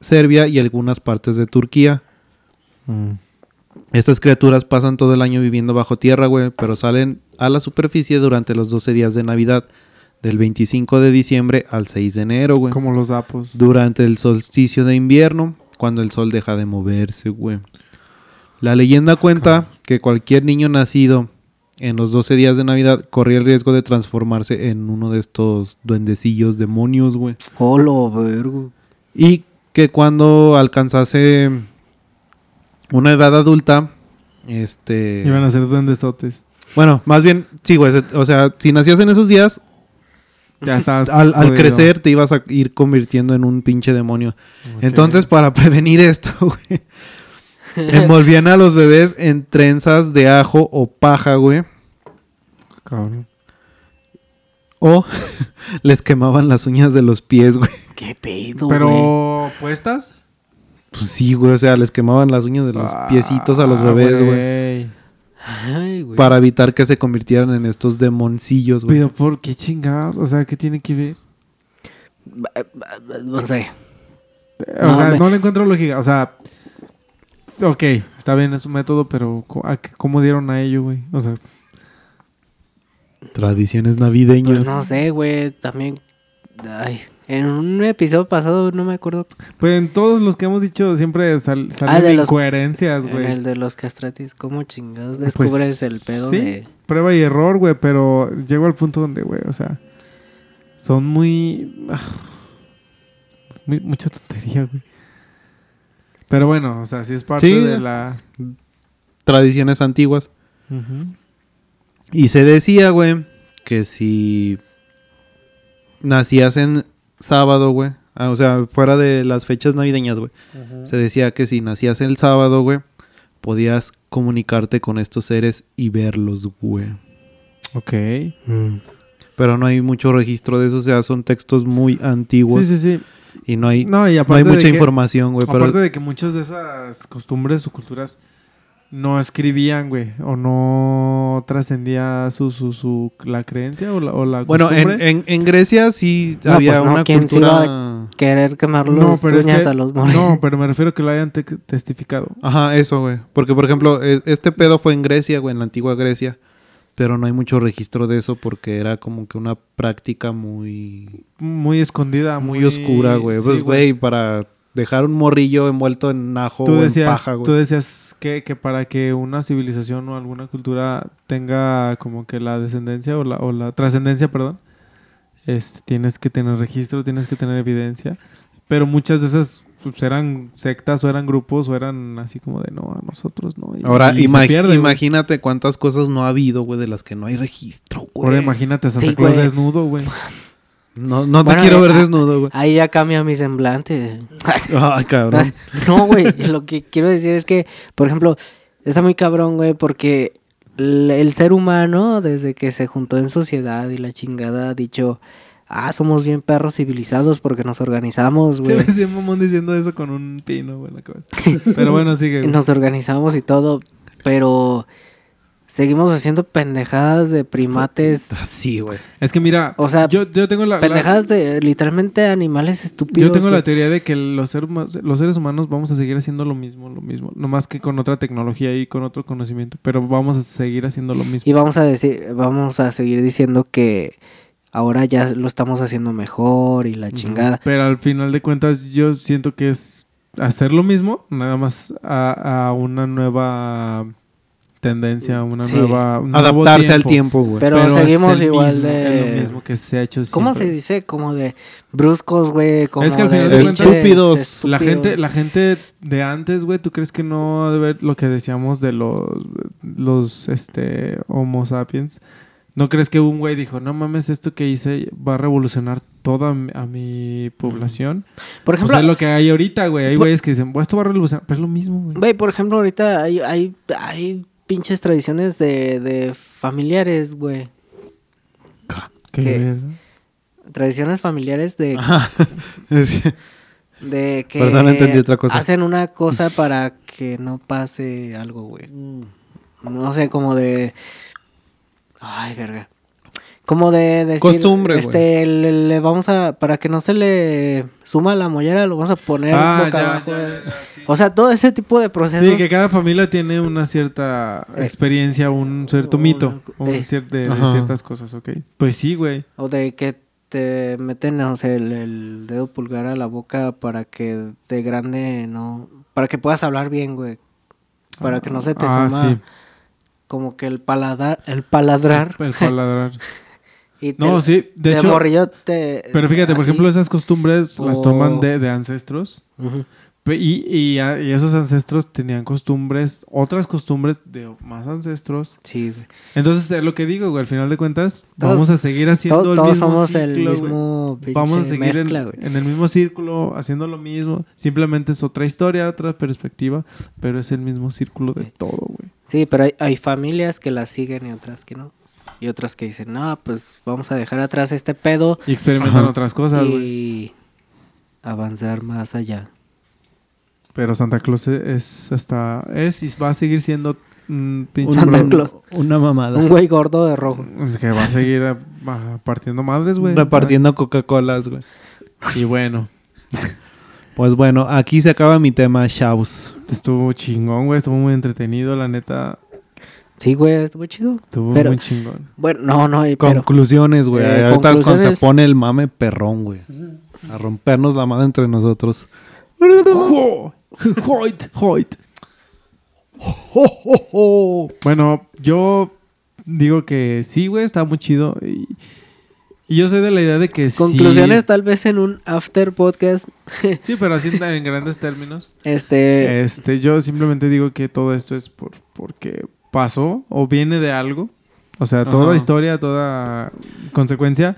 Speaker 4: Serbia y algunas partes de Turquía. Estas criaturas pasan todo el año viviendo bajo tierra, güey, pero salen a la superficie durante los 12 días de Navidad, del 25 de diciembre al 6 de enero, güey.
Speaker 2: Como los sapos.
Speaker 4: Durante el solsticio de invierno, cuando el sol deja de moverse, güey. La leyenda cuenta que cualquier niño nacido en los 12 días de Navidad corría el riesgo de transformarse en uno de estos duendecillos demonios, güey.
Speaker 3: Holo, Oh, vergo.
Speaker 4: Y que cuando alcanzase una edad adulta, este...
Speaker 2: Iban a ser duendesotes.
Speaker 4: Bueno, más bien, sí, güey. se- O sea, si nacías en esos días,
Speaker 2: Ya estás.
Speaker 4: al, al
Speaker 2: jodido.
Speaker 4: crecer te ibas a ir convirtiendo en un pinche demonio. Entonces, para prevenir esto, güey, envolvían a los bebés en trenzas de ajo o paja, güey.
Speaker 2: Cabrón.
Speaker 4: O les quemaban las uñas de los pies, güey.
Speaker 3: Qué pedo,
Speaker 2: Pero,
Speaker 3: güey.
Speaker 2: ¿puestas?
Speaker 4: Pues sí, güey, o sea, les quemaban las uñas de los piecitos a los
Speaker 2: Ah,
Speaker 4: bebés, güey.
Speaker 3: Ay, güey.
Speaker 4: Para evitar que se convirtieran en estos demoncillos, güey.
Speaker 2: Pero, ¿por qué chingados? O sea, ¿qué tiene que ver?
Speaker 3: Ba- ba- ba- bonsai.
Speaker 2: Eh, O
Speaker 3: No,
Speaker 2: sea,
Speaker 3: me-
Speaker 2: no le encuentro lógica. O sea, ok, está bien, es un método, pero co- ¿a qué- ¿cómo dieron a ello, güey? O sea,
Speaker 4: Tradiciones navideñas.
Speaker 3: Pues no sé, güey. También. Ay. En un episodio pasado, no me acuerdo.
Speaker 2: pues en todos los que hemos dicho siempre sal- salen
Speaker 3: de los-
Speaker 2: incoherencias,
Speaker 3: En
Speaker 2: güey.
Speaker 3: el de los castratis, ¿cómo chingados
Speaker 2: Pues,
Speaker 3: descubres el pedo
Speaker 2: sí,
Speaker 3: de.
Speaker 2: Prueba y error, güey, pero llego al punto donde, güey, o sea, son muy... ah, muy- mucha tontería, güey. Pero bueno, o sea, sí es parte
Speaker 4: Sí.
Speaker 2: de la...
Speaker 4: Tradiciones antiguas. Y se decía, güey, que si nacías en sábado, güey, ah, o sea, fuera de las fechas navideñas, güey, se decía que si nacías el sábado, güey, podías comunicarte con estos seres y verlos, güey.
Speaker 2: Ok.
Speaker 4: Pero no hay mucho registro de eso, o sea, son textos muy
Speaker 2: Sí,
Speaker 4: antiguos
Speaker 2: sí, sí.
Speaker 4: y no hay, no
Speaker 2: No, y
Speaker 4: hay
Speaker 2: aparte de
Speaker 4: mucha
Speaker 2: que-
Speaker 4: información, güey. Pero
Speaker 2: Aparte de que muchas de esas costumbres o culturas no escribían, güey, o no trascendía su, su, su, la creencia o la, o la
Speaker 4: bueno, en,
Speaker 2: costumbre.
Speaker 4: en- en Grecia sí
Speaker 3: No,
Speaker 4: había
Speaker 3: pues no,
Speaker 4: una
Speaker 3: ¿quién se iba a-
Speaker 4: cultura...
Speaker 3: Querer quemar las
Speaker 2: no, pero es
Speaker 3: uñas
Speaker 2: que-
Speaker 3: a los moros.
Speaker 2: No, pero me refiero que lo hayan te- testificado.
Speaker 4: Ajá, eso, güey. Porque, por ejemplo, e- este pedo fue en Grecia, güey, en la antigua Grecia. Pero no hay mucho registro de eso porque era como que una práctica muy,
Speaker 2: Muy escondida,
Speaker 4: muy,
Speaker 2: muy,
Speaker 4: oscura, güey.
Speaker 2: sí,
Speaker 4: pues, güey, para dejar un morrillo envuelto en ajo
Speaker 2: Tú
Speaker 4: o
Speaker 2: decías,
Speaker 4: en paja,
Speaker 2: tú
Speaker 4: güey.
Speaker 2: decías que, que para que una civilización o alguna cultura tenga como que la descendencia o la, o la trascendencia, perdón, este, tienes que tener registro, tienes que tener evidencia. Pero muchas de esas pues, eran sectas o eran grupos o eran así como de no, a nosotros no. y-
Speaker 4: Ahora,
Speaker 2: y se
Speaker 4: imag-
Speaker 2: pierde, güey.
Speaker 4: imagínate cuántas cosas no ha habido, güey, de las que no hay registro,
Speaker 2: Ahora
Speaker 4: güey.
Speaker 2: imagínate a Santa
Speaker 3: Sí,
Speaker 2: Claus
Speaker 3: güey.
Speaker 2: desnudo, güey.
Speaker 4: No, no te
Speaker 3: Bueno,
Speaker 4: quiero
Speaker 3: eh,
Speaker 4: ver
Speaker 3: ah,
Speaker 4: desnudo, güey.
Speaker 3: Ahí ya cambia mi semblante.
Speaker 2: Ah,
Speaker 4: Ay, cabrón.
Speaker 3: No, güey. Lo que quiero decir es que, por ejemplo, está muy cabrón, güey, porque el, el ser humano, desde que se juntó en sociedad y la chingada, ha dicho, ah, somos bien perros civilizados porque nos organizamos,
Speaker 2: Te
Speaker 3: güey.
Speaker 2: ves bien mamón diciendo eso con un pino, güey, en la cabeza. Pero bueno, sigue. güey.
Speaker 3: Nos organizamos y todo, pero seguimos haciendo pendejadas de primates.
Speaker 2: Ah,
Speaker 4: Así, güey.
Speaker 2: Es que mira,
Speaker 3: O sea,
Speaker 2: yo, yo tengo la- la,
Speaker 3: Pendejadas de literalmente animales estúpidos.
Speaker 2: Yo tengo
Speaker 3: güey.
Speaker 2: la teoría de que los seres, huma- los seres humanos vamos a seguir haciendo lo mismo, lo mismo. Nomás que con otra tecnología y con otro conocimiento. Pero vamos a seguir haciendo lo mismo.
Speaker 3: Y vamos a decir, vamos a seguir diciendo que ahora ya lo estamos haciendo mejor y la chingada.
Speaker 2: Pero al final de cuentas, yo siento que es hacer lo mismo, nada más a, a una nueva tendencia, a una
Speaker 3: Sí.
Speaker 2: nueva. un nuevo
Speaker 4: Adaptarse al tiempo, güey.
Speaker 3: Pero,
Speaker 2: es
Speaker 3: seguimos
Speaker 2: el
Speaker 3: igual
Speaker 2: mismo,
Speaker 3: de.
Speaker 2: es lo mismo que se ha hecho
Speaker 3: ¿Cómo se
Speaker 2: siempre.
Speaker 3: dice? Como de bruscos, güey. Como
Speaker 2: Es que al
Speaker 3: de
Speaker 2: final de
Speaker 3: pinches
Speaker 4: cuentas- Estúpidos.
Speaker 2: La
Speaker 3: estúpidos.
Speaker 2: gente, la gente de antes, güey, ¿tú crees que no ha de ver lo que decíamos de los, los este, Homo sapiens? ¿No crees que un güey dijo, no mames, esto que hice va a revolucionar toda mi- a mi población?
Speaker 3: Por
Speaker 2: Pues
Speaker 3: ejemplo,
Speaker 2: es lo que hay ahorita, güey. Hay
Speaker 3: Por-
Speaker 2: güeyes que dicen, "Bueno, esto va a revolucionar, pero es lo mismo, güey.
Speaker 3: güey, por ejemplo, ahorita hay, hay, hay pinches tradiciones de, de familiares, güey.
Speaker 2: Qué
Speaker 3: ¿Qué?
Speaker 2: verga.
Speaker 3: Tradiciones familiares de, de que
Speaker 4: Perdón, entendí otra cosa.
Speaker 3: hacen una cosa para que no pase
Speaker 2: Mm.
Speaker 3: algo, güey. No sé, como de. Ay, verga. Como de decir,
Speaker 4: Costumbre, güey.
Speaker 3: este, le, le vamos a, para que no se le suma la mollera, lo vamos a poner
Speaker 2: Ah,
Speaker 3: boca
Speaker 2: ya,
Speaker 3: abajo.
Speaker 2: ya,
Speaker 3: de- O sea, todo ese tipo de procesos.
Speaker 2: Sí, que cada familia tiene una cierta
Speaker 3: Eh,
Speaker 2: experiencia, un cierto
Speaker 3: o-
Speaker 2: mito, un
Speaker 3: eh.
Speaker 2: cier- de, de
Speaker 4: Ajá.
Speaker 2: ciertas cosas, ¿ok? Pues sí, güey.
Speaker 3: O de que te meten, no sé, el, el dedo pulgar a la boca para que de grande no... Para que puedas hablar bien, güey. Para que no se te
Speaker 2: Ah,
Speaker 3: suma
Speaker 2: sí.
Speaker 3: como que el paladar, el paladrar.
Speaker 2: El paladrar.
Speaker 3: Y te-
Speaker 2: Pues, No, sí, de
Speaker 3: de
Speaker 2: hecho.
Speaker 3: morrillo te...
Speaker 2: Pero fíjate, por
Speaker 3: eh, así.
Speaker 2: ejemplo, esas costumbres las
Speaker 3: O-
Speaker 2: toman de, de ancestros.
Speaker 3: Ujú.
Speaker 2: Pe- Y, y, a- y esos ancestros tenían costumbres, otras costumbres de más ancestros.
Speaker 3: Sí, güey.
Speaker 2: Entonces, es lo que digo, güey. Al final de cuentas,
Speaker 3: Todos-
Speaker 2: vamos a seguir haciendo
Speaker 3: Todos,
Speaker 2: el
Speaker 3: todos
Speaker 2: mismo
Speaker 3: somos el
Speaker 2: ciclo, güey.
Speaker 3: mismo pinche
Speaker 2: Vamos a seguir en-
Speaker 3: mezcla, güey.
Speaker 2: en, el mismo círculo, haciendo lo mismo. Simplemente es otra historia, otra perspectiva, pero es el mismo círculo de
Speaker 3: Sí.
Speaker 2: todo, güey.
Speaker 3: Sí, pero hay, hay familias que las siguen y otras que no. Y otras que dicen, no, pues vamos a dejar atrás este pedo
Speaker 2: Y experimentan
Speaker 4: Ajá.
Speaker 2: otras cosas, güey.
Speaker 3: y avanzar más allá.
Speaker 2: Pero Santa Claus es hasta... Es y va a seguir siendo mm, pinche...
Speaker 3: Santa
Speaker 2: pro-
Speaker 4: Un-
Speaker 3: Claus.
Speaker 4: Una mamada.
Speaker 3: Un güey gordo de rojo.
Speaker 2: Que va a seguir a- a- partiendo madres, güey.
Speaker 4: Repartiendo Coca-Colas, güey.
Speaker 2: Y bueno,
Speaker 4: Pues bueno, aquí se acaba mi tema, chavos.
Speaker 2: estuvo chingón, güey. Estuvo muy entretenido, la neta.
Speaker 3: Sí, güey, estuvo chido.
Speaker 2: Estuvo
Speaker 3: Pero-
Speaker 2: muy chingón.
Speaker 3: Bueno, no, no, y pero...
Speaker 4: Conclusiones, güey.
Speaker 3: Eh,
Speaker 4: Ahorita es cuando se
Speaker 3: conclusiones.
Speaker 4: pone el mame perrón, güey. A rompernos la madre entre nosotros.
Speaker 2: Jo- Hoyt, Hoyt. Bueno, yo digo que sí, güey, está muy chido. Y, y yo soy de la idea de que sí.
Speaker 3: Conclusiones tal vez en un after podcast.
Speaker 2: Sí, pero así en grandes términos.
Speaker 3: Este...
Speaker 2: Este, yo simplemente digo que todo esto es por porque pasó o viene de algo. O sea, toda
Speaker 4: Ajá.
Speaker 2: historia, toda consecuencia,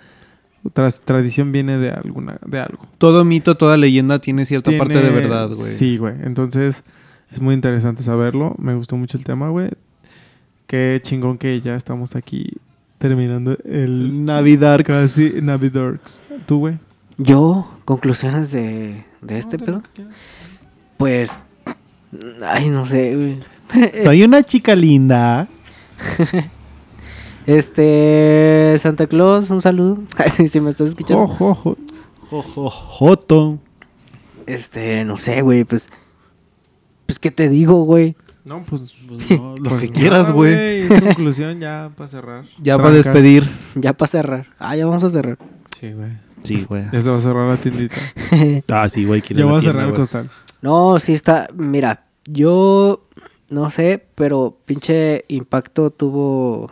Speaker 2: tras tradición viene de alguna, de algo.
Speaker 4: Todo mito, toda leyenda tiene cierta parte de
Speaker 2: Tiene-
Speaker 4: verdad, güey.
Speaker 2: Sí, güey. Entonces, es muy interesante saberlo. Me gustó mucho el tema, güey. Qué chingón que ya estamos aquí terminando el
Speaker 4: Navidad.
Speaker 2: casi Navidorks. ¿Tú, güey?
Speaker 3: Yo, conclusiones de, de este pedo. Pues... Ay, no sé, güey.
Speaker 4: Soy una chica linda.
Speaker 3: Este... Santa Claus, un saludo. Ay, sí, sí, me estás escuchando.
Speaker 2: Jo, jo, jo.
Speaker 4: Jojo. Joto.
Speaker 3: Este, no sé, güey, pues. Pues, ¿qué te digo, güey?
Speaker 2: No, pues... pues,
Speaker 4: lo
Speaker 2: pues
Speaker 4: que
Speaker 2: nada,
Speaker 4: quieras, güey.
Speaker 2: Conclusión ya para cerrar.
Speaker 4: Ya para
Speaker 2: Trancas.
Speaker 4: despedir.
Speaker 3: Ya para cerrar. Ah, ya vamos a cerrar.
Speaker 2: Sí, güey.
Speaker 4: Sí, güey.
Speaker 2: Ya se va a cerrar la tiendita.
Speaker 4: Ah, sí, güey. quiere
Speaker 2: Ya
Speaker 4: la
Speaker 2: va a
Speaker 4: tienda,
Speaker 2: cerrar el
Speaker 4: güey.
Speaker 2: costal.
Speaker 3: No, sí está. Mira, yo no sé, pero pinche impacto tuvo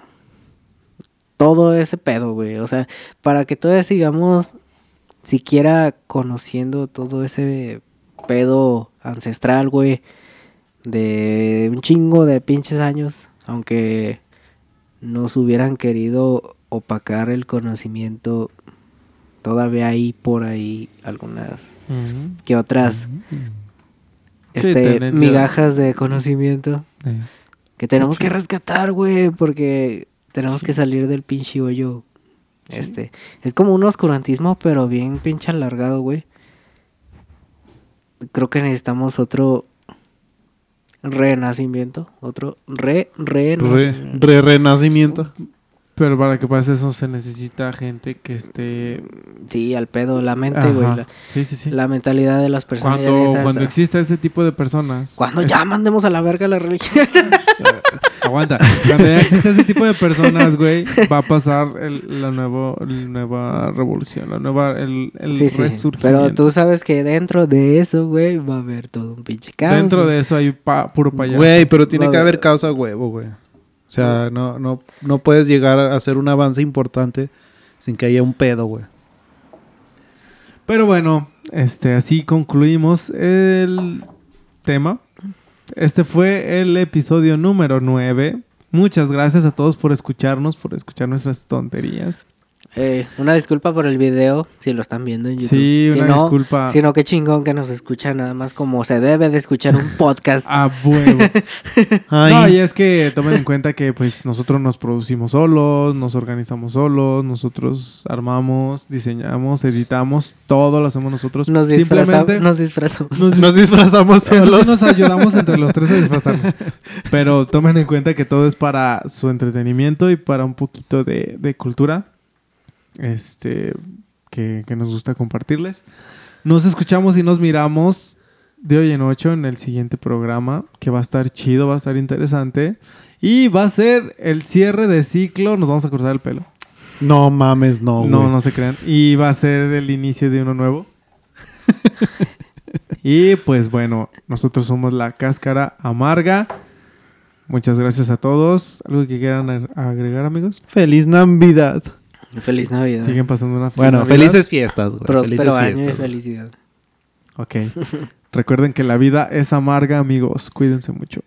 Speaker 3: todo ese pedo, güey. O sea, para que todavía sigamos siquiera conociendo todo ese pedo ancestral, güey, de un chingo de pinches años, aunque nos hubieran querido opacar el conocimiento, todavía hay por ahí algunas que otras
Speaker 2: Sí,
Speaker 3: este,
Speaker 2: tendencia.
Speaker 3: migajas de conocimiento
Speaker 2: Eh.
Speaker 3: que tenemos que rescatar, güey, porque tenemos que salir del pinche hoyo. Este, es como un oscurantismo, pero bien pinche alargado, güey. Creo que necesitamos otro renacimiento, otro re re,
Speaker 4: Re- re- renacimiento.
Speaker 2: Pero para que pase eso se necesita gente que esté...
Speaker 3: sí, al pedo, la mente,
Speaker 2: Ajá.
Speaker 3: güey, la,
Speaker 2: Sí, sí, sí.
Speaker 3: la mentalidad de las personas. ya
Speaker 2: Cuando,
Speaker 3: esas-
Speaker 2: cuando exista ese tipo de personas.
Speaker 3: cuando ya mandemos a la verga la religión.
Speaker 2: Aguanta. Cuando ya exista ese tipo de personas, güey, va a pasar el- la, nuevo, la nueva revolución, la nueva, el, el
Speaker 3: Sí, sí, sí.
Speaker 2: resurgimiento.
Speaker 3: Pero tú sabes que dentro de eso, güey, va a haber todo un pinche caos.
Speaker 2: Dentro
Speaker 3: güey.
Speaker 2: de eso hay pa- puro payaso.
Speaker 4: Güey, pero tiene
Speaker 3: Va
Speaker 4: que
Speaker 3: a-
Speaker 4: haber causa huevo, güey. O sea, no, no, no puedes llegar a hacer un avance importante sin que haya un pedo, güey.
Speaker 2: Pero bueno, este, así concluimos el tema. Este fue el episodio número 9. Muchas gracias a todos por escucharnos, por escuchar nuestras tonterías.
Speaker 3: Eh, una disculpa por el video, si lo están viendo en YouTube.
Speaker 2: Sí,
Speaker 3: Si
Speaker 2: una
Speaker 3: no,
Speaker 2: disculpa.
Speaker 3: Sino que chingón que nos escucha nada más como se debe de escuchar un podcast.
Speaker 2: A huevo.
Speaker 4: Ay,
Speaker 2: No, y es que tomen en cuenta que pues nosotros nos producimos solos, nos organizamos solos, nosotros armamos, diseñamos, editamos, todo lo hacemos nosotros.
Speaker 3: nos, disfrazamos,
Speaker 2: Simplemente
Speaker 3: nos disfrazamos.
Speaker 2: nos,
Speaker 4: nos disfrazamos
Speaker 2: eso sí
Speaker 4: solos.
Speaker 2: nos ayudamos entre los tres a disfrazarnos. Pero tomen en cuenta que todo es para su entretenimiento y para un poquito de, de cultura. este, que, que nos gusta compartirles. Nos escuchamos y nos miramos de hoy en ocho en el siguiente programa, que va a estar chido, va a estar interesante. Y va a ser el cierre de ciclo, nos vamos a cortar el pelo.
Speaker 4: No mames, no, güey.
Speaker 2: No, no se crean. Y va a ser el inicio de uno nuevo. y pues bueno, nosotros somos la cáscara amarga. Muchas gracias a todos. ¿Algo que quieran ag- agregar, amigos?
Speaker 4: Feliz Navidad.
Speaker 3: Feliz Navidad.
Speaker 2: Siguen pasando una feliz
Speaker 4: Bueno,
Speaker 2: Navidad.
Speaker 4: felices fiestas, güey.
Speaker 3: Próspero
Speaker 4: felices
Speaker 3: año y
Speaker 4: fiestas. güey.
Speaker 3: felicidad.
Speaker 2: Ok. Recuerden que la vida es amarga, amigos. Cuídense mucho.